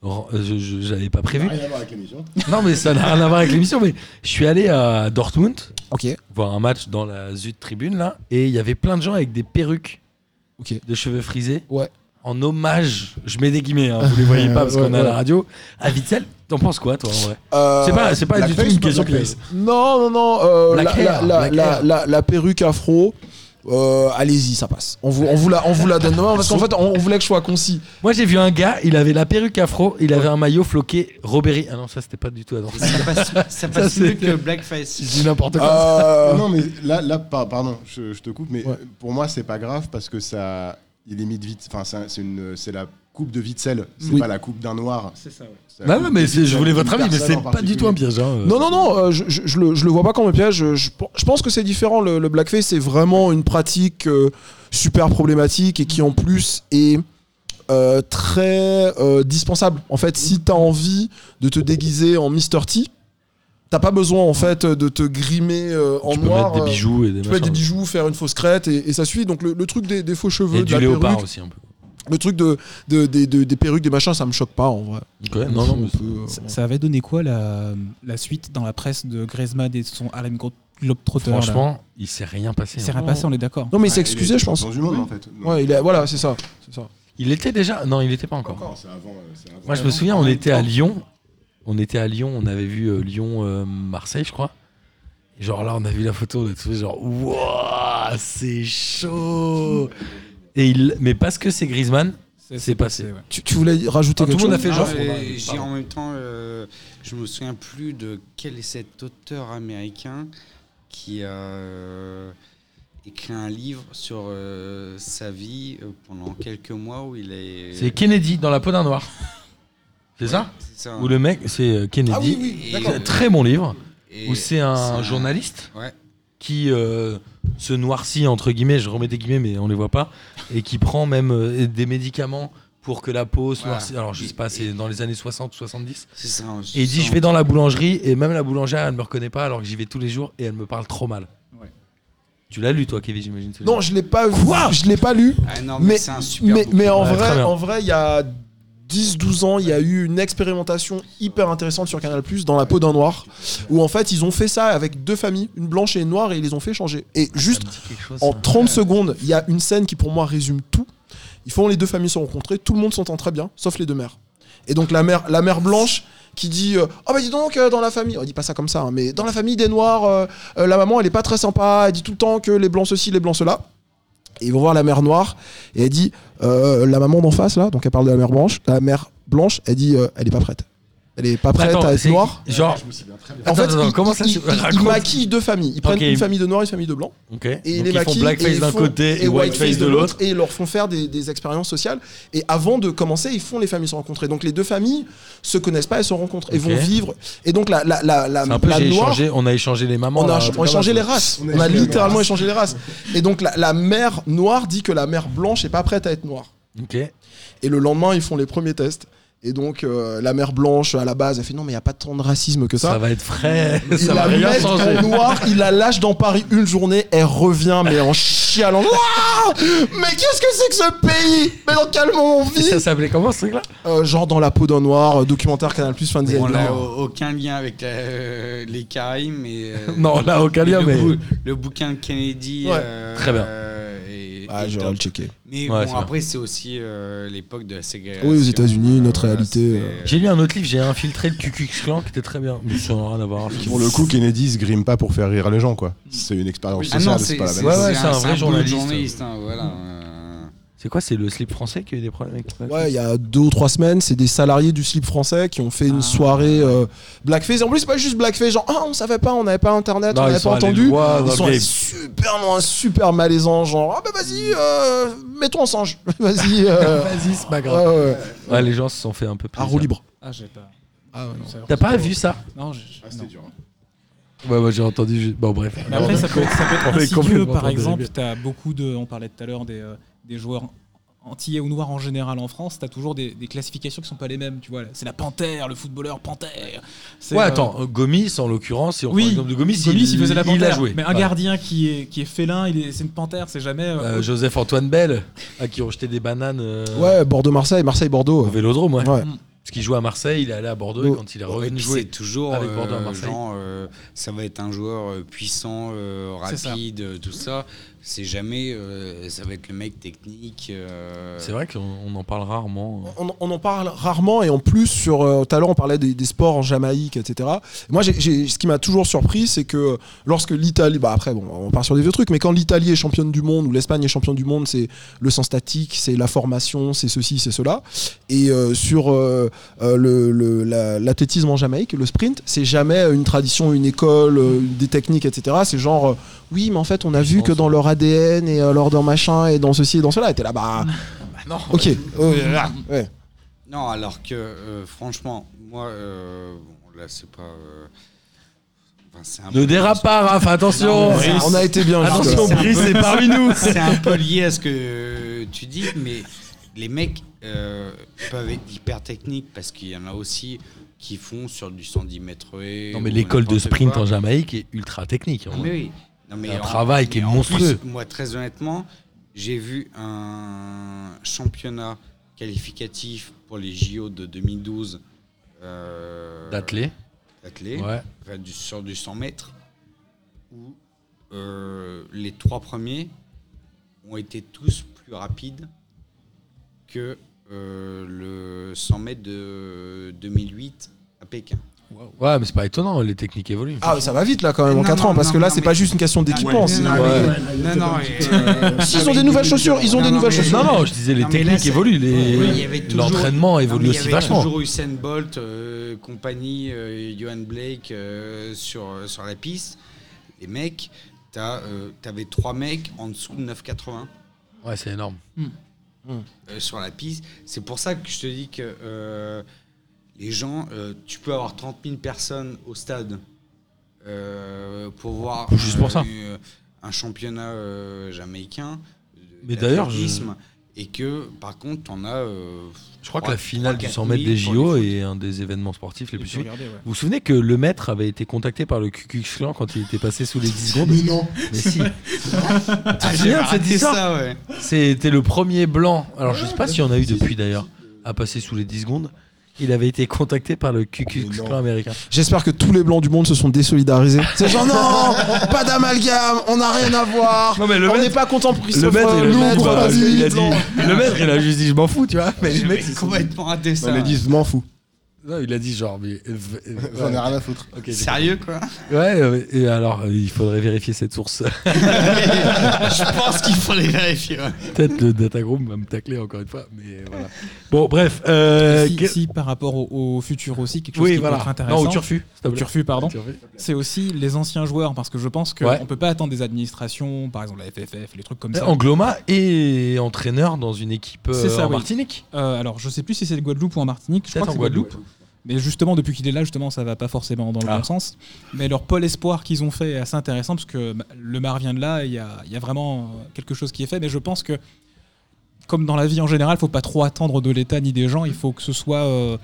S2: ran- euh, je- je- J'avais pas prévu.
S4: Rien à voir avec l'émission.
S2: (laughs) Non, mais ça n'a rien à voir avec l'émission. Mais je suis allé à Dortmund
S3: Ok.
S2: voir un match dans la Zut Tribune là, et il y avait plein de gens avec des perruques
S3: Ok.
S2: de cheveux frisés.
S3: Ouais.
S2: En hommage, je mets des guillemets, hein, vous les
S3: (laughs)
S2: voyez pas parce
S3: Ouais,
S2: qu'on est à
S3: ouais.
S2: la radio. À Vitzel, t'en penses quoi toi en vrai
S3: Euh,
S2: C'est pas, c'est pas
S4: la
S2: du tout
S4: face,
S2: une
S4: pas
S2: question
S4: la
S2: que
S4: face.
S3: Non, non, non. euh,
S2: Black
S3: la,
S2: hair,
S3: la- la-
S2: black
S3: la-
S2: hair.
S3: la- la perruque afro. euh, allez-y, ça passe. On vous, on vous, la, on vous la donne. Non,
S2: (laughs)
S3: parce qu'en fait, on, on voulait que je sois concis.
S2: Moi, j'ai vu un gars, il avait la perruque afro, il avait un maillot floqué Robéry. Ah non, ça, c'était pas du tout à droite.
S5: Ça
S2: (laughs)
S5: passe, ça
S2: Ça,
S5: passe mieux
S2: c'était-
S5: que Blackface.
S2: Je dis n'importe quoi.
S3: Euh,
S4: Non, mais là, là par- pardon, je, je te coupe, mais
S3: Ouais.
S4: pour moi, c'est pas grave parce que ça. Il imite vite. Enfin, c'est un- c'est une- c'est la coupe de Vitzel. C'est
S3: Oui.
S4: pas la coupe d'un noir.
S6: C'est ça, ouais.
S4: C'est la
S2: Bah Non, non,
S4: coupe
S2: mais
S4: de
S2: c'est- je
S4: Witzel,
S2: voulais
S4: une
S2: votre avis, mais
S4: personne
S2: c'est
S4: en
S2: pas du tout un piège. hein.
S3: non, non, non, euh, je, je- je le, je le vois pas comme un piège. Je, je- je pense que c'est différent. Le, le blackface, c'est vraiment une pratique euh, super problématique et qui, en plus, est euh, très euh, dispensable. En fait, si t'as envie de te déguiser en Mr. T, t'as pas besoin, en fait, de te grimer euh, en
S2: Tu peux
S3: noir.
S2: mettre des
S3: euh,
S2: bijoux et des
S3: Tu peux mettre des
S2: machins.
S3: bijoux, faire une fausse crête et, et ça suffit. Donc le, le truc des, des faux cheveux,
S2: Et
S3: de
S2: du
S3: la
S2: léopard
S3: perruque,
S2: aussi, un peu.
S3: le truc de, de- des- de- des perruques, des machins, ça me choque pas en vrai.
S2: Ok, Non, non, mais
S3: On peut, euh,
S6: Ça, ça avait donné quoi la, la suite dans la presse de Griezmann et son Harlem Globetrotter là
S2: Franchement, il s'est rien passé.
S6: c'est
S2: hein.
S6: rien passé, on est d'accord.
S3: Non mais il
S4: Ouais,
S3: s'est excusé,
S4: est
S3: je pense.
S4: champion du monde, en fait. Donc,
S3: Ouais, il est- voilà, c'est ça. c'est ça.
S2: Il était déjà. Non, il était pas encore.
S4: Encore, c'est avant. euh, c'est avant.
S2: Moi, je me souviens, on était à Lyon. On était à Lyon, on avait vu euh, Lyon-Marseille, je crois. Et genre là, on a vu la photo, on a trouvé genre, Wouah, c'est chaud. Et il... Mais parce que c'est Griezmann, C'est passé.
S6: ouais.
S3: Tu, tu voulais rajouter
S2: Ah, tout
S3: quelque
S2: le monde a
S3: chose
S2: fait
S5: Non,
S2: genre.
S5: mais
S2: on a-
S5: j'ai en même temps, euh, je me souviens plus de quel est cet auteur américain qui a euh, écrit un livre sur euh, sa vie euh, pendant quelques mois où il est.
S2: c'est Kennedy dans la peau d'un noir. C'est ça
S5: C'est ça.
S2: Où le mec, c'est euh, Kennedy.
S3: Ah oui, oui,
S5: Et-
S3: d'accord.
S2: C'est un Très bon livre.
S5: Et-
S2: Où c'est
S5: c'est
S2: un
S5: un-
S2: journaliste
S5: Ouais.
S2: qui euh, se noircit, entre guillemets, je remets des guillemets, mais on les voit pas, et qui prend même euh, des médicaments pour que la peau se
S5: Voilà.
S2: noircisse. Alors, je sais pas, c'est dans les années 60 ou 70.
S5: C'est ça.
S2: Et il dit je vais dans la boulangerie et même la boulangère elle me reconnaît pas alors que j'y vais tous les jours et elle me parle trop mal.
S6: Ouais.
S2: Tu l'as lu toi Kevin j'imagine. ce
S3: Non,
S2: livre.
S3: je l'ai pas vu.
S2: Quoi
S3: Je l'ai pas lu.
S5: Ah non, mais,
S3: Mais,
S5: c'est un super.
S3: mais,
S5: bouquin.
S3: mais en,
S2: Ouais, très
S3: vrai,
S2: bien.
S3: en vrai, il y a 10-12 ans, il y a eu une expérimentation hyper intéressante sur Canal Plus dans la peau d'un noir, où en fait ils ont fait ça avec deux familles, une blanche et une noire, et ils les ont fait changer. Et juste
S2: Ça me dit quelque chose,
S3: En
S2: ça.
S3: 30 secondes, il y a une scène qui pour moi résume tout. Ils font les deux familles se rencontrer, tout le monde s'entend très bien, sauf les deux mères. Et donc la mère, la mère blanche qui dit euh, Oh bah dis donc, euh, dans la famille, on dit pas ça comme ça, hein, mais dans la famille des noirs, euh, euh, la maman elle est pas très sympa, elle dit tout le temps que les blancs ceci, les blancs cela. Et ils vont voir la mère noire et elle dit euh, La maman d'en face là, donc elle parle de la mère blanche, la mère blanche, elle dit euh, Elle est pas prête. Elle est pas prête
S2: Attends,
S3: à être
S2: c'est-
S3: noire.
S2: Genre
S4: Je me souviens très bien.
S2: Attends,
S3: en fait,
S2: attends,
S3: ils,
S2: comment ça
S3: ils-
S2: se-
S3: ils- ils
S2: raconte.
S3: maquillent deux familles. Ils prennent
S2: Ok.
S3: une famille de noirs, une famille de blancs
S2: ok.
S3: et
S2: Donc
S3: les
S2: ils font
S3: maquillent, et
S2: blackface
S3: ils
S2: d'un
S3: font-
S2: côté et, whiteface de l'autre.
S3: et ils leur font faire des, des expériences sociales et avant de commencer ils font les familles se rencontrer donc les deux familles se connaissent pas elles se rencontrent et
S2: Ok.
S3: vont vivre et donc la la la la,
S2: C'est un peu
S3: la
S2: j'ai
S3: noire
S2: échangé on a échangé les mamans.
S3: on
S2: là,
S3: a,
S2: un truc
S3: on a
S2: comme
S3: échangé
S2: ça.
S3: les races.
S4: On a
S3: On a
S4: échangé les
S3: littéralement
S4: races.
S3: échangé les races. Et donc la, la mère noire dit que la mère blanche est pas prête à être noire.
S2: Ok.
S3: Et le lendemain, ils font les premiers tests. Et donc euh, la mère blanche, à la base, elle fait non, mais il n'y a pas tant de racisme que
S2: Ça, va être frais. (laughs)
S3: il
S2: ça va
S3: la met
S2: rien changer.
S3: en noir, il la lâche dans Paris une journée, elle revient mais en chialant. Waouh Mais qu'est-ce que c'est que ce pays Mais dans quel monde on vit
S2: Ça s'appelait comment ce truc là
S3: Euh, Genre dans la peau d'un noir, euh, documentaire Canal Plus fin de
S5: On n'a
S3: années.
S5: aucun lien avec la- euh, les Caraïbes, mais. euh,
S2: (laughs) Non là aucun lien
S5: le
S2: mais.
S5: bou- le bouquin de Kennedy.
S3: Ouais.
S5: euh,
S2: Très bien.
S5: euh, est-
S3: Ah,
S5: est
S3: j'aurais
S5: top.
S3: le checker.
S5: Mais
S2: Ouais, c'est
S5: bon,
S2: bien.
S5: après, c'est aussi euh, l'époque de la ségrégation.
S3: Oui, aux États-Unis, notre
S5: Euh,
S3: réalité,
S5: c'est-
S3: euh,
S2: J'ai lu un autre livre j'ai infiltré le QQ Clan qui était très bien. Mais ça n'a rien à voir.
S4: Pour le coup, Kennedy se grime pas pour faire rire les gens, quoi. C'est une expérience
S5: Ah non,
S4: sociale,
S5: c'est
S4: c'est pas la
S5: c'est-
S4: même chose.
S2: Mm. Ouais, ouais,
S5: c'est
S2: c'est un vrai
S5: boulot de
S2: journaliste.
S5: hein, voilà. euh.
S2: C'est quoi c'est le slip français qui a eu des problèmes avec le-
S3: Ouais, il y a deux ou trois semaines, c'est des salariés du slip français qui ont fait une
S6: Ah.
S3: soirée euh, blackface. En plus, c'est pas juste blackface, genre ah, on savait pas, on n'avait pas internet,
S2: Non,
S3: on
S2: ils
S3: n'avait
S2: sont
S3: pas
S2: allés
S3: entendu.
S2: loin dans
S3: ils
S2: le
S3: sont
S2: game.
S3: allés super loin, super malaisants, genre ah bah vas-y, euh, mets-toi en singe, (laughs) vas-y.
S2: (laughs)
S3: euh,
S2: Vas-y c'est pas
S3: ouais,
S2: grave.
S3: ouais,
S2: Ouais les gens se sont fait un peu.
S3: à
S2: plaisir.
S3: roue libre.
S6: Ah, j'ai pas.
S3: Ah ouais, non.
S6: ça-
S2: T'as pas vu ça
S6: Non, j'ai-
S4: Ah, c'était
S6: non.
S4: dur. hein.
S2: Ouais, moi j'ai entendu. ju- Bon, bref.
S6: Mais après, ça peut être, ça peut être
S2: On est
S6: insidieux.
S2: complètement
S6: Par
S2: tombé.
S6: exemple, t'as beaucoup de. On parlait tout à l'heure des, euh, des joueurs antillais ou noirs en général en France. T'as toujours des, des classifications qui sont pas les mêmes. Tu vois, c'est la panthère, le footballeur panthère. C'est,
S2: Ouais,
S6: euh,
S2: attends, euh, Gomis en l'occurrence, si on prend
S6: oui,
S2: l'exemple de Gomis,
S6: Gomis, il faisait la panthère.
S2: il a joué.
S6: Mais un
S2: Voilà.
S6: gardien qui est, qui est félin, il est- c'est une panthère, c'est jamais. euh,
S2: Euh, Joseph Antoine Bell, à qui on jetait des bananes euh,
S3: Ouais, Bordeaux-Marseille, Marseille-Bordeaux.
S2: au vélodrome, ouais.
S3: Ouais.
S2: Parce qu'il jouait à Marseille, il est allé à Bordeaux
S3: Oh.
S2: et quand il est
S5: Et
S2: revenu
S5: puis,
S2: jouer.
S5: c'est toujours
S2: avec Bordeaux à
S5: euh,
S2: Marseille.
S5: genre, euh, ça va être un joueur euh, puissant, euh,
S6: C'est ça.
S5: rapide, euh, tout ça. C'est jamais, euh, ça va être le mec technique. euh,
S2: C'est vrai qu'on on en parle rarement.
S3: On, on en parle rarement et en plus sur euh, tout à l'heure on parlait des, des sports en Jamaïque etc. Moi j'ai- j'ai- ce qui m'a toujours surpris c'est que lorsque l'Italie bah après bon on part sur des vieux trucs mais quand l'Italie est championne du monde ou l'Espagne est championne du monde c'est le sens statique c'est la formation c'est ceci c'est cela et euh, sur euh, euh, le- le- la- l'athlétisme en Jamaïque le sprint c'est jamais une tradition une école euh, des techniques etc. C'est genre euh, oui mais en fait on a vu que dans leur ADN et euh, leur dans machin et dans ceci et dans cela et t'es là bah
S2: non.
S3: ok Oh, là, ouais.
S5: Non, alors que euh, franchement, moi, euh, bon, là, c'est pas. euh, enfin, c'est un
S2: Ne
S5: peu-
S2: dérape pas, Raph, attention
S5: Ah Non, mais ça-
S3: On a été bien.
S5: Parce que
S2: Attention,
S3: jusque-là.
S5: c'est un
S2: Brice
S5: peu-
S2: est parmi nous.
S5: (laughs) C'est un peu lié à ce que tu dis, mais les mecs euh, peuvent être hyper techniques parce qu'il y en a aussi qui font sur du 110 mètres haies
S2: Non mais
S5: ou
S2: l'école de
S5: n'importe
S2: sprint
S5: quoi.
S2: en Jamaïque est ultra technique. hein.
S5: Non, mais oui. Non, mais
S2: un
S5: en-
S2: travail qui
S5: mais
S2: est
S5: en plus,
S2: monstrueux.
S5: moi, très honnêtement, j'ai vu un championnat qualificatif pour les JO de 2012 euh,
S2: D'athlé.
S5: d'athlé,
S2: Ouais.
S5: enfin, du- sur du 100 mètres, où euh, les trois premiers ont été tous plus rapides que euh, le 100 mètres de 2008 à Pékin.
S2: Ouais, mais c'est pas étonnant, les techniques évoluent.
S3: Ah, ça va vite là quand même en
S5: Non,
S3: 4
S5: non,
S3: ans parce que
S5: non,
S3: là
S5: non,
S3: c'est
S5: mais-
S3: pas juste une question d'équipement.
S5: Non,
S3: c'est-
S5: non,
S3: ouais.
S5: mais- non, non, et,
S3: (laughs)
S5: euh,
S3: S'ils ont des nouvelles chaussures, ils ont des nouvelles chaussures.
S2: non, non, je disais, les
S5: Non, mais là,
S2: techniques
S5: c'est-
S2: évoluent. les-
S5: Oui, il y avait toujours-
S2: L'entraînement évolue
S5: Non, mais
S2: aussi
S5: Il y
S2: vachement.
S5: avait toujours Usain Bolt, euh, compagnie, euh, Johan Blake euh, sur, sur la piste. Les mecs, t'as, euh, t'avais trois mecs en dessous de 9,80
S2: Ouais, c'est énorme.
S5: euh, sur la piste. C'est pour ça que je te dis que euh, les gens, euh, tu peux avoir 30 000 personnes au stade euh, pour voir
S2: Juste pour ça.
S5: une- un championnat euh, jamaïcain. de-
S2: Mais d'ailleurs, je-
S5: d'athlétisme, Et que par contre, t'en as. euh,
S2: Je crois que
S5: trois-
S2: la finale
S5: trois,
S2: du
S5: quatre
S2: 100 mètres des
S5: mille pour
S2: JO
S5: les foot.
S2: est un des événements sportifs les
S6: Et
S2: plus
S6: puis
S2: suivis.
S6: regardez, ouais.
S2: Vous vous souvenez que le maître avait été contacté par le Ku Klux Klan quand il était passé sous les 10 secondes
S4: Mais non
S2: Mais si
S5: Ah,
S2: te
S5: j'ai
S2: souviens de cette
S5: raté
S2: histoire
S5: ça, ouais.
S2: C'était le premier blanc, alors je sais pas s'il y en a eu depuis d'ailleurs, à passer sous les 10 secondes. Il avait été contacté par le Ku Klux
S4: Oh, Mais non.
S2: Klan américain.
S3: J'espère que tous les blancs du monde se sont désolidarisés. (laughs) C'est genre non, pas d'amalgame, on n'a rien à voir.
S2: Non, mais le
S3: on
S2: maître-
S3: n'est pas content pour
S2: Le maître, il a,
S3: le
S2: juste,
S3: maître,
S2: bah,
S3: vas-y,
S2: il a
S3: vite, non.
S2: dit, le maître, il a juste dit, je m'en fous, tu vois. (laughs) Mais les
S5: J'avais
S2: mecs, ils sont-
S5: complètement raté
S3: Bah,
S5: ça.
S4: On les dit, je m'en fous.
S2: Non, il a dit genre, mais. euh, euh,
S4: J'en ai rien à foutre.
S2: ok, j'ai-
S5: Sérieux
S2: (laughs)
S5: quoi
S2: Ouais, euh, et alors, euh, il faudrait vérifier cette source. (laughs)
S5: Je pense qu'il faut les vérifier. ouais.
S2: Peut-être le Datagroom va me tacler encore une fois, mais euh, voilà. Bon, bref. euh,
S6: si,
S2: que-
S6: si, par rapport au, au futur aussi, quelque chose
S2: Oui,
S6: qui
S2: voilà.
S6: peut être
S2: Non,
S6: intéressant.
S2: au Turfu. s'il te
S6: au
S2: plaît.
S6: Turfu, pardon.
S2: Turfu.
S6: C'est aussi les anciens joueurs, parce que je pense qu'on
S2: Ouais. Eh,
S6: ne peut pas attendre des administrations, par exemple la FFF, les trucs comme ça.
S2: Euh, Angloma est entraîneur dans une équipe euh,
S6: C'est ça,
S2: en
S6: oui.
S2: Martinique.
S6: Euh, alors, je sais plus si c'est le Guadeloupe ou en Martinique. Je
S2: Peut-être
S6: crois que
S2: en
S6: c'est
S2: Guadeloupe.
S6: Mais justement, depuis qu'il est là, justement, ça va pas forcément dans le
S2: Ah.
S6: bon sens. Mais leur pôle espoir qu'ils ont fait est assez intéressant parce que bah, le Mar vient de là, il y a, il y a vraiment euh, quelque chose qui est fait. Mais je pense que, comme dans la vie en général, faut pas trop attendre de l'État ni des gens. Il faut que ce soit euh,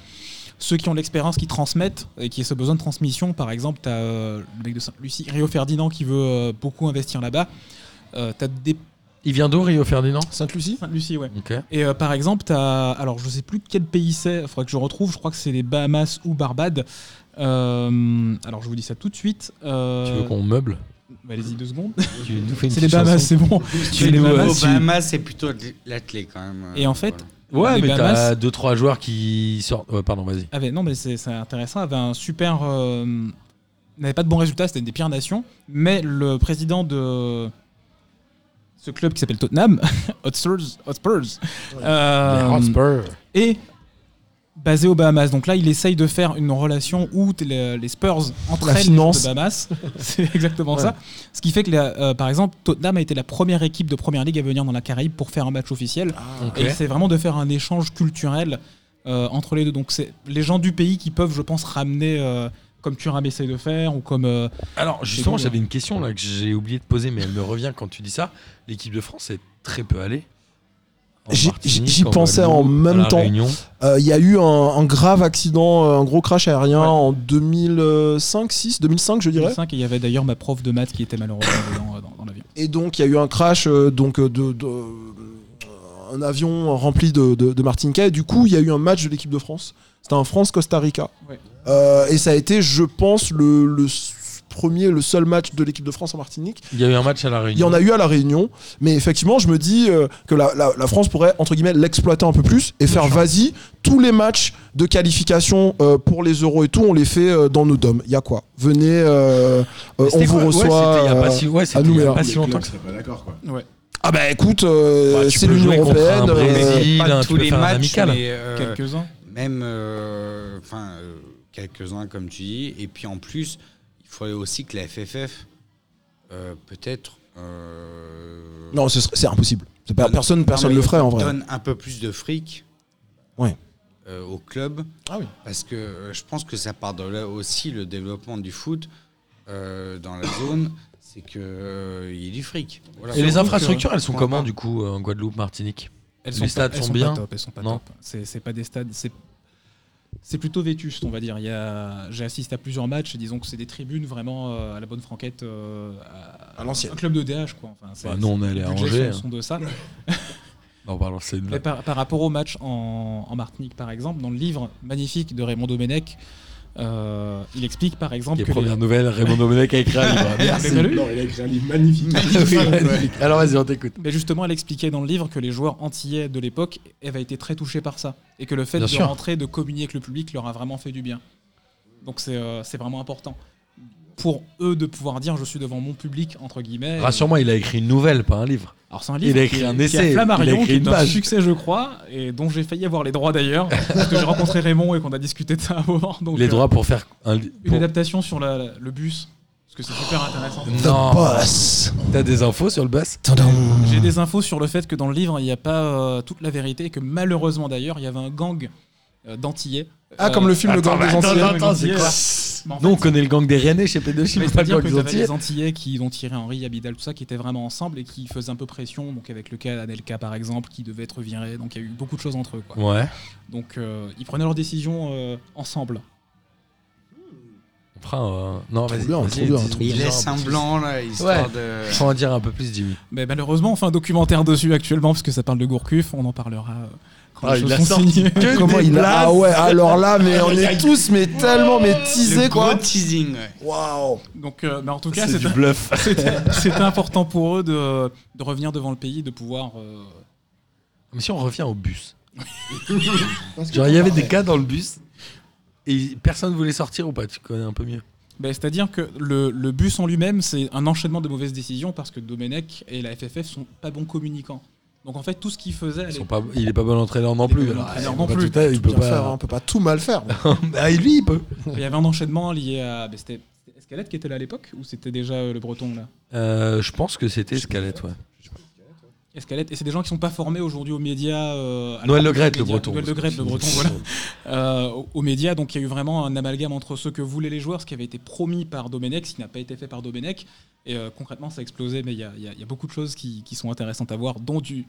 S6: ceux qui ont de l'expérience qui transmettent et qui aient ce besoin de transmission. Par exemple, tu as le mec de Saint-Lucie, Rio Ferdinand, qui veut euh, beaucoup investir là-bas. Euh, t'as des.
S2: Il vient d'où, Rio Ferdinand
S3: Sainte-Lucie
S6: Sainte-Lucie, ouais.
S2: Ok.
S6: Et euh, par exemple, tu Alors, je sais plus de quel pays c'est, il faudrait que je retrouve, je crois que c'est les Bahamas ou Barbade. Euh, alors, je vous dis ça tout de suite. Euh,
S2: Tu veux qu'on meuble
S6: bah, Allez-y deux secondes.
S2: Tu nous fais une
S6: (laughs) C'est les
S2: petite
S6: Bahamas,
S2: chanson
S6: c'est bon.
S2: Tu
S6: les
S2: nous,
S6: Bahamas,
S2: euh,
S5: Au
S2: tu-
S5: Bahamas, c'est plutôt l'athlé quand même. euh,
S6: Et en fait,
S5: Voilà.
S2: Ouais,
S6: les
S2: mais t'as
S6: Bahamas-
S2: 2-3 joueurs qui sortent. Ouais, pardon, vas-y.
S6: Avait, non, Ah, mais c'est c'est intéressant, avait un super. euh, n'avait pas de bons résultats, c'était une des pires nations. Mais le président de ce club qui s'appelle Tottenham, (laughs) Hotspurs, Hotspurs euh,
S2: Les Hotspur.
S6: et basé aux Bahamas. Donc là, il essaye de faire une relation où t- les, les Spurs entraînent les joueurs
S3: finance.
S6: de Bahamas.
S3: (laughs)
S6: C'est exactement
S3: Ouais.
S6: ça. Ce qui fait que, la- euh, par exemple, Tottenham a été la première équipe de première ligue à venir dans la Caraïbe pour faire un match officiel.
S3: Ah,
S2: Ok.
S6: Et c'est vraiment de faire un échange culturel euh, entre les deux. Donc c'est les gens du pays qui peuvent, je pense, ramener. euh, comme Thuram essaye de faire, ou comme. euh,
S2: Alors justement,
S6: C'est bon,
S2: j'avais une question là que j'ai oublié de poser, mais elle me revient quand tu dis ça. L'équipe de France est très peu allée. En
S3: J'y-
S2: Martinique,
S3: j'y pensais en
S2: Guadeloupe,
S3: même
S2: à La
S3: temps.
S2: Réunion.
S3: Euh, Il y a eu un, un grave accident, euh, un gros crash aérien en 2005, 6, 2005 je dirais.
S6: 2005, et il y avait d'ailleurs ma prof de maths qui était malheureusement dedans, euh, dans, dans l'avion.
S3: Et donc il y a eu un crash euh, donc euh, de, de- euh, un avion rempli de, de, de Martiniquais. Et du coup, il y a eu un match de l'équipe de France. C'était un France-Costa Rica.
S6: Ouais.
S3: Euh, et ça a été, je pense, le, le s- premier, le seul match de l'équipe de France en Martinique.
S2: Il y a eu un match à la Réunion.
S3: Il y en a eu à La Réunion, mais effectivement, je me dis euh, que la, la- la France pourrait, entre guillemets, l'exploiter un peu plus et faire vas-y, tous les matchs de qualification euh, pour les euros et tout, on les fait euh, dans nos dômes. Il y a quoi Venez, euh, euh,
S2: Mais
S3: on
S2: c'était
S3: vous
S2: quoi Ouais,
S3: reçoit.
S2: c'était il y a
S3: euh,
S2: pas si, ouais, c'était il y a
S3: Nouméa.
S2: pas si
S4: Les
S2: longtemps
S4: clubs
S2: que ça.
S4: seraient pas d'accord, quoi.
S3: ah bah écoute, euh,
S2: Bah, tu
S3: c'est
S2: peux
S3: l'Union
S2: jouer contre un
S3: européenne.
S2: Brésil.
S3: euh,
S2: Brésil,
S5: pas
S2: hein, tu
S5: tous
S2: peux
S5: les
S2: faire un
S5: matchs,
S2: amical.
S5: mais, euh,
S6: Quelques-uns.
S5: même euh, enfin euh, quelques-uns comme tu dis et puis en plus il faudrait aussi que la FFF euh, peut-être euh,
S3: non, ce serait- c'est impossible. C'est pas-
S5: Donne-
S3: personne,
S5: non,
S3: personne
S5: mais
S3: le ferait en vrai.
S5: donne un peu plus de fric
S3: Ouais.
S5: euh, au club
S3: Ah oui.
S5: parce que euh, je pense que ça part de là aussi le développement du foot euh, dans la zone c'est que euh, il y a du fric Voilà.
S2: Et les
S6: Surtout
S2: infrastructures,
S6: que-
S2: elles sont comment du coup en Guadeloupe, Martinique
S6: Elles
S2: Les
S6: sont pas-
S2: stades
S6: elles
S2: sont
S6: sont
S2: bien
S6: Pas top, elles sont pas
S2: Non.
S6: top. C'est c'est pas des stades. C'est c'est plutôt vétuste, on va dire. Il y a, j'ai assisté à plusieurs matchs. et Disons que c'est des tribunes vraiment euh, à la bonne franquette. euh, à,
S3: À l'ancienne.
S6: Un club de DH, quoi. Enfin, c'est-
S2: Bah, Nous, on est allé
S6: les
S2: à
S6: budgets
S2: Angers.
S6: sont, sont de ça.
S2: Non, pardon, c'est une
S6: Mais
S2: blague.
S6: par, par rapport au match en, en Martinique, par exemple, dans le livre magnifique de Raymond Domenech, euh, il explique par exemple
S2: Les
S6: que les- Eh,
S2: premières Ah, nouvelles, Raymond Domenech a écrit un
S6: (laughs)
S2: livre. Merci.
S6: Mais t'as lu
S4: Non, il a écrit un livre magnifique.
S2: Magnifique. Alors vas-y, on t'écoute.
S6: Mais justement, elle expliquait dans le livre que les joueurs antillais de l'époque avaient été très touchés par ça. Et que le fait
S2: Bien
S6: de
S2: sûr.
S6: rentrer, de communier avec le public leur a vraiment fait du bien. Donc c'est euh, c'est vraiment important. Pour eux de pouvoir dire je suis devant mon public, entre guillemets. Et-
S2: Rassure-moi, il a écrit une nouvelle, pas un livre.
S6: Alors c'est un
S2: il
S6: livre
S2: a écrit
S6: qui est-
S2: un
S6: qui est
S2: essai,
S6: à
S2: il a
S6: Flammarion,
S2: écrit
S6: qui est
S2: une
S6: un
S2: page.
S6: succès, je crois, et dont j'ai failli avoir les droits
S2: (laughs)
S6: d'ailleurs. parce que j'ai rencontré Raymond et qu'on a discuté de ça à un moment. Donc,
S2: Les
S6: euh,
S2: droits pour faire un. li-
S6: Une adaptation sur la- la- le bus. Parce que c'est super intéressant.
S2: pour- Non.
S3: Boss.
S2: T'as des infos sur le bus Mmh.
S6: J'ai des infos sur le fait que dans le livre, il n'y a pas euh, toute la vérité et que malheureusement d'ailleurs, il y avait un gang euh, d'antillais. Euh,
S3: Ah, comme le film Le Gang des Anciens.
S6: Oh,
S2: Nous, on connaît le gang des Rennais chez P2, pas le
S6: C'est-à-dire
S2: gang
S6: que
S2: des
S6: t'avais
S2: Antillais.
S6: les Antillais qui ont tiré Henri, Abidal, tout ça, qui étaient vraiment ensemble et qui faisaient un peu pression, donc avec le cas d'Anelka par exemple, qui devait être viré, donc il y a eu beaucoup de choses entre eux. Quoi.
S2: Ouais.
S6: Donc euh, ils prenaient leurs décisions euh, ensemble.
S2: On fera un- Non, vas-y.
S3: bien,
S2: vas-y,
S3: trop bien,
S2: dis-
S3: trop
S5: il
S2: dis-en
S5: laisse
S2: un
S5: un
S2: peu
S5: blanc là histoire de
S2: plus. Faut en dire un peu plus, Jimmy.
S6: Mais malheureusement, on fait un documentaire dessus actuellement parce que ça parle de Gourcuff, on en parlera euh, quand
S2: Ah,
S6: les
S2: il
S6: choses
S2: a
S6: sont
S2: sorti
S6: signées. (laughs)
S2: que
S3: Comment
S2: des
S3: il a Ah
S2: blagues.
S3: ouais, alors là, mais on est tous mais tellement mais
S5: le
S3: teasés
S5: gros
S3: quoi.
S5: teasing ouais.
S3: Waouh.
S6: Donc, euh, mais en tout cas,
S2: C'est
S6: c'est
S2: du bluff.
S6: C'était c'était important pour eux de, de revenir devant le pays, de pouvoir. euh,
S2: Mais si on revient au bus. Genre, il y avait des gars dans le bus et personne voulait sortir ou pas Tu connais un peu mieux.
S6: ben, C'est-à-dire que le, le bus en lui-même, c'est un enchaînement de mauvaises décisions parce que Domenech et la FFF sont pas bons communicants. Donc en fait, tout ce qu'ils faisaient.
S2: Ils
S6: allait-
S2: sont pas- Il est pas bon entraîneur non
S6: Il est
S2: plus.
S6: pas bon
S2: alors,
S6: entraîneur
S2: il
S6: non
S2: peut pas
S6: plus.
S2: tout à- Il peut
S3: Bien faire, hein,
S2: pas.
S3: on peut pas tout mal faire.
S2: Ah, et lui, il peut.
S6: Il y avait un enchaînement lié à. ben, c'était c'était Escalette qui était là à l'époque ou c'était déjà euh, le Breton là
S2: Euh, Je pense que c'était Scalette, ouais.
S6: Escalette. Et c'est des gens qui sont pas formés aujourd'hui aux médias. euh, à la-
S2: Noël Le
S6: aux
S2: Graët, le
S6: médias-
S2: breton.
S6: Noël Le
S2: (laughs)
S6: Graët, le breton, voilà. euh, aux- aux médias. Donc il y a eu vraiment un amalgame entre ce que voulaient les joueurs, ce qui avait été promis par Domenech, ce qui n'a pas été fait par Domenech. Et euh, concrètement, ça a explosé. Mais il y a, il y a- il y a beaucoup de choses qui, qui sont intéressantes à voir, dont du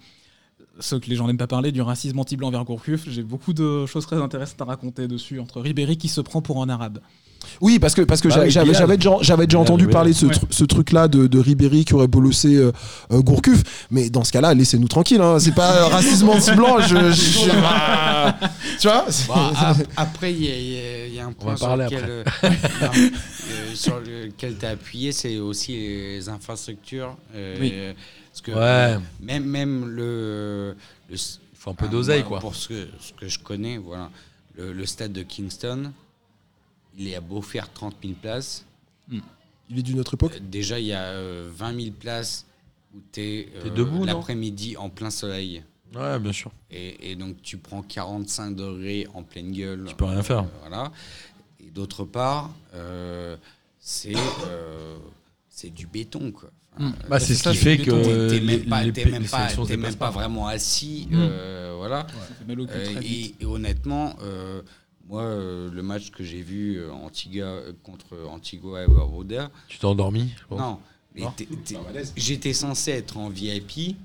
S6: ce que les gens n'aiment pas parler, du racisme anti-blanc vers Gourcuff. J'ai beaucoup de choses très intéressantes à raconter dessus, entre Ribéry qui se prend pour un arabe.
S3: Oui, parce que, parce que
S2: Bah
S3: j'a-
S2: oui,
S3: j'avais
S2: Bilal.
S3: j'avais déjà, j'avais déjà
S2: Bilal,
S3: entendu
S2: Bilal.
S3: parler de ce,
S6: Ouais.
S3: tru- ce truc-là de, de Ribéry qui aurait bolossé euh, euh, Gourcuff, mais dans ce cas-là, laissez-nous tranquille. Hein. C'est pas euh, racisme anti-blanc. Je, je- je- Ah. tu vois c'est- (laughs)
S5: Bon, ap- après, il y a- il y, a- il y a un point
S2: va
S5: sur
S2: parler
S5: lequel,
S2: (laughs)
S5: euh, non, euh, sur lequel tu as appuyé, c'est aussi les infrastructures. euh,
S6: Oui.
S5: Parce que
S2: Ouais.
S5: euh, même, même le. le s-
S2: Il faut un peu
S5: ah,
S2: d'oseille,
S5: moi,
S2: quoi.
S5: Pour ce que, ce que je connais, voilà. Le, le stade de Kingston, il est à beau faire 30 000 places.
S3: Il est d'une autre époque.
S5: Euh, Déjà, il y a euh, 20 000 places où tu es
S2: T'es debout, non
S5: l'après-midi en plein soleil.
S2: Ouais, bien sûr.
S5: Et, et donc tu prends 45 degrés en pleine gueule. Euh,
S2: Tu peux rien faire.
S5: voilà. Et d'autre part, euh, c'est euh, c'est du béton quoi. Enfin,
S6: Mm.
S5: euh,
S2: Bah, c'est
S6: c'est
S2: ce
S6: ça,
S2: qui
S6: c'est
S2: fait
S6: les
S2: que
S6: bétons.
S2: les,
S5: t'es- t'es même pas,
S2: les
S5: t'es
S2: pa-
S5: même
S2: les
S5: pas,
S2: sélections se Hmm.
S5: t'es même
S2: déplacent
S5: pas vraiment assis.
S6: Mm.
S5: euh, voilà.
S6: Ça fait mal au cul
S5: Euh,
S6: très vite.
S5: et, et honnêtement, euh, moi, euh, le match que j'ai vu euh, Antigua euh, contre Antigua et Barbuda,
S2: Tu t'es endormi je pense.
S5: non, mais
S2: Non.
S5: t'es- t'es-
S4: Pas malaise.
S5: j'étais censé être en VIP.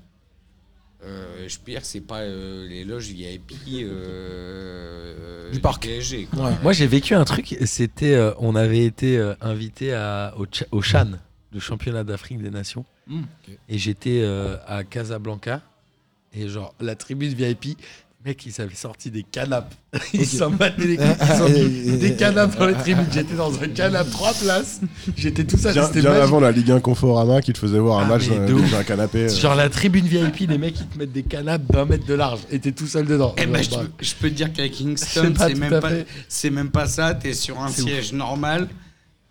S5: Euh, je peux dire que c'est pas euh, les loges VIP (laughs) euh,
S3: Du parc.
S5: PSG, quoi.
S3: Ouais.
S2: Moi, j'ai vécu un truc. C'était, euh, on avait été euh, invité à- au, Tcha- au Chan, le championnat d'Afrique des Nations,
S6: Mm.
S5: Hmm.
S2: et j'étais euh, à Casablanca, et genre la tribune VIP. Mec, ils avaient sorti des canapes. (laughs) Ils s'en battaient les couilles. Ils
S5: (laughs)
S2: ont mis des canapes dans les tribunes. J'étais dans un canapé, trois places. J'étais tout ça.
S4: Bien,
S2: C'était
S4: bien
S2: magique.
S4: avant la Ligue 1 Conforama qui te faisait voir un
S2: Ah,
S4: match
S2: mais
S4: dans-
S2: de ouf.
S4: dans un canapé. euh.
S2: Genre la tribune VIP, les mecs, ils te mettent des canapes d'un mètre de large. Et t'es tout seul dedans.
S5: Eh
S2: Genre, bah,
S5: ben, je,
S2: bref.
S5: te- je peux te dire qu'avec
S2: C'est
S5: Kingston,
S2: pas
S5: c'est
S2: tout
S5: même,
S2: à
S5: pas-
S2: fait.
S5: c'est même pas ça. T'es sur un
S2: C'est
S5: siège normal.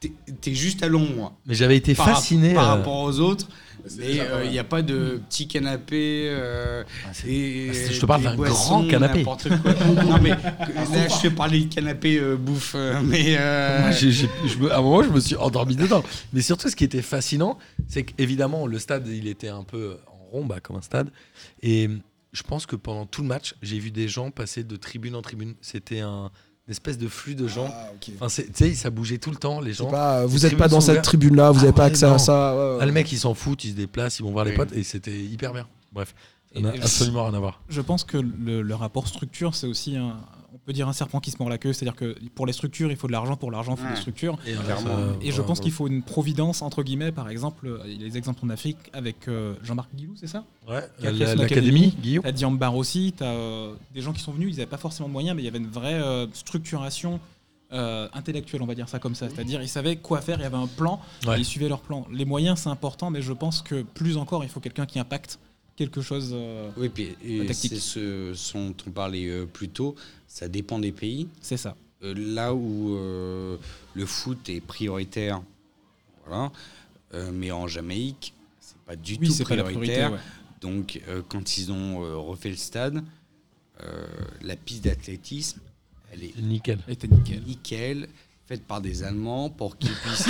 S5: T'es- T'es juste à l'ombre.
S2: Mais j'avais été
S5: Par,
S2: fasciné.
S5: par
S2: euh,
S5: rapport aux autres.
S4: c'est
S5: Mais
S4: déjà pas
S5: il
S4: mal.
S5: n'y a pas de petit canapé. euh,
S2: c'est-
S5: et-
S2: c'est- je te parle
S5: des
S2: d'un
S5: boissons,
S2: grand canapé.
S5: n'importe quoi. non, mais là, je te parlais de canapé euh, bouffe. euh, mais. euh,
S2: Moi, Ah, j'ai- j'ai- je me- à un moment, je me suis endormi dedans. Mais surtout, ce qui était fascinant, c'est qu'évidemment, le stade, il était un peu en rond, bah, comme un stade. Et je pense que pendant tout le match, j'ai vu des gens passer de tribune en tribune. C'était un, une espèce de flux de gens.
S3: Ah, ok.
S2: Enfin, c'est- tu sais, ça bougeait tout le temps, les gens.
S3: C'est pas, euh,
S2: les
S3: vous n'êtes pas
S2: tribunes
S3: dans
S2: sont
S3: cette
S2: ouvertes.
S3: tribune-là, vous
S2: Ah
S3: n'avez pas
S2: ouais,
S3: accès
S2: non.
S3: à ça. ouais, ouais.
S2: Ah, le mec, ils s'en foutent, ils se déplacent, ils vont voir les
S5: Oui.
S2: potes. Et c'était hyper bien. Bref, ça n'a
S6: Et-
S2: absolument rien à voir.
S6: Je pense que le, le rapport structure, c'est aussi un, on peut dire un serpent qui se mord la queue. C'est-à-dire que pour les structures, il faut de l'argent, pour l'argent, il faut
S5: Ouais.
S6: des structures.
S2: Et,
S5: Clairement.
S6: Euh, Et
S2: euh,
S6: je pense qu'il faut une providence, entre guillemets, par exemple, euh, les exemples en Afrique avec euh, Jean-Marc Guillou, c'est ça qu'il y
S2: la-
S6: a Christ
S2: L'académie,
S6: l'Académie,
S2: Guillaume.
S6: T'as Diambar aussi, t'as euh, des gens qui sont venus, ils n'avaient pas forcément de moyens, mais il y avait une vraie euh, structuration euh, intellectuelle, on va dire ça comme ça. C'est-à-dire, ils savaient quoi faire, il y avait un plan,
S2: Ouais.
S6: et ils suivaient leur plan. Les moyens, c'est important, mais je pense que plus encore, il faut quelqu'un qui impacte quelque chose. euh,
S5: Oui, puis et
S6: La tactique.
S5: c'est ce, ce dont on parlait euh, plus tôt, ça dépend des pays.
S6: c'est ça.
S5: Euh, là où euh, le foot est prioritaire, voilà, euh, mais en Jamaïque, c'est pas du tout
S6: pas la
S5: prioritaire.
S6: priorité, ouais.
S5: Donc, euh, quand ils ont euh, refait le stade, euh, la piste d'athlétisme, elle est
S2: Nickel.
S6: Et t'es nickel.
S5: nickel, faite par des Allemands pour
S6: (laughs)
S5: qu'ils puissent.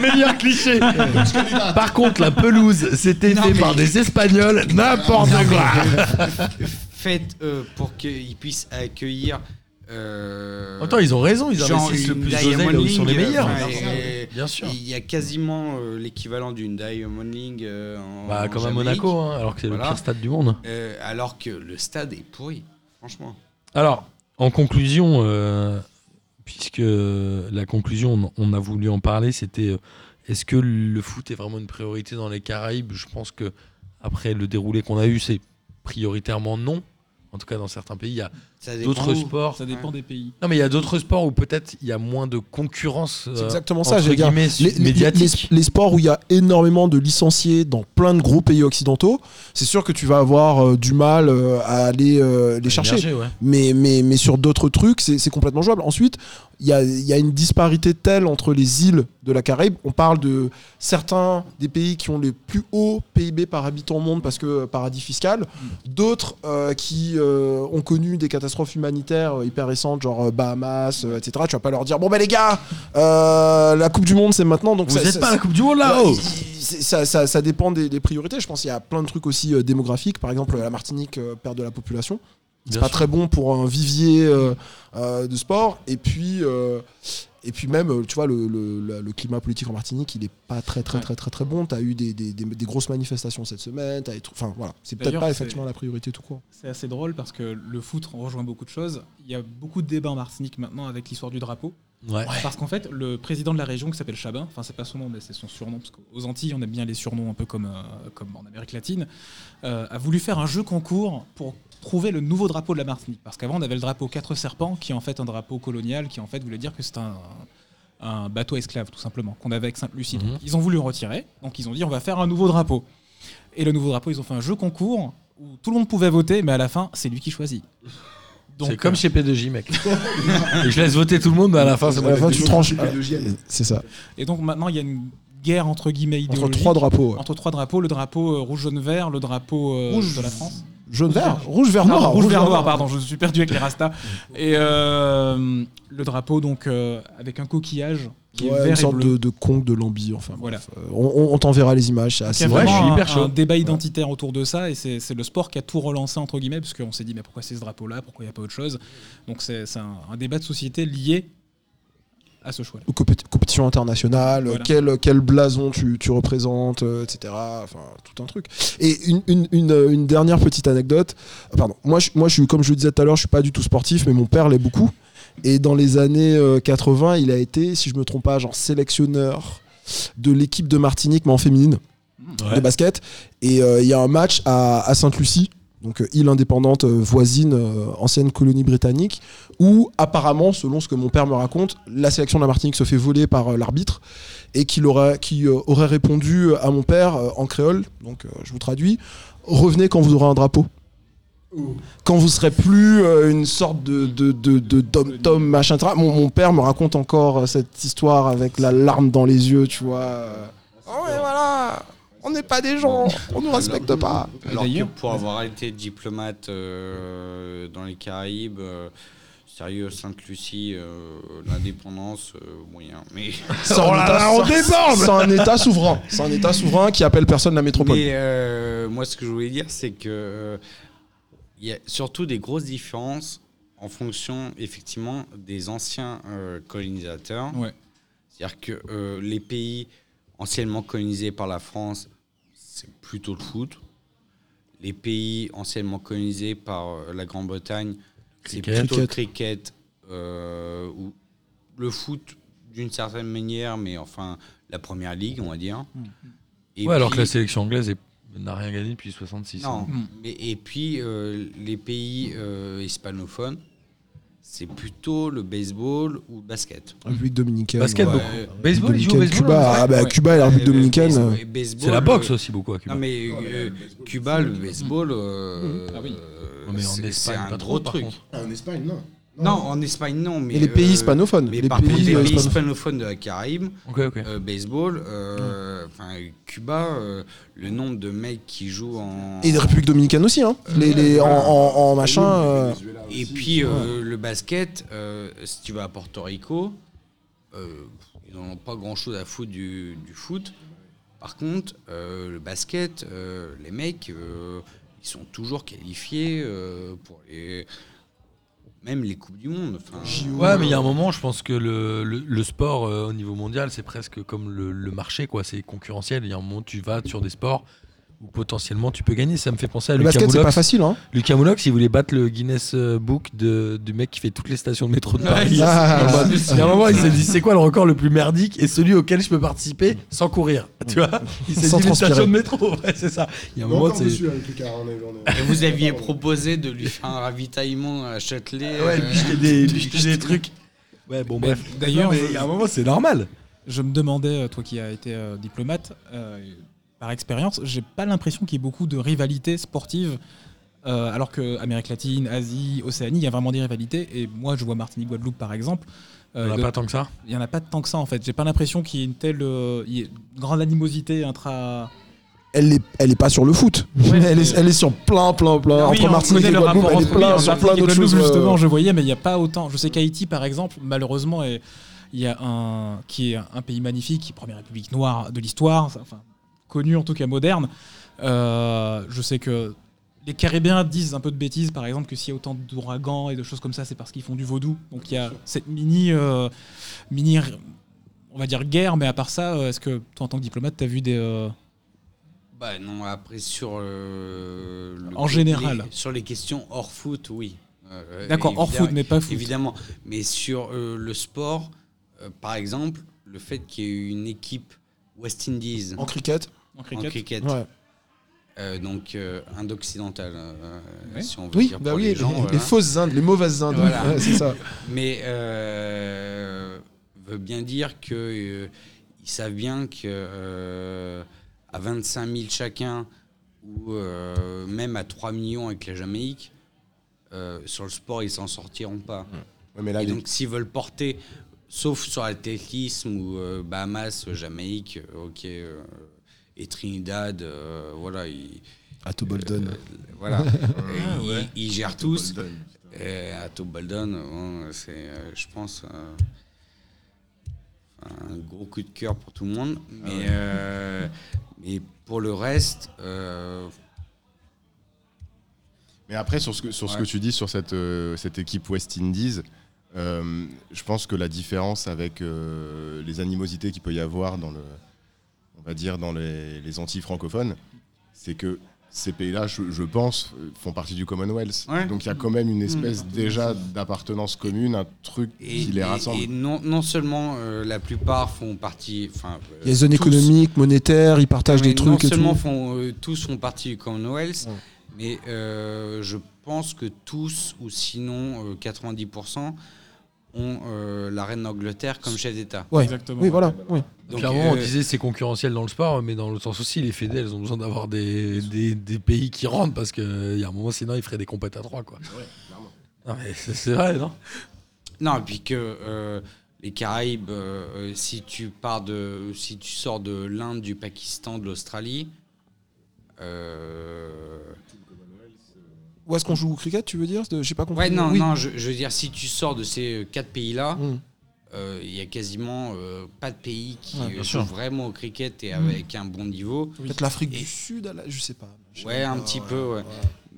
S2: Meilleur cliché.
S5: (laughs)
S2: Par contre, la pelouse, c'était
S5: Non,
S2: fait
S5: mais-
S2: par des Espagnols, n'importe quoi.
S5: faite euh, pour qu'ils puissent accueillir. euh,
S2: Attends, ils ont raison, ils
S5: Genre
S2: investissent le
S5: une
S2: plus
S5: Diamond
S2: d'oseille là où ils sont les
S5: League,
S2: meilleurs.
S5: enfin,
S2: Bien sûr.
S5: et-
S2: Bien sûr.
S5: euh, Il y a quasiment euh, l'équivalent d'une Diamond League euh, en.
S2: Bah, comme à
S5: Jamaïque,
S2: Monaco, hein, alors que c'est le
S5: Voilà.
S2: pire stade du monde.
S5: euh, alors que le stade est pourri, franchement.
S2: Alors, en conclusion, euh, puisque la conclusion, on- on a voulu en parler, c'était euh, est-ce que le foot est vraiment une priorité dans les Caraïbes Je pense que après le déroulé qu'on a eu, c'est prioritairement non. En tout cas, dans certains pays, il y a
S5: Ça dépend
S2: d'autres
S5: où.
S2: sports.
S6: Ça dépend des pays.
S2: Non, mais il y a d'autres sports où peut-être il y a moins de concurrence.
S3: C'est
S2: euh,
S3: exactement
S2: entre
S3: ça, j'allais dire.
S2: guillemets,
S3: Les, les-
S2: médiatique.
S3: les- les sports où il y a énormément de licenciés dans plein de gros pays occidentaux, c'est sûr que tu vas avoir euh, du mal euh, à aller euh,
S2: Ah,
S3: les chercher.
S2: Émerger, ouais.
S3: Mais, mais, mais sur d'autres trucs, c'est c'est complètement jouable. Ensuite, il y a, il y a une disparité telle entre les îles de la Caraïbe. On parle de certains des pays qui ont les plus hauts PIB par habitant au monde parce que euh, paradis fiscal. D'autres euh, qui euh, ont connu des catastrophes humanitaires euh, hyper récentes, genre euh, Bahamas, euh, etc. Tu vas pas leur dire Bon, ben les gars, euh, la Coupe du Monde c'est maintenant. Donc
S2: Vous
S3: ça-
S2: n'êtes
S3: ça-
S2: pas à la Coupe du Monde oh.
S3: Ouais,
S2: là-haut
S3: il- il- c'est- ça, ça- ça dépend des, des priorités. Je pense qu'il y a plein de trucs aussi euh, démographiques. Par exemple, la Martinique euh, perd de la population. C'est
S2: Bien
S3: pas
S2: sûr.
S3: très bon pour un vivier euh, euh, de sport. Et puis, euh, et puis même, euh, tu vois, le, le- le- le climat politique en Martinique, il est pas très, très,
S6: Ouais.
S3: très, très, très bon. Tu as eu des, des- des- des grosses manifestations cette semaine. t'as des trucs- Enfin, voilà. C'est peut-être
S6: D'ailleurs,
S3: pas
S6: c'est-
S3: effectivement la priorité tout court.
S6: C'est assez drôle parce que le foot rejoint beaucoup de choses. Il y a beaucoup de débats en Martinique maintenant avec l'histoire du drapeau.
S2: Ouais.
S6: Parce qu'en fait, le président de la région qui s'appelle Chabin, enfin c'est pas son nom, mais c'est son surnom, parce qu'aux Antilles, on aime bien les surnoms un peu comme, euh, comme en Amérique latine, euh, a voulu faire un jeu concours pour trouver le nouveau drapeau de la Martinique. Parce qu'avant, on avait le drapeau quatre serpents, qui est en fait un drapeau colonial, qui en fait voulait dire que c'est un, un bateau esclave, tout simplement, qu'on avait avec Sainte-Lucie.
S2: Mhm.
S6: Donc, Ils ont voulu le retirer, donc ils ont dit on va faire un nouveau drapeau. Et le nouveau drapeau, ils ont fait un jeu concours où tout le monde pouvait voter, mais à la fin, c'est lui qui choisit. euh,
S2: C'est
S3: euh,
S2: comme chez P2J,
S3: (laughs)
S2: mec. Et je laisse voter tout le monde, mais à la fin, c'est
S3: À la
S2: moi
S3: fin, tu
S2: qui-
S3: tranches.
S4: Le deuxième.
S3: C'est ça.
S6: Et donc maintenant, il y a une guerre entre guillemets
S3: Entre
S6: idéologique.
S3: trois drapeaux. ouais.
S6: Entre trois drapeaux, le drapeau euh, rouge, jaune, vert, le drapeau euh,
S3: Rouge,
S6: de la France.
S3: Jaune, vert,
S6: vert.
S3: rouge, vert,
S6: Non,
S3: noir.
S6: rouge, vert, noir, pardon, je suis perdu avec les rastas. Et euh, le drapeau, donc, euh, avec un coquillage qui
S3: Ouais,
S6: est
S3: une
S6: vert et
S3: sorte
S6: bleu.
S3: de, de conque de l'ambi. Enfin,
S6: Voilà.
S3: bref. Euh, on, on- on t'enverra les images. C'est
S6: Il y
S3: assez
S6: a
S2: Ouais, je suis
S6: vraiment hein.
S2: hyper
S6: un-
S2: chaud.
S6: un débat identitaire autour de ça et c'est c'est le sport qui a tout relancé entre guillemets parce qu'on s'est dit mais pourquoi c'est ce drapeau là pourquoi il n'y a pas autre chose donc c'est c'est un, un débat de société lié à ce choix là
S3: Ou compét- compétition internationale,
S6: Voilà.
S3: quel, quel blason tu, tu représentes, euh, etc. Enfin, tout un truc. Et une, une- une, euh, une dernière petite anecdote. Ah, Pardon, moi, je, moi je suis, comme je le disais tout à l'heure, je suis pas du tout sportif, mais mon père l'est beaucoup. Et dans les années euh, 80, il a été, si je me trompe pas, genre sélectionneur de l'équipe de Martinique, mais en féminine,
S2: Ouais.
S3: de basket. Et euh, il y a un match à, à Sainte-Lucie donc euh, île indépendante euh, voisine, euh, ancienne colonie britannique, où apparemment, selon ce que mon père me raconte, la sélection de la Martinique se fait voler par euh, l'arbitre et qu'il aurait, qui, euh, aurait répondu à mon père euh, en créole, donc euh, je vous traduis, revenez quand vous aurez un drapeau. Quand vous serez plus euh, une sorte de de de de dom-tom, machin, tra- mon, mon père me raconte encore euh, cette histoire avec la larme dans les yeux, tu vois. euh, Oh et voilà, on n'est pas des gens, on nous respecte pas.
S5: Alors que
S6: D'ailleurs,
S5: pour avoir été diplomate euh, dans les Caraïbes, euh, sérieux, Sainte-Lucie, euh, l'indépendance, euh, moyen. Mais,
S3: C'est un, état, c'est un État souverain. C'est un État souverain qui appelle personne la métropole.
S5: mais, euh, moi, ce que je voulais dire, c'est que euh, il y a surtout des grosses différences en fonction, effectivement, des anciens euh, colonisateurs.
S6: Ouais.
S5: C'est-à-dire que euh, les pays anciennement colonisés par la France, c'est plutôt le foot. Les pays anciennement colonisés par euh, la Grande-Bretagne, c'est
S2: Cricket.
S5: plutôt le cricket euh, ou le foot d'une certaine manière, mais enfin la première ligue, on va dire. Et
S2: Mm. Ouais, alors
S5: puis-
S2: que la sélection anglaise est- n'a rien gagné depuis hein. 66.
S5: non,
S6: Mm.
S5: mais- et puis euh, les pays euh, hispanophones, c'est plutôt le baseball ou le basket.
S3: République dominicaine.
S2: Basket
S3: ouais.
S2: beaucoup.
S5: Ouais.
S2: Baseball, ils jouent au
S3: Dominicaine,
S2: baseball.
S3: Cuba,
S2: hein
S3: ah bah,
S5: Ouais.
S3: Cuba et la République dominicaine.
S5: Baseball-
S3: euh,
S5: baseball,
S2: C'est la boxe
S5: euh,
S2: aussi beaucoup à Cuba.
S5: Non mais euh, Cuba, le baseball, euh,
S6: Ah oui.
S5: euh,
S2: Ouais, mais en
S5: c'est- c'est
S2: Espagne,
S5: un
S2: pas
S5: gros
S2: trop, par
S5: truc.
S2: contre.
S4: En Espagne, non.
S5: Non, en Espagne non, mais
S3: et les pays
S5: euh,
S3: hispanophones.
S5: Mais
S3: les
S5: par contre, les
S3: euh,
S5: pays
S3: hispanophones.
S5: hispanophones de la Caraïbe,
S2: Ok, ok.
S5: euh, baseball, euh, enfin Cuba, euh, le nombre de mecs qui jouent en
S3: Et la République dominicaine aussi. Hein. Les, les, en, en- en machin. euh,
S5: Et puis euh, le basket, euh, si tu vas à Porto Rico, euh, ils n'en ont pas grand chose à foutre du, du foot. Par contre, euh, le basket, euh, les mecs, euh, ils sont toujours qualifiés euh, pour les. Même les Coupes du Monde. Enfin,
S2: Ouais, mais il y a un moment, je pense que le, le- le sport euh, au niveau mondial, c'est presque comme le, le marché, quoi. C'est concurrentiel. Il y a un moment, tu vas sur des sports où potentiellement tu peux gagner. Ça me fait penser à
S3: le
S2: Lucas
S3: basket, c'est pas
S2: Moulox.
S3: facile. Hein.
S2: Lucas Moulox, il voulait battre le Guinness euh, Book de, du mec qui fait toutes les stations de métro de Paris.
S3: Ah.
S2: En mode, Il y a un moment, il s'est dit c'est quoi le record le plus merdique et celui auquel je peux participer sans courir Tu vois Il s'est
S3: Sans
S2: dit les
S3: transpirer.
S2: stations de métro. Ouais, c'est ça. Il y a un
S4: Non,
S2: moment,
S4: encore
S2: c'est.
S4: dessus hein, avec Lucas. on est- on est-
S5: Et
S4: (laughs)
S5: vous aviez
S4: Pardon.
S5: proposé de lui faire un ravitaillement à
S6: Ah
S5: Châtelet.
S2: Ouais,
S5: euh,
S2: lui jeter des, lui jeter des trucs. Ouais, bon, bref.
S6: D'ailleurs,
S2: Non, mais il y a un moment, c'est normal.
S6: Je me demandais, euh, toi qui as été euh, diplomate, euh, par expérience, j'ai pas l'impression qu'il y ait beaucoup de rivalités sportives. euh, alors que Amérique latine, Asie, Océanie, il y a vraiment des rivalités. Et moi, je vois Martinique, Guadeloupe, par exemple. euh,
S2: On a
S6: de-
S2: pas tant que ça.
S6: il y en a pas tant que ça en fait. J'ai pas l'impression qu'il y ait une telle euh, il y ait une grande animosité intra.
S3: Elle est, elle est pas sur le foot.
S6: Ouais,
S3: elle, est,
S6: c'est-
S3: elle est sur plein, plein, plein.
S6: Oui,
S3: Euh, entre
S6: on
S3: Martinique
S6: connaît
S3: et
S6: le
S3: Guadeloupe,
S6: rapport
S3: elle est
S6: entre-
S3: plein
S6: oui,
S3: sur
S6: Martinique
S3: plein
S6: et
S3: d'autres
S6: Guadeloupe,
S3: choses. euh,
S6: Justement, je voyais, mais il n'y a pas autant. Je sais qu'Haïti, par exemple, malheureusement, est- il y a un qui est un pays magnifique, première république noire de l'histoire, enfin connue en tout cas moderne. Euh, je sais que les Caribéens disent un peu de bêtises, par exemple, que s'il y a autant d'ouragans et de choses comme ça, c'est parce qu'ils font du vaudou. Donc il y a cette mini, euh, mini, on va dire guerre, mais à part ça, euh, est-ce que toi, en tant que diplomate, t'as vu des euh,
S5: Bah non, après sur euh, le-
S6: En général.
S5: les- sur les questions hors foot, oui. Euh,
S6: D'accord, hors
S5: évidemment-
S6: foot, mais pas foot.
S5: Évidemment, mais sur euh, le sport, euh, par exemple, le fait qu'il y ait eu une équipe West Indies
S3: euh, En cricket.
S5: en
S6: En cricket.
S5: cricket,
S3: Ouais.
S5: euh, donc euh, Inde occidentale, euh,
S6: Ouais.
S5: si on veut
S3: Oui,
S5: dire
S3: bah
S5: pour
S3: oui,
S5: les
S3: les,
S5: gens.
S3: les
S5: voilà.
S3: fausses Indes, les mauvaises Indes.
S5: Voilà.
S3: Ouais, c'est ça.
S5: Mais euh, veut bien dire que euh, ils savent bien que euh, à 25 000 chacun ou euh, même à 3 millions avec la Jamaïque, euh, sur le sport ils s'en sortiront pas.
S4: Ouais, mais là,
S5: Et
S4: les-
S5: donc s'ils veulent porter, sauf sur l'athlétisme ou euh, Bahamas, euh, Jamaïque, euh, ok, euh, et Trinidad, euh, voilà, ils,
S3: À Tobolden.
S4: (laughs)
S5: voilà,
S4: Ah,
S5: ils-
S4: ouais.
S5: ils, gèrent tous.
S4: Bolden, putain.
S5: Et à Tobalden, c'est, euh, je pense, euh, un gros coup de cœur pour tout le monde.
S4: Ah
S5: Mais, euh, mais pour le reste, euh,
S4: Mais après, sur ce que, sur ce
S5: Ouais.
S4: que tu dis sur cette, euh, cette équipe West Indies, euh, je pense que la différence avec euh, les animosités qu'il peut y avoir dans le, on va dire, dans les, les Antilles francophones, c'est que ces pays-là, je, je pense, euh, font partie du Commonwealth.
S5: Ouais. Mm.
S4: Donc il y a quand même une espèce déjà d'appartenance commune, un truc
S5: et,
S4: qui les
S5: et-
S4: rassemble.
S5: et non, non seulement euh, la plupart font partie. enfin, euh,
S3: Il y a des zones
S5: tous,
S3: économiques, monétaires, ils partagent
S5: mais
S3: des trucs
S5: non
S3: et tout.
S5: seulement font, euh, tous font partie du Commonwealth,
S3: Ouais.
S5: Mais euh, je pense que tous, ou sinon euh, 90%, ont euh, la reine d'Angleterre comme chef d'État.
S3: Ouais.
S6: Exactement.
S3: Oui, bah. voilà. oui.
S5: Donc,
S2: Clairement, on
S5: euh,
S2: disait c'est concurrentiel dans le sport, mais dans le sens aussi, les fédés, elles ont besoin d'avoir des, des, des pays qui rentrent parce qu'il y a un moment, sinon, ils feraient des compètes à trois, quoi.
S4: clairement.
S2: Non, mais c'est c'est vrai, non
S5: Non, et puis que euh, les Caraïbes, euh, euh, si tu pars de, si tu sors de l'Inde, du Pakistan, de l'Australie, euh,
S3: Où est-ce qu'on joue au cricket, tu veux dire De- J'ai pas compris.
S5: ouais, non,
S3: Oui.
S5: non, je, je veux dire, si tu sors de ces euh, quatre pays-là,
S3: Mm.
S5: euh, il y a quasiment euh, pas de pays qui
S3: Ouais,
S5: euh,
S3: bien
S5: joue
S3: sûr. Mm.
S5: vraiment au cricket et avec un bon niveau.
S3: Peut-être l'Afrique
S5: Et-
S3: du Sud, à la- je sais pas. Je sais
S5: Ouais,
S3: pas,
S5: un petit peu, ouais.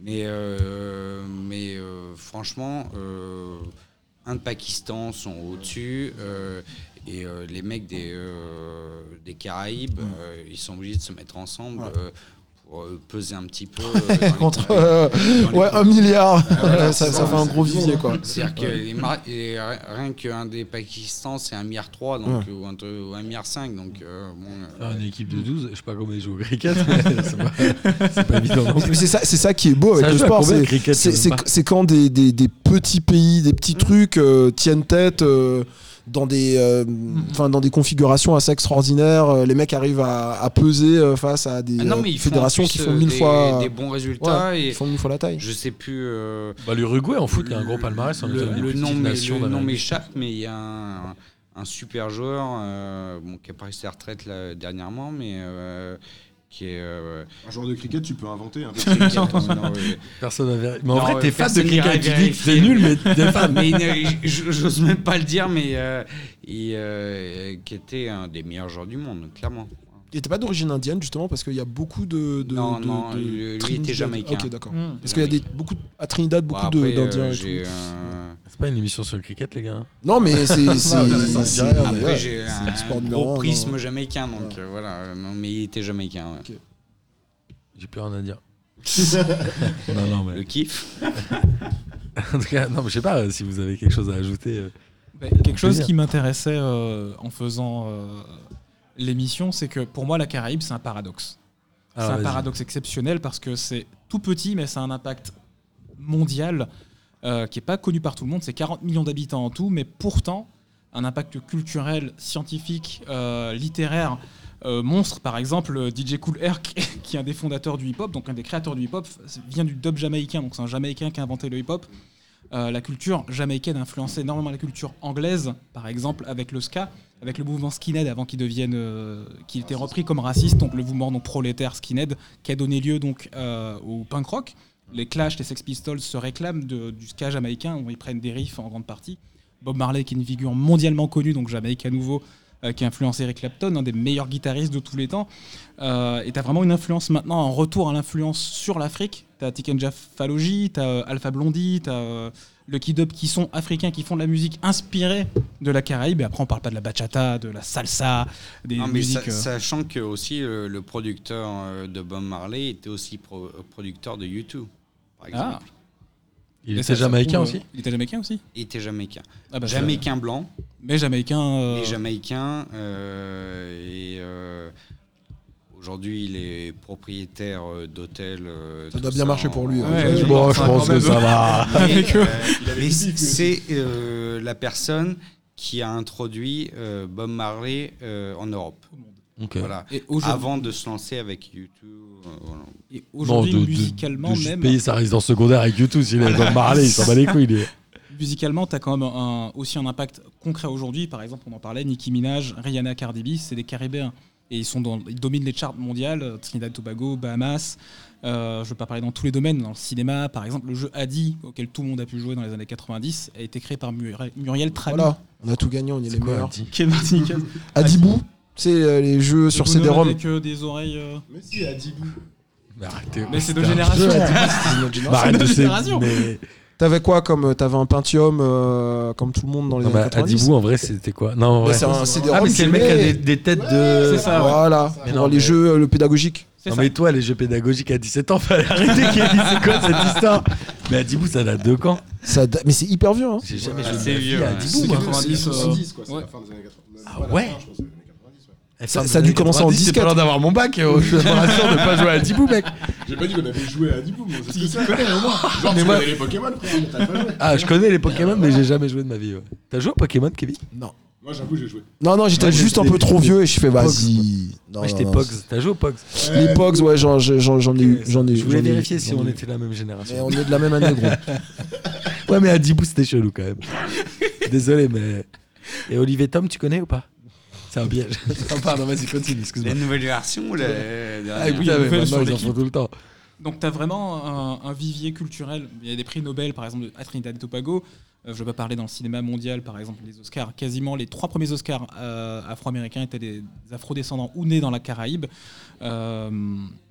S5: Mais, euh, mais euh, franchement, euh, un de Pakistan sont au-dessus. euh, et euh, les mecs des, euh, des Caraïbes, euh, ils sont obligés de se mettre ensemble
S3: Mm. Ouais.
S5: euh, pour euh, peser un
S3: (laughs)
S5: petit peu. euh, dans les-
S3: Contre
S5: dans
S3: euh,
S5: les- Ah,
S3: ouais, un milliard.
S4: voilà,
S3: ça,
S4: c'est
S3: ça
S4: ça,
S3: fait un
S4: c'est
S3: gros
S4: bon,
S3: vivier,
S4: hein.
S3: (laughs) quoi.
S5: (laughs) C'est-à-dire que les mar- et ri- rien qu'un des Pakistan, c'est un milliard trois, donc, ou un truc- ou un milliard cinq, donc euh, bon, euh,
S2: Ah, Une équipe de 12, je sais pas comment ils jouent au (laughs) cricket, mais c'est pas, c'est pas évident. non plus.
S3: Mais C'est ça, c'est ça qui est beau avec
S2: Ça
S3: le
S2: joue à
S3: sport.
S2: combien,
S3: c'est-
S2: le cricket, euh, bah,
S3: C'est
S2: je sais
S3: c'est-
S2: pas.
S3: c'est quand des, des- des petits pays, des
S5: Mm.
S3: petits trucs euh, tiennent tête euh, dans, des, euh,
S5: Mm.
S3: enfin, dans des configurations assez extraordinaires. euh, les mecs arrivent à, à peser euh, face à des
S5: ah non,
S3: euh,
S5: mais ils font en
S3: fédérations
S5: plus,
S3: qui font
S5: euh,
S3: mille
S5: des,
S3: fois.
S5: des bons résultats
S3: ouais,
S5: et
S3: ils font mille fois la taille.
S5: je sais plus. euh,
S2: Bah, L'Uruguay en foot, il y a un gros palmarès. on est
S5: le,
S2: une des
S5: le
S2: plus
S5: nom
S2: petites
S5: m'é-
S2: nations
S5: le nom
S2: d'Amérique.
S5: m'échappe, mais il y a un, un super joueur euh, bon, qui a pris sa retraite là, dernièrement, mais euh, qui est. euh,
S4: Un joueur de cricket, tu peux inventer. hein.
S3: (laughs)
S5: qui est- non, oui.
S2: Personne n'a vérifié. Mais en
S5: Non,
S2: vrai,
S5: ouais,
S2: t'es fan de
S5: personne n'ira
S2: cricket, tu dis que
S5: vérifier.
S2: c'est nul, mais t'es
S5: (laughs)
S2: fan.
S5: mais il- j- j'ose même pas le dire, mais euh, il, euh, qui était un des meilleurs joueurs du monde, clairement.
S3: Il n'était pas d'origine indienne, justement, parce qu'il y a beaucoup de. de
S5: Non,
S3: de-
S5: non,
S3: de-
S5: lui- lui
S3: Trinidad-
S5: était jamaïcain.
S3: Ok, d'accord.
S6: Mm.
S3: Parce qu'il y a des, beaucoup, de- à Trinidad, beaucoup
S5: Bon,
S3: de-
S5: après, euh,
S3: d'Indiens. et
S5: j'ai
S3: tout.
S5: un-
S2: C'est pas une émission sur le cricket, les gars. hein?
S3: Non, mais
S5: (laughs)
S3: c'est. c'est-
S4: intéressant,
S3: c'est-
S4: je dirais,
S3: ouais,
S5: Après,
S3: ouais.
S5: j'ai
S3: c'est
S5: un,
S3: le sport hein. numéro un,
S5: gros
S3: non.
S5: prisme jamaïcain, donc euh, voilà. euh, Non, mais il était jamaïcain. ouais.
S2: J'ai plus rien à dire. (laughs) non, non,
S5: Le
S2: mais.
S5: kiff.
S2: En tout cas, non, mais je sais pas euh, si vous avez quelque chose à ajouter. euh.
S6: Ben, quelque chose
S2: plaisir.
S6: qui m'intéressait euh, en faisant euh, l'émission, c'est que pour moi, la Caraïbe, c'est un paradoxe.
S2: Alors,
S6: c'est un
S2: Ah, vas-y.
S6: paradoxe exceptionnel parce que c'est tout petit, mais ça a un impact mondial euh, qui n'est pas connu par tout le monde. C'est 40 millions d'habitants en tout, mais pourtant, un impact culturel, scientifique, euh, littéraire. euh, monstre, par exemple, euh, DJ Cool Herc, (laughs) qui est un des fondateurs du hip-hop, donc un des créateurs du hip-hop, vient du dub jamaïcain, donc c'est un jamaïcain qui a inventé le hip-hop. Euh, la culture jamaïcaine influençait énormément la culture anglaise, par exemple avec le ska, avec le mouvement skinhead avant qu'il devienne, euh, qu'il était repris comme raciste, donc le mouvement non prolétaire skinhead, qui a donné lieu donc euh, au punk rock. Les Clash, les Sex Pistols se réclament de- du ska jamaïcain, où ils prennent des riffs en grande partie. Bob Marley, qui est une figure mondialement connue, donc Jamaïque à nouveau, euh, qui a influencé Eric Clapton, un des meilleurs guitaristes de tous les temps. Euh, et t'as vraiment une influence maintenant, un retour à l'influence sur l'Afrique. T'as Tikenja Falogi, t'as euh, Alpha Blondie, t'as euh, Lucky Dub qui sont africains, qui font de la musique inspirée de la Caraïbe. Et après, on parle pas de la bachata, de la salsa, des
S5: Non, mais
S6: musiques.
S5: sa-
S2: hein.
S6: euh,
S5: sachant que aussi euh, le producteur euh, de Bob Marley était aussi pro- producteur de U2,
S2: Ah.
S5: par exemple.
S2: Il
S6: Ah, et
S2: était
S6: ça- ça
S2: jamaïcain
S6: prouve,
S2: aussi
S6: euh, Il était jamaïcain aussi
S5: Il était jamaïcain.
S6: ah bah,
S5: jamaïcain blanc,
S6: ça- Mais jamaïcain. euh,
S5: mais jamaïcain. euh, et euh, aujourd'hui, il est propriétaire euh, d'hôtels. euh,
S3: Ça
S5: tout
S3: doit bien marcher
S5: en-
S3: pour lui.
S5: en-
S3: hein.
S6: Ouais,
S2: Bon, je
S6: Enfin,
S2: pense
S6: quand
S2: que
S6: même.
S2: ça va.
S5: Mais,
S6: Avec eux.
S5: euh, mais c'est euh, la personne qui a introduit euh, Bob Marley euh, en Europe.
S2: Ok.
S5: euh, Voilà.
S6: Et aujourd'hui,
S5: Avant de se lancer avec U2. euh, voilà.
S6: et
S2: Non,
S6: aujourd'hui,
S2: de- de-
S6: musicalement,
S2: de juste
S6: même.
S2: payer sa résidence secondaire avec YouTube, s'il est comme Marley, il s'en bat les couilles. il est-
S6: Musicalement, tu as quand même un- aussi un impact concret aujourd'hui. Par exemple, on en parlait, Nicki Minaj, Rihanna, Cardi B, c'est des Caribéens. Et ils, sont dans, ils dominent les charts mondiales, euh, Trinidad Tobago, Bahamas. Euh, je ne veux pas parler dans tous les domaines, dans le cinéma, par exemple, le jeu Adi, auquel tout le monde a pu jouer dans les années 90, a été créé par Muriel, Muriel
S3: (laughs)
S6: Trani,
S3: Voilà, on a tout gagné, on est les meilleurs.
S6: qui est martiniquaise.
S3: Adibou, tu sais, euh, les jeux sur
S6: Bonhomme
S3: CD-ROM.
S6: Avec euh, des oreilles. euh,
S4: Mais si, Adibou.
S2: Mais arrêtez.
S6: Mais c'est de
S2: putain.
S6: génération.
S3: (laughs)
S2: Bah, arrête de
S6: C'est de
S2: ces-
S6: génération.
S2: mais-
S3: T'avais quoi comme. euh, T'avais un Pentium euh, comme tout le monde dans les
S2: Non,
S3: années
S2: bah,
S3: 90
S2: Adibou, en vrai, c'était quoi Non, en
S3: Mais
S2: vrai.
S3: C'est un CD-ROM.
S2: Ah, mais c'est le mec qui a des, des têtes de.
S6: C'est ça, ouais.
S3: Voilà,
S2: Mais
S3: pour
S2: non,
S3: les
S2: mais-
S3: jeux euh, le pédagogique.
S6: C'est
S2: non,
S6: ça.
S2: mais toi, les jeux pédagogiques à 17 ans, fallait arrêter qu'il ait dit c'est quoi cette histoire Mais Adibou, ça date de quand
S3: Ça da- Mais c'est hyper vieux, hein.
S2: J'ai jamais
S5: Ouais, Ah,
S2: joué de
S5: c'est
S2: ma vie
S5: vieux, hein.
S2: à
S5: ouais.
S2: Adibou,
S6: C'est euh,
S2: moi.
S4: C'est
S6: 90,
S4: 90, quoi. C'est
S6: ouais.
S4: la fin des années 80.
S2: Ah
S4: Pas la
S2: ouais.
S4: fin, je pense que c'est les années 90, ouais.
S3: Ça- ça a dû commencer en
S2: J'ai pas
S3: 10-4.
S2: l'air d'avoir mon bac. euh, Je te rassure de pas jouer à Dibou, mec.
S4: J'ai pas dit qu'on avait joué à Dibou, mais on sait ce que c'est. Genre,
S2: Mais
S4: tu
S2: moi-
S4: connais les Pokémon, frère, mais t'as pas joué.
S2: Ah, je connais les Pokémon, mais j'ai jamais joué de ma vie. ouais. T'as joué au Pokémon, Kevin
S3: Non.
S4: Moi, j'avoue, j'ai joué.
S3: Non, non, j'étais
S2: Moi,
S3: juste un
S2: j'étais-
S3: peu trop vieux et je fais
S2: Pogs,
S3: vas-y. Non,
S2: Moi, j'étais
S3: non, non.
S2: Pogs. T'as joué au Pogs
S3: Les Pogs, ouais, j'en j'en- j'en- j'en ai eu. j'en ai-
S2: Je voulais
S3: j'en ai eu,
S2: vérifier si
S3: j'en ai
S2: on
S3: eu.
S2: était de la même génération.
S3: Mais (laughs) on est de la même année, gros.
S2: (laughs) Ouais, mais à Dibou, c'était chelou quand même. Désolé, mais. Et Olivier Tom, tu connais ou pas C'est un piège. non, pardon, vas-y, continue,
S5: La
S2: excuse-moi.
S5: nouvelle version ou la
S2: Ah, putain,
S5: dernière
S2: mais
S6: nouvelle
S2: maintenant,
S6: sur
S2: ils en
S6: l'équipe.
S2: font tout le temps.
S6: Donc tu as vraiment un, un vivier culturel. Il y a des prix Nobel, par exemple, à Trinidad et Tobago. Euh, je ne vais pas parler dans le cinéma mondial, par exemple, les Oscars. Quasiment les trois premiers Oscars euh, afro-américains étaient des afro-descendants ou nés dans la Caraïbe. Euh,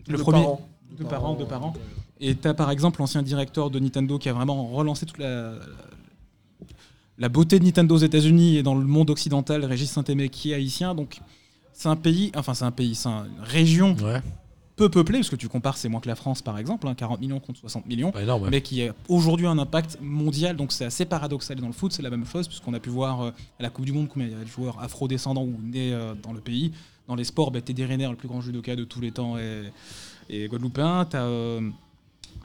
S6: le
S3: Deux
S6: premier.
S3: parents.
S6: Deux parents, deux parents. Et tu as par exemple l'ancien directeur de Nintendo qui a vraiment relancé toute la, la beauté de Nintendo aux États-Unis et dans le monde occidental, Régis Saint-Aimé qui est haïtien. Donc c'est un pays, enfin c'est un pays, c'est une région
S2: Ouais,
S6: peu peuplée, parce que tu compares, c'est moins que la France par exemple, hein, 40 millions contre 60 millions,
S2: pas énorme. ouais.
S6: mais qui a aujourd'hui un impact mondial, donc c'est assez paradoxal. Et dans le foot, c'est la même chose, puisqu'on a pu voir euh, à la Coupe du Monde combien il y a de joueurs afro-descendants ou nés euh, dans le pays. Dans les sports, bah, Teddy Riner, le plus grand judoka de tous les temps, et, et Guadeloupéen. T'as euh,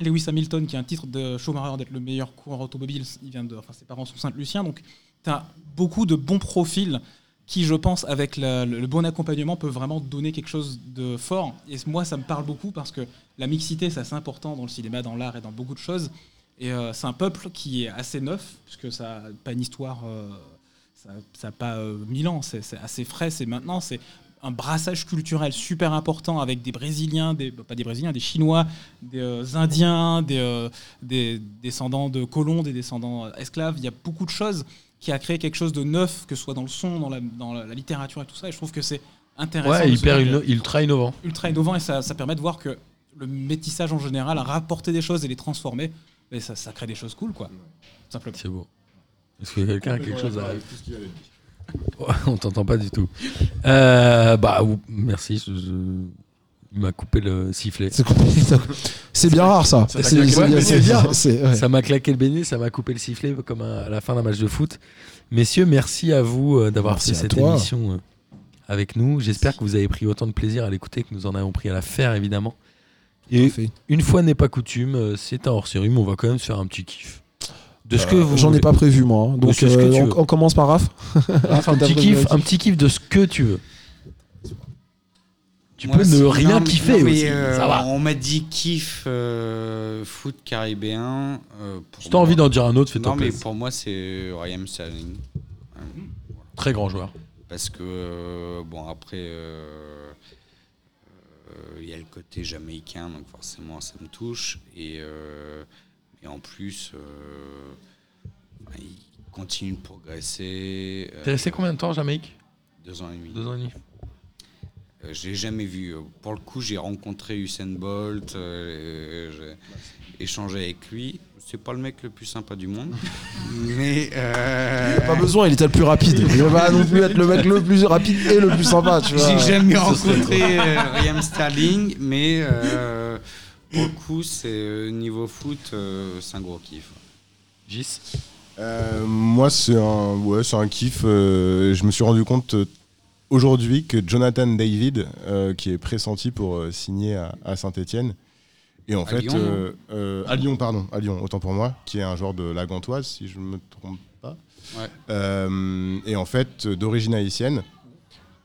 S6: Lewis Hamilton, qui a un titre de Schumacher d'être le meilleur coureur automobile. Il vient de, enfin, ses parents sont Saint-Lucien, donc t'as beaucoup de bons profils qui, je pense, avec la- le, le bon accompagnement, peut vraiment donner quelque chose de fort. Et moi, ça me parle beaucoup parce que la mixité, c'est assez important dans le cinéma, dans l'art et dans beaucoup de choses. Et euh, c'est un peuple qui est assez neuf, puisque ça n'a pas une histoire, euh, ça n'a pas euh, mille ans, c'est c'est assez frais, c'est maintenant, c'est un brassage culturel super important avec des Brésiliens, des, bah, pas des Brésiliens, des Chinois, des euh, Indiens, des, euh, des descendants de colons, des descendants euh, esclaves. Il y a beaucoup de choses qui a créé quelque chose de neuf, que ce soit dans le son, dans la, dans la, la littérature et tout ça. Et je trouve que c'est intéressant.
S2: Ouais,
S6: de se
S2: hyper
S6: dire que-
S2: inno- ultra innovant.
S6: ultra innovant et ça, ça permet de voir que le métissage en général, rapporter des choses et les transformer, mais ça, ça crée des choses cool, quoi. Tout Simplement.
S2: C'est beau. Est-ce que quelqu'un a quelque chose à.
S4: bah, Tout ce qu'il y a à dire.
S2: On t'entend pas du tout. Euh, bah, ou- merci. je- je- Il m'a coupé le sifflet.
S3: C'est compliqué, ça. C'est bien rare, ça.
S2: Ça t'a
S3: C'est
S2: claqué.
S3: c'est
S2: Ouais,
S3: bien.
S2: mais
S3: c'est
S2: c'est bien.
S3: bien, c'est- ouais.
S2: Ça m'a claqué le beignet, ça m'a coupé le sifflet comme un- à la fin d'un match de foot. Messieurs, merci à vous euh, d'avoir
S3: Merci
S2: fait
S3: à
S2: cette
S3: toi.
S2: émission euh, avec nous. J'espère que vous avez pris autant de plaisir à l'écouter que nous en avons pris à la faire, évidemment. Et
S3: Parfait.
S2: une fois n'est pas coutume, euh, c'est un hors-série, mais on va quand même se faire un petit kiff. De ce que vous
S3: Euh, J'en ai
S2: voulez.
S3: pas prévu, moi. hein. Donc,
S2: c'est ce que
S3: euh,
S2: tu
S3: on-
S2: veux.
S3: on commence par Raph.
S2: Raph, un,
S3: (laughs) T'as
S2: petit
S3: prévu
S2: kiff,
S3: un
S2: un petit kiff de ce que tu veux. Tu
S5: Moi,
S2: peux
S5: c'est-
S2: ne rien
S5: non,
S2: kiffer
S5: non, mais,
S2: aussi,
S5: euh,
S2: ça va.
S5: On m'a dit kiff euh, foot caribéen. euh, pour
S2: Si t'as
S5: moi-
S2: envie d'en dire un autre, fais-toi
S5: Non, mais
S2: plaisir.
S5: pour moi, c'est Ryan Sterling.
S2: Très grand joueur.
S5: Parce que, euh, bon, après, euh, euh, il y a le côté jamaïcain, donc forcément, ça me touche. Et, euh, et en plus, euh, bah, il continue de progresser. euh,
S2: T'es resté combien de temps en Jamaïque
S5: Deux ans et demi.
S2: Deux ans et demi.
S5: Euh, je l'ai jamais vu. Euh, Pour le coup, j'ai rencontré Usain Bolt, euh, j'ai échangé avec lui. C'est pas le mec le plus sympa du (laughs) monde, mais euh,
S3: Pas besoin, il était le plus rapide. Il va pas non plus être le mec le plus rapide et le plus sympa, tu vois.
S5: j'ai (laughs) jamais rencontré euh, Raheem Sterling, mais euh, pour le coup, c'est euh, niveau foot, euh, c'est un gros kiff.
S2: Gis
S4: Euh, moi, c'est un, ouais, c'est un kiff. euh, je me suis rendu compte euh, aujourd'hui que Jonathan David, euh, qui est pressenti pour euh, signer à, Saint-Etienne, et en
S5: À
S4: fait,
S5: Lyon,
S4: euh, euh, à Lyon, pardon, à Lyon, autant pour moi, qui est un joueur de la Gantoise, si je me trompe pas,
S5: Ouais.
S4: Euh, et en fait, euh, d'origine haïtienne,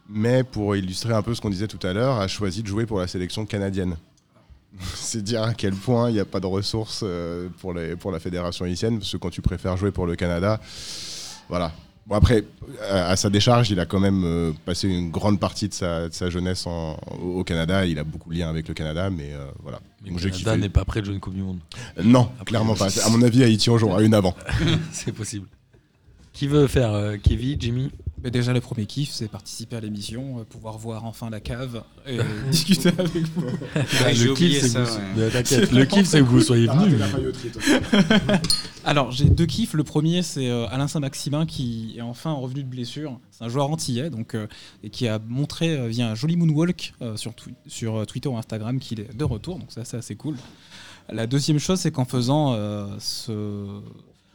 S4: mais pour illustrer un peu ce qu'on disait tout à l'heure, a choisi de jouer pour la sélection canadienne. C'est dire à quel point il n'y a pas de ressources euh, pour, les, pour la fédération haïtienne, parce que quand tu préfères jouer pour le Canada, voilà. Bon après, à, à sa décharge, il a quand même euh, passé une grande partie de sa, de sa jeunesse en- au au Canada. Il a beaucoup de liens avec le Canada, mais euh, voilà.
S2: Mais
S4: Donc,
S2: le
S4: j'ai
S2: Canada
S4: kiffé.
S2: n'est pas prêt de jouer une Coupe du Monde. (laughs)
S4: Euh, Non,
S2: Après,
S4: clairement
S2: je-
S4: pas. À mon avis, Haïti en jouera
S2: (laughs)
S4: une avant.
S2: C'est possible. Qui veut faire euh, Kevin, Jimmy
S6: Mais déjà, le premier kiff, c'est participer à l'émission, euh, pouvoir voir enfin la cave et discuter avec vous.
S5: Ouais, j'ai
S2: Le
S5: oublié
S2: kiff, c'est que
S5: ça,
S2: vous-
S5: ouais.
S2: Ne t'inquiète, le kiff, c'est que vous soyez venus.
S6: Alors, j'ai deux kiffs. Le premier, c'est euh, Alain Saint-Maximin qui est enfin revenu de blessure. C'est un joueur antillais donc, euh, et qui a montré euh, via un joli moonwalk euh, sur, twi- sur euh, Twitter ou Instagram qu'il est de retour. Donc, ça, c'est assez cool. La deuxième chose, c'est qu'en faisant euh, ce.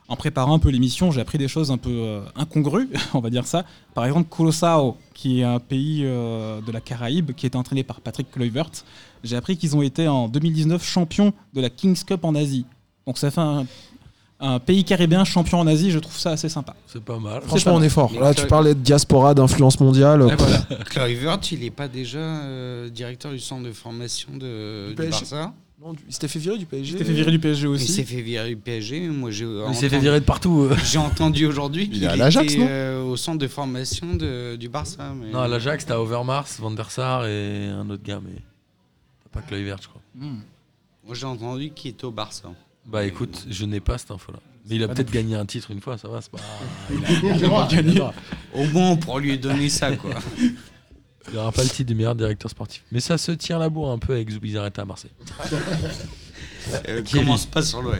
S6: en préparant un peu l'émission, j'ai appris des choses un peu euh, incongrues, (laughs) on va dire ça. Par exemple, Curaçao, qui est un pays euh, de la Caraïbe, qui est entraîné par Patrick Kluivert. J'ai appris qu'ils ont été en 2019 champions de la Kings Cup en Asie. Donc ça fait un, un pays caribéen champion en Asie, je trouve ça assez sympa.
S2: C'est pas mal.
S3: Franchement,
S6: pas
S3: on est fort.
S5: mal.
S3: Là, tu parlais de diaspora, d'influence mondiale.
S5: Ah, voilà. (laughs) Kluivert, il n'est pas déjà euh, directeur du centre de formation de, du
S3: PSG.
S5: Barça
S3: Non, du- il s'était fait virer du PSG.
S6: J'étais fait virer du PSG
S5: Il s'est
S6: aussi.
S5: fait virer du PSG. Moi, j'ai
S2: Il s'est fait
S5: entendu-
S2: virer de partout. euh.
S5: J'ai entendu aujourd'hui qu'il
S4: est à l'Ajax,
S5: était,
S4: non
S5: euh, au centre de formation de- du Barça. mais-
S2: Non, à l'Ajax, t'as Overmars, Van der Sar et un autre gars, mais t'as pas Kluivert, je crois.
S6: Hmm.
S5: Moi, j'ai entendu qu'il était au Barça.
S2: Bah écoute, je n'ai pas cette info-là. Mais il a
S6: pas
S2: peut-être
S6: non plus.
S2: gagné un titre une fois, ça va, c'est pas.
S5: Au moins, pour lui donner ça,
S4: (laughs)
S5: quoi.
S2: Il n'aura pas le titre du meilleur directeur sportif. Mais ça se tire la bourre un peu avec Zubizarreta à Marseille.
S5: Euh,
S2: Qui est
S5: commence pas sur l'OM.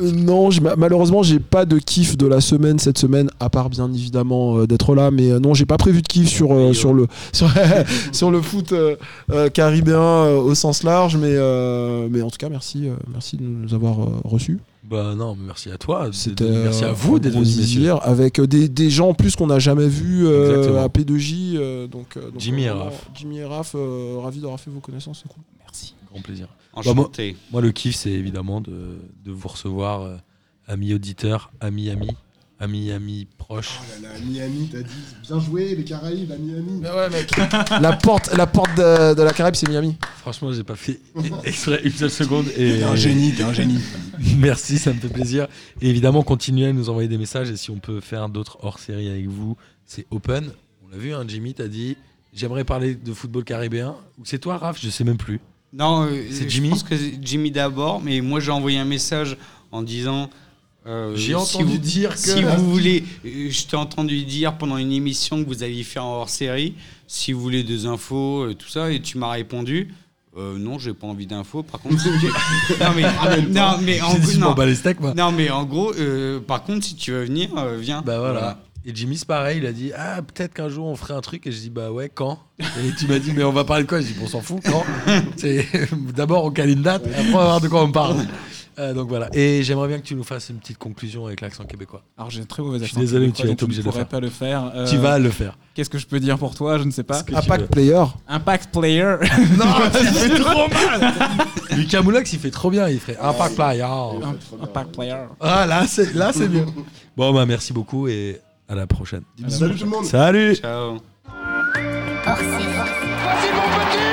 S3: Euh, Non, j'ai- ma- malheureusement, j'ai pas de kiff de la semaine cette semaine, à part bien évidemment euh, d'être là. Mais euh, non, j'ai pas prévu de kiff sur, euh,
S2: Oui,
S3: sur, le, (laughs) sur, sur le foot euh, euh, caribéen euh, au sens large. Mais, euh, mais en tout cas, merci, euh, merci de nous avoir euh, reçus.
S2: Bah non, mais merci à toi.
S3: C'était,
S2: Merci à
S3: euh,
S2: vous
S3: un
S2: d'être
S3: gros
S2: venus, messieurs.
S3: plaisir, avec euh, des, des gens en plus qu'on n'a jamais vus euh,
S2: Exactement.
S3: à P2J. euh, donc, euh, donc,
S2: Jimmy et
S3: vraiment,
S2: Raph.
S3: Jimmy et Raph, euh, ravi d'avoir fait vos connaissances. C'est cool.
S6: Merci.
S2: Grand plaisir.
S4: Bah,
S5: Enchanté.
S2: Moi, le kiff, c'est évidemment de, de vous recevoir, euh, amis auditeurs, amis amis, amis amis proches.
S4: Oh là là, Miami, t'as dit bien joué, les Caraïbes à Miami.
S3: la porte, la porte de, de la Caraïbe, c'est Miami.
S2: Franchement, j'ai pas fait (laughs) extrait une seule seconde. Et
S4: T'es un génie, t'es un génie.
S2: Merci, ça me fait plaisir. Et évidemment, continuez à nous envoyer des messages. Et si on peut faire d'autres hors-série avec vous, c'est open. On l'a vu, hein, Jimmy, t'as dit j'aimerais parler de football caribéen. Ou c'est toi, Raph Je sais même plus.
S5: Non, euh,
S2: C'est
S5: je
S2: Jimmy
S5: pense que c'est Jimmy d'abord, mais moi, j'ai envoyé un message en disant. euh,
S2: J'ai
S5: si
S2: entendu
S5: vous-
S2: dire que.
S5: Si vous voulez, euh, je t'ai entendu dire pendant une émission que vous aviez fait en hors-série, si vous voulez des infos, euh, tout ça, et tu m'as répondu. euh, non, j'ai pas envie d'infos. Par contre, si
S2: (laughs)
S5: tu- non mais, non, mais en,
S2: J'ai dit, je m'en
S5: non,
S2: bats les steaks, moi.
S5: non, mais en gros, euh, par contre, si tu veux venir, euh, viens.
S2: Bah voilà. Et Jimmy, c'est pareil, il a dit Ah, peut-être qu'un jour on ferait un truc. Et je dis Bah ouais, quand Et tu m'as dit Mais on va parler de quoi Je dis Bon, on s'en fout, quand C'est- D'abord, on cale une date, et après, on va voir de quoi on parle. Euh, donc voilà. Et j'aimerais bien que tu nous fasses une petite conclusion avec l'accent québécois.
S6: Alors j'ai un très mauvais accent.
S2: suis désolé, mais tu vas
S6: donc
S2: être obligé
S6: je
S2: de
S6: ne
S2: le faire.
S6: pourrais pas le faire. Euh,
S2: Tu vas le faire.
S6: Qu'est-ce que je peux dire pour toi Je ne sais pas.
S2: Parce que tu
S3: Impact
S2: veux.
S3: Player.
S6: Impact Player. (laughs)
S2: Non, tu fais trop mal Lucas Moulax, il fait trop bien. Il ferait Impact Player.
S6: Impact Player.
S2: hein. Ah, là, c'est là, c'est mieux. Bon, bah merci beaucoup et à la prochaine.
S4: Salut tout le monde.
S2: Salut
S5: Ciao.
S1: Vas-y, mon petit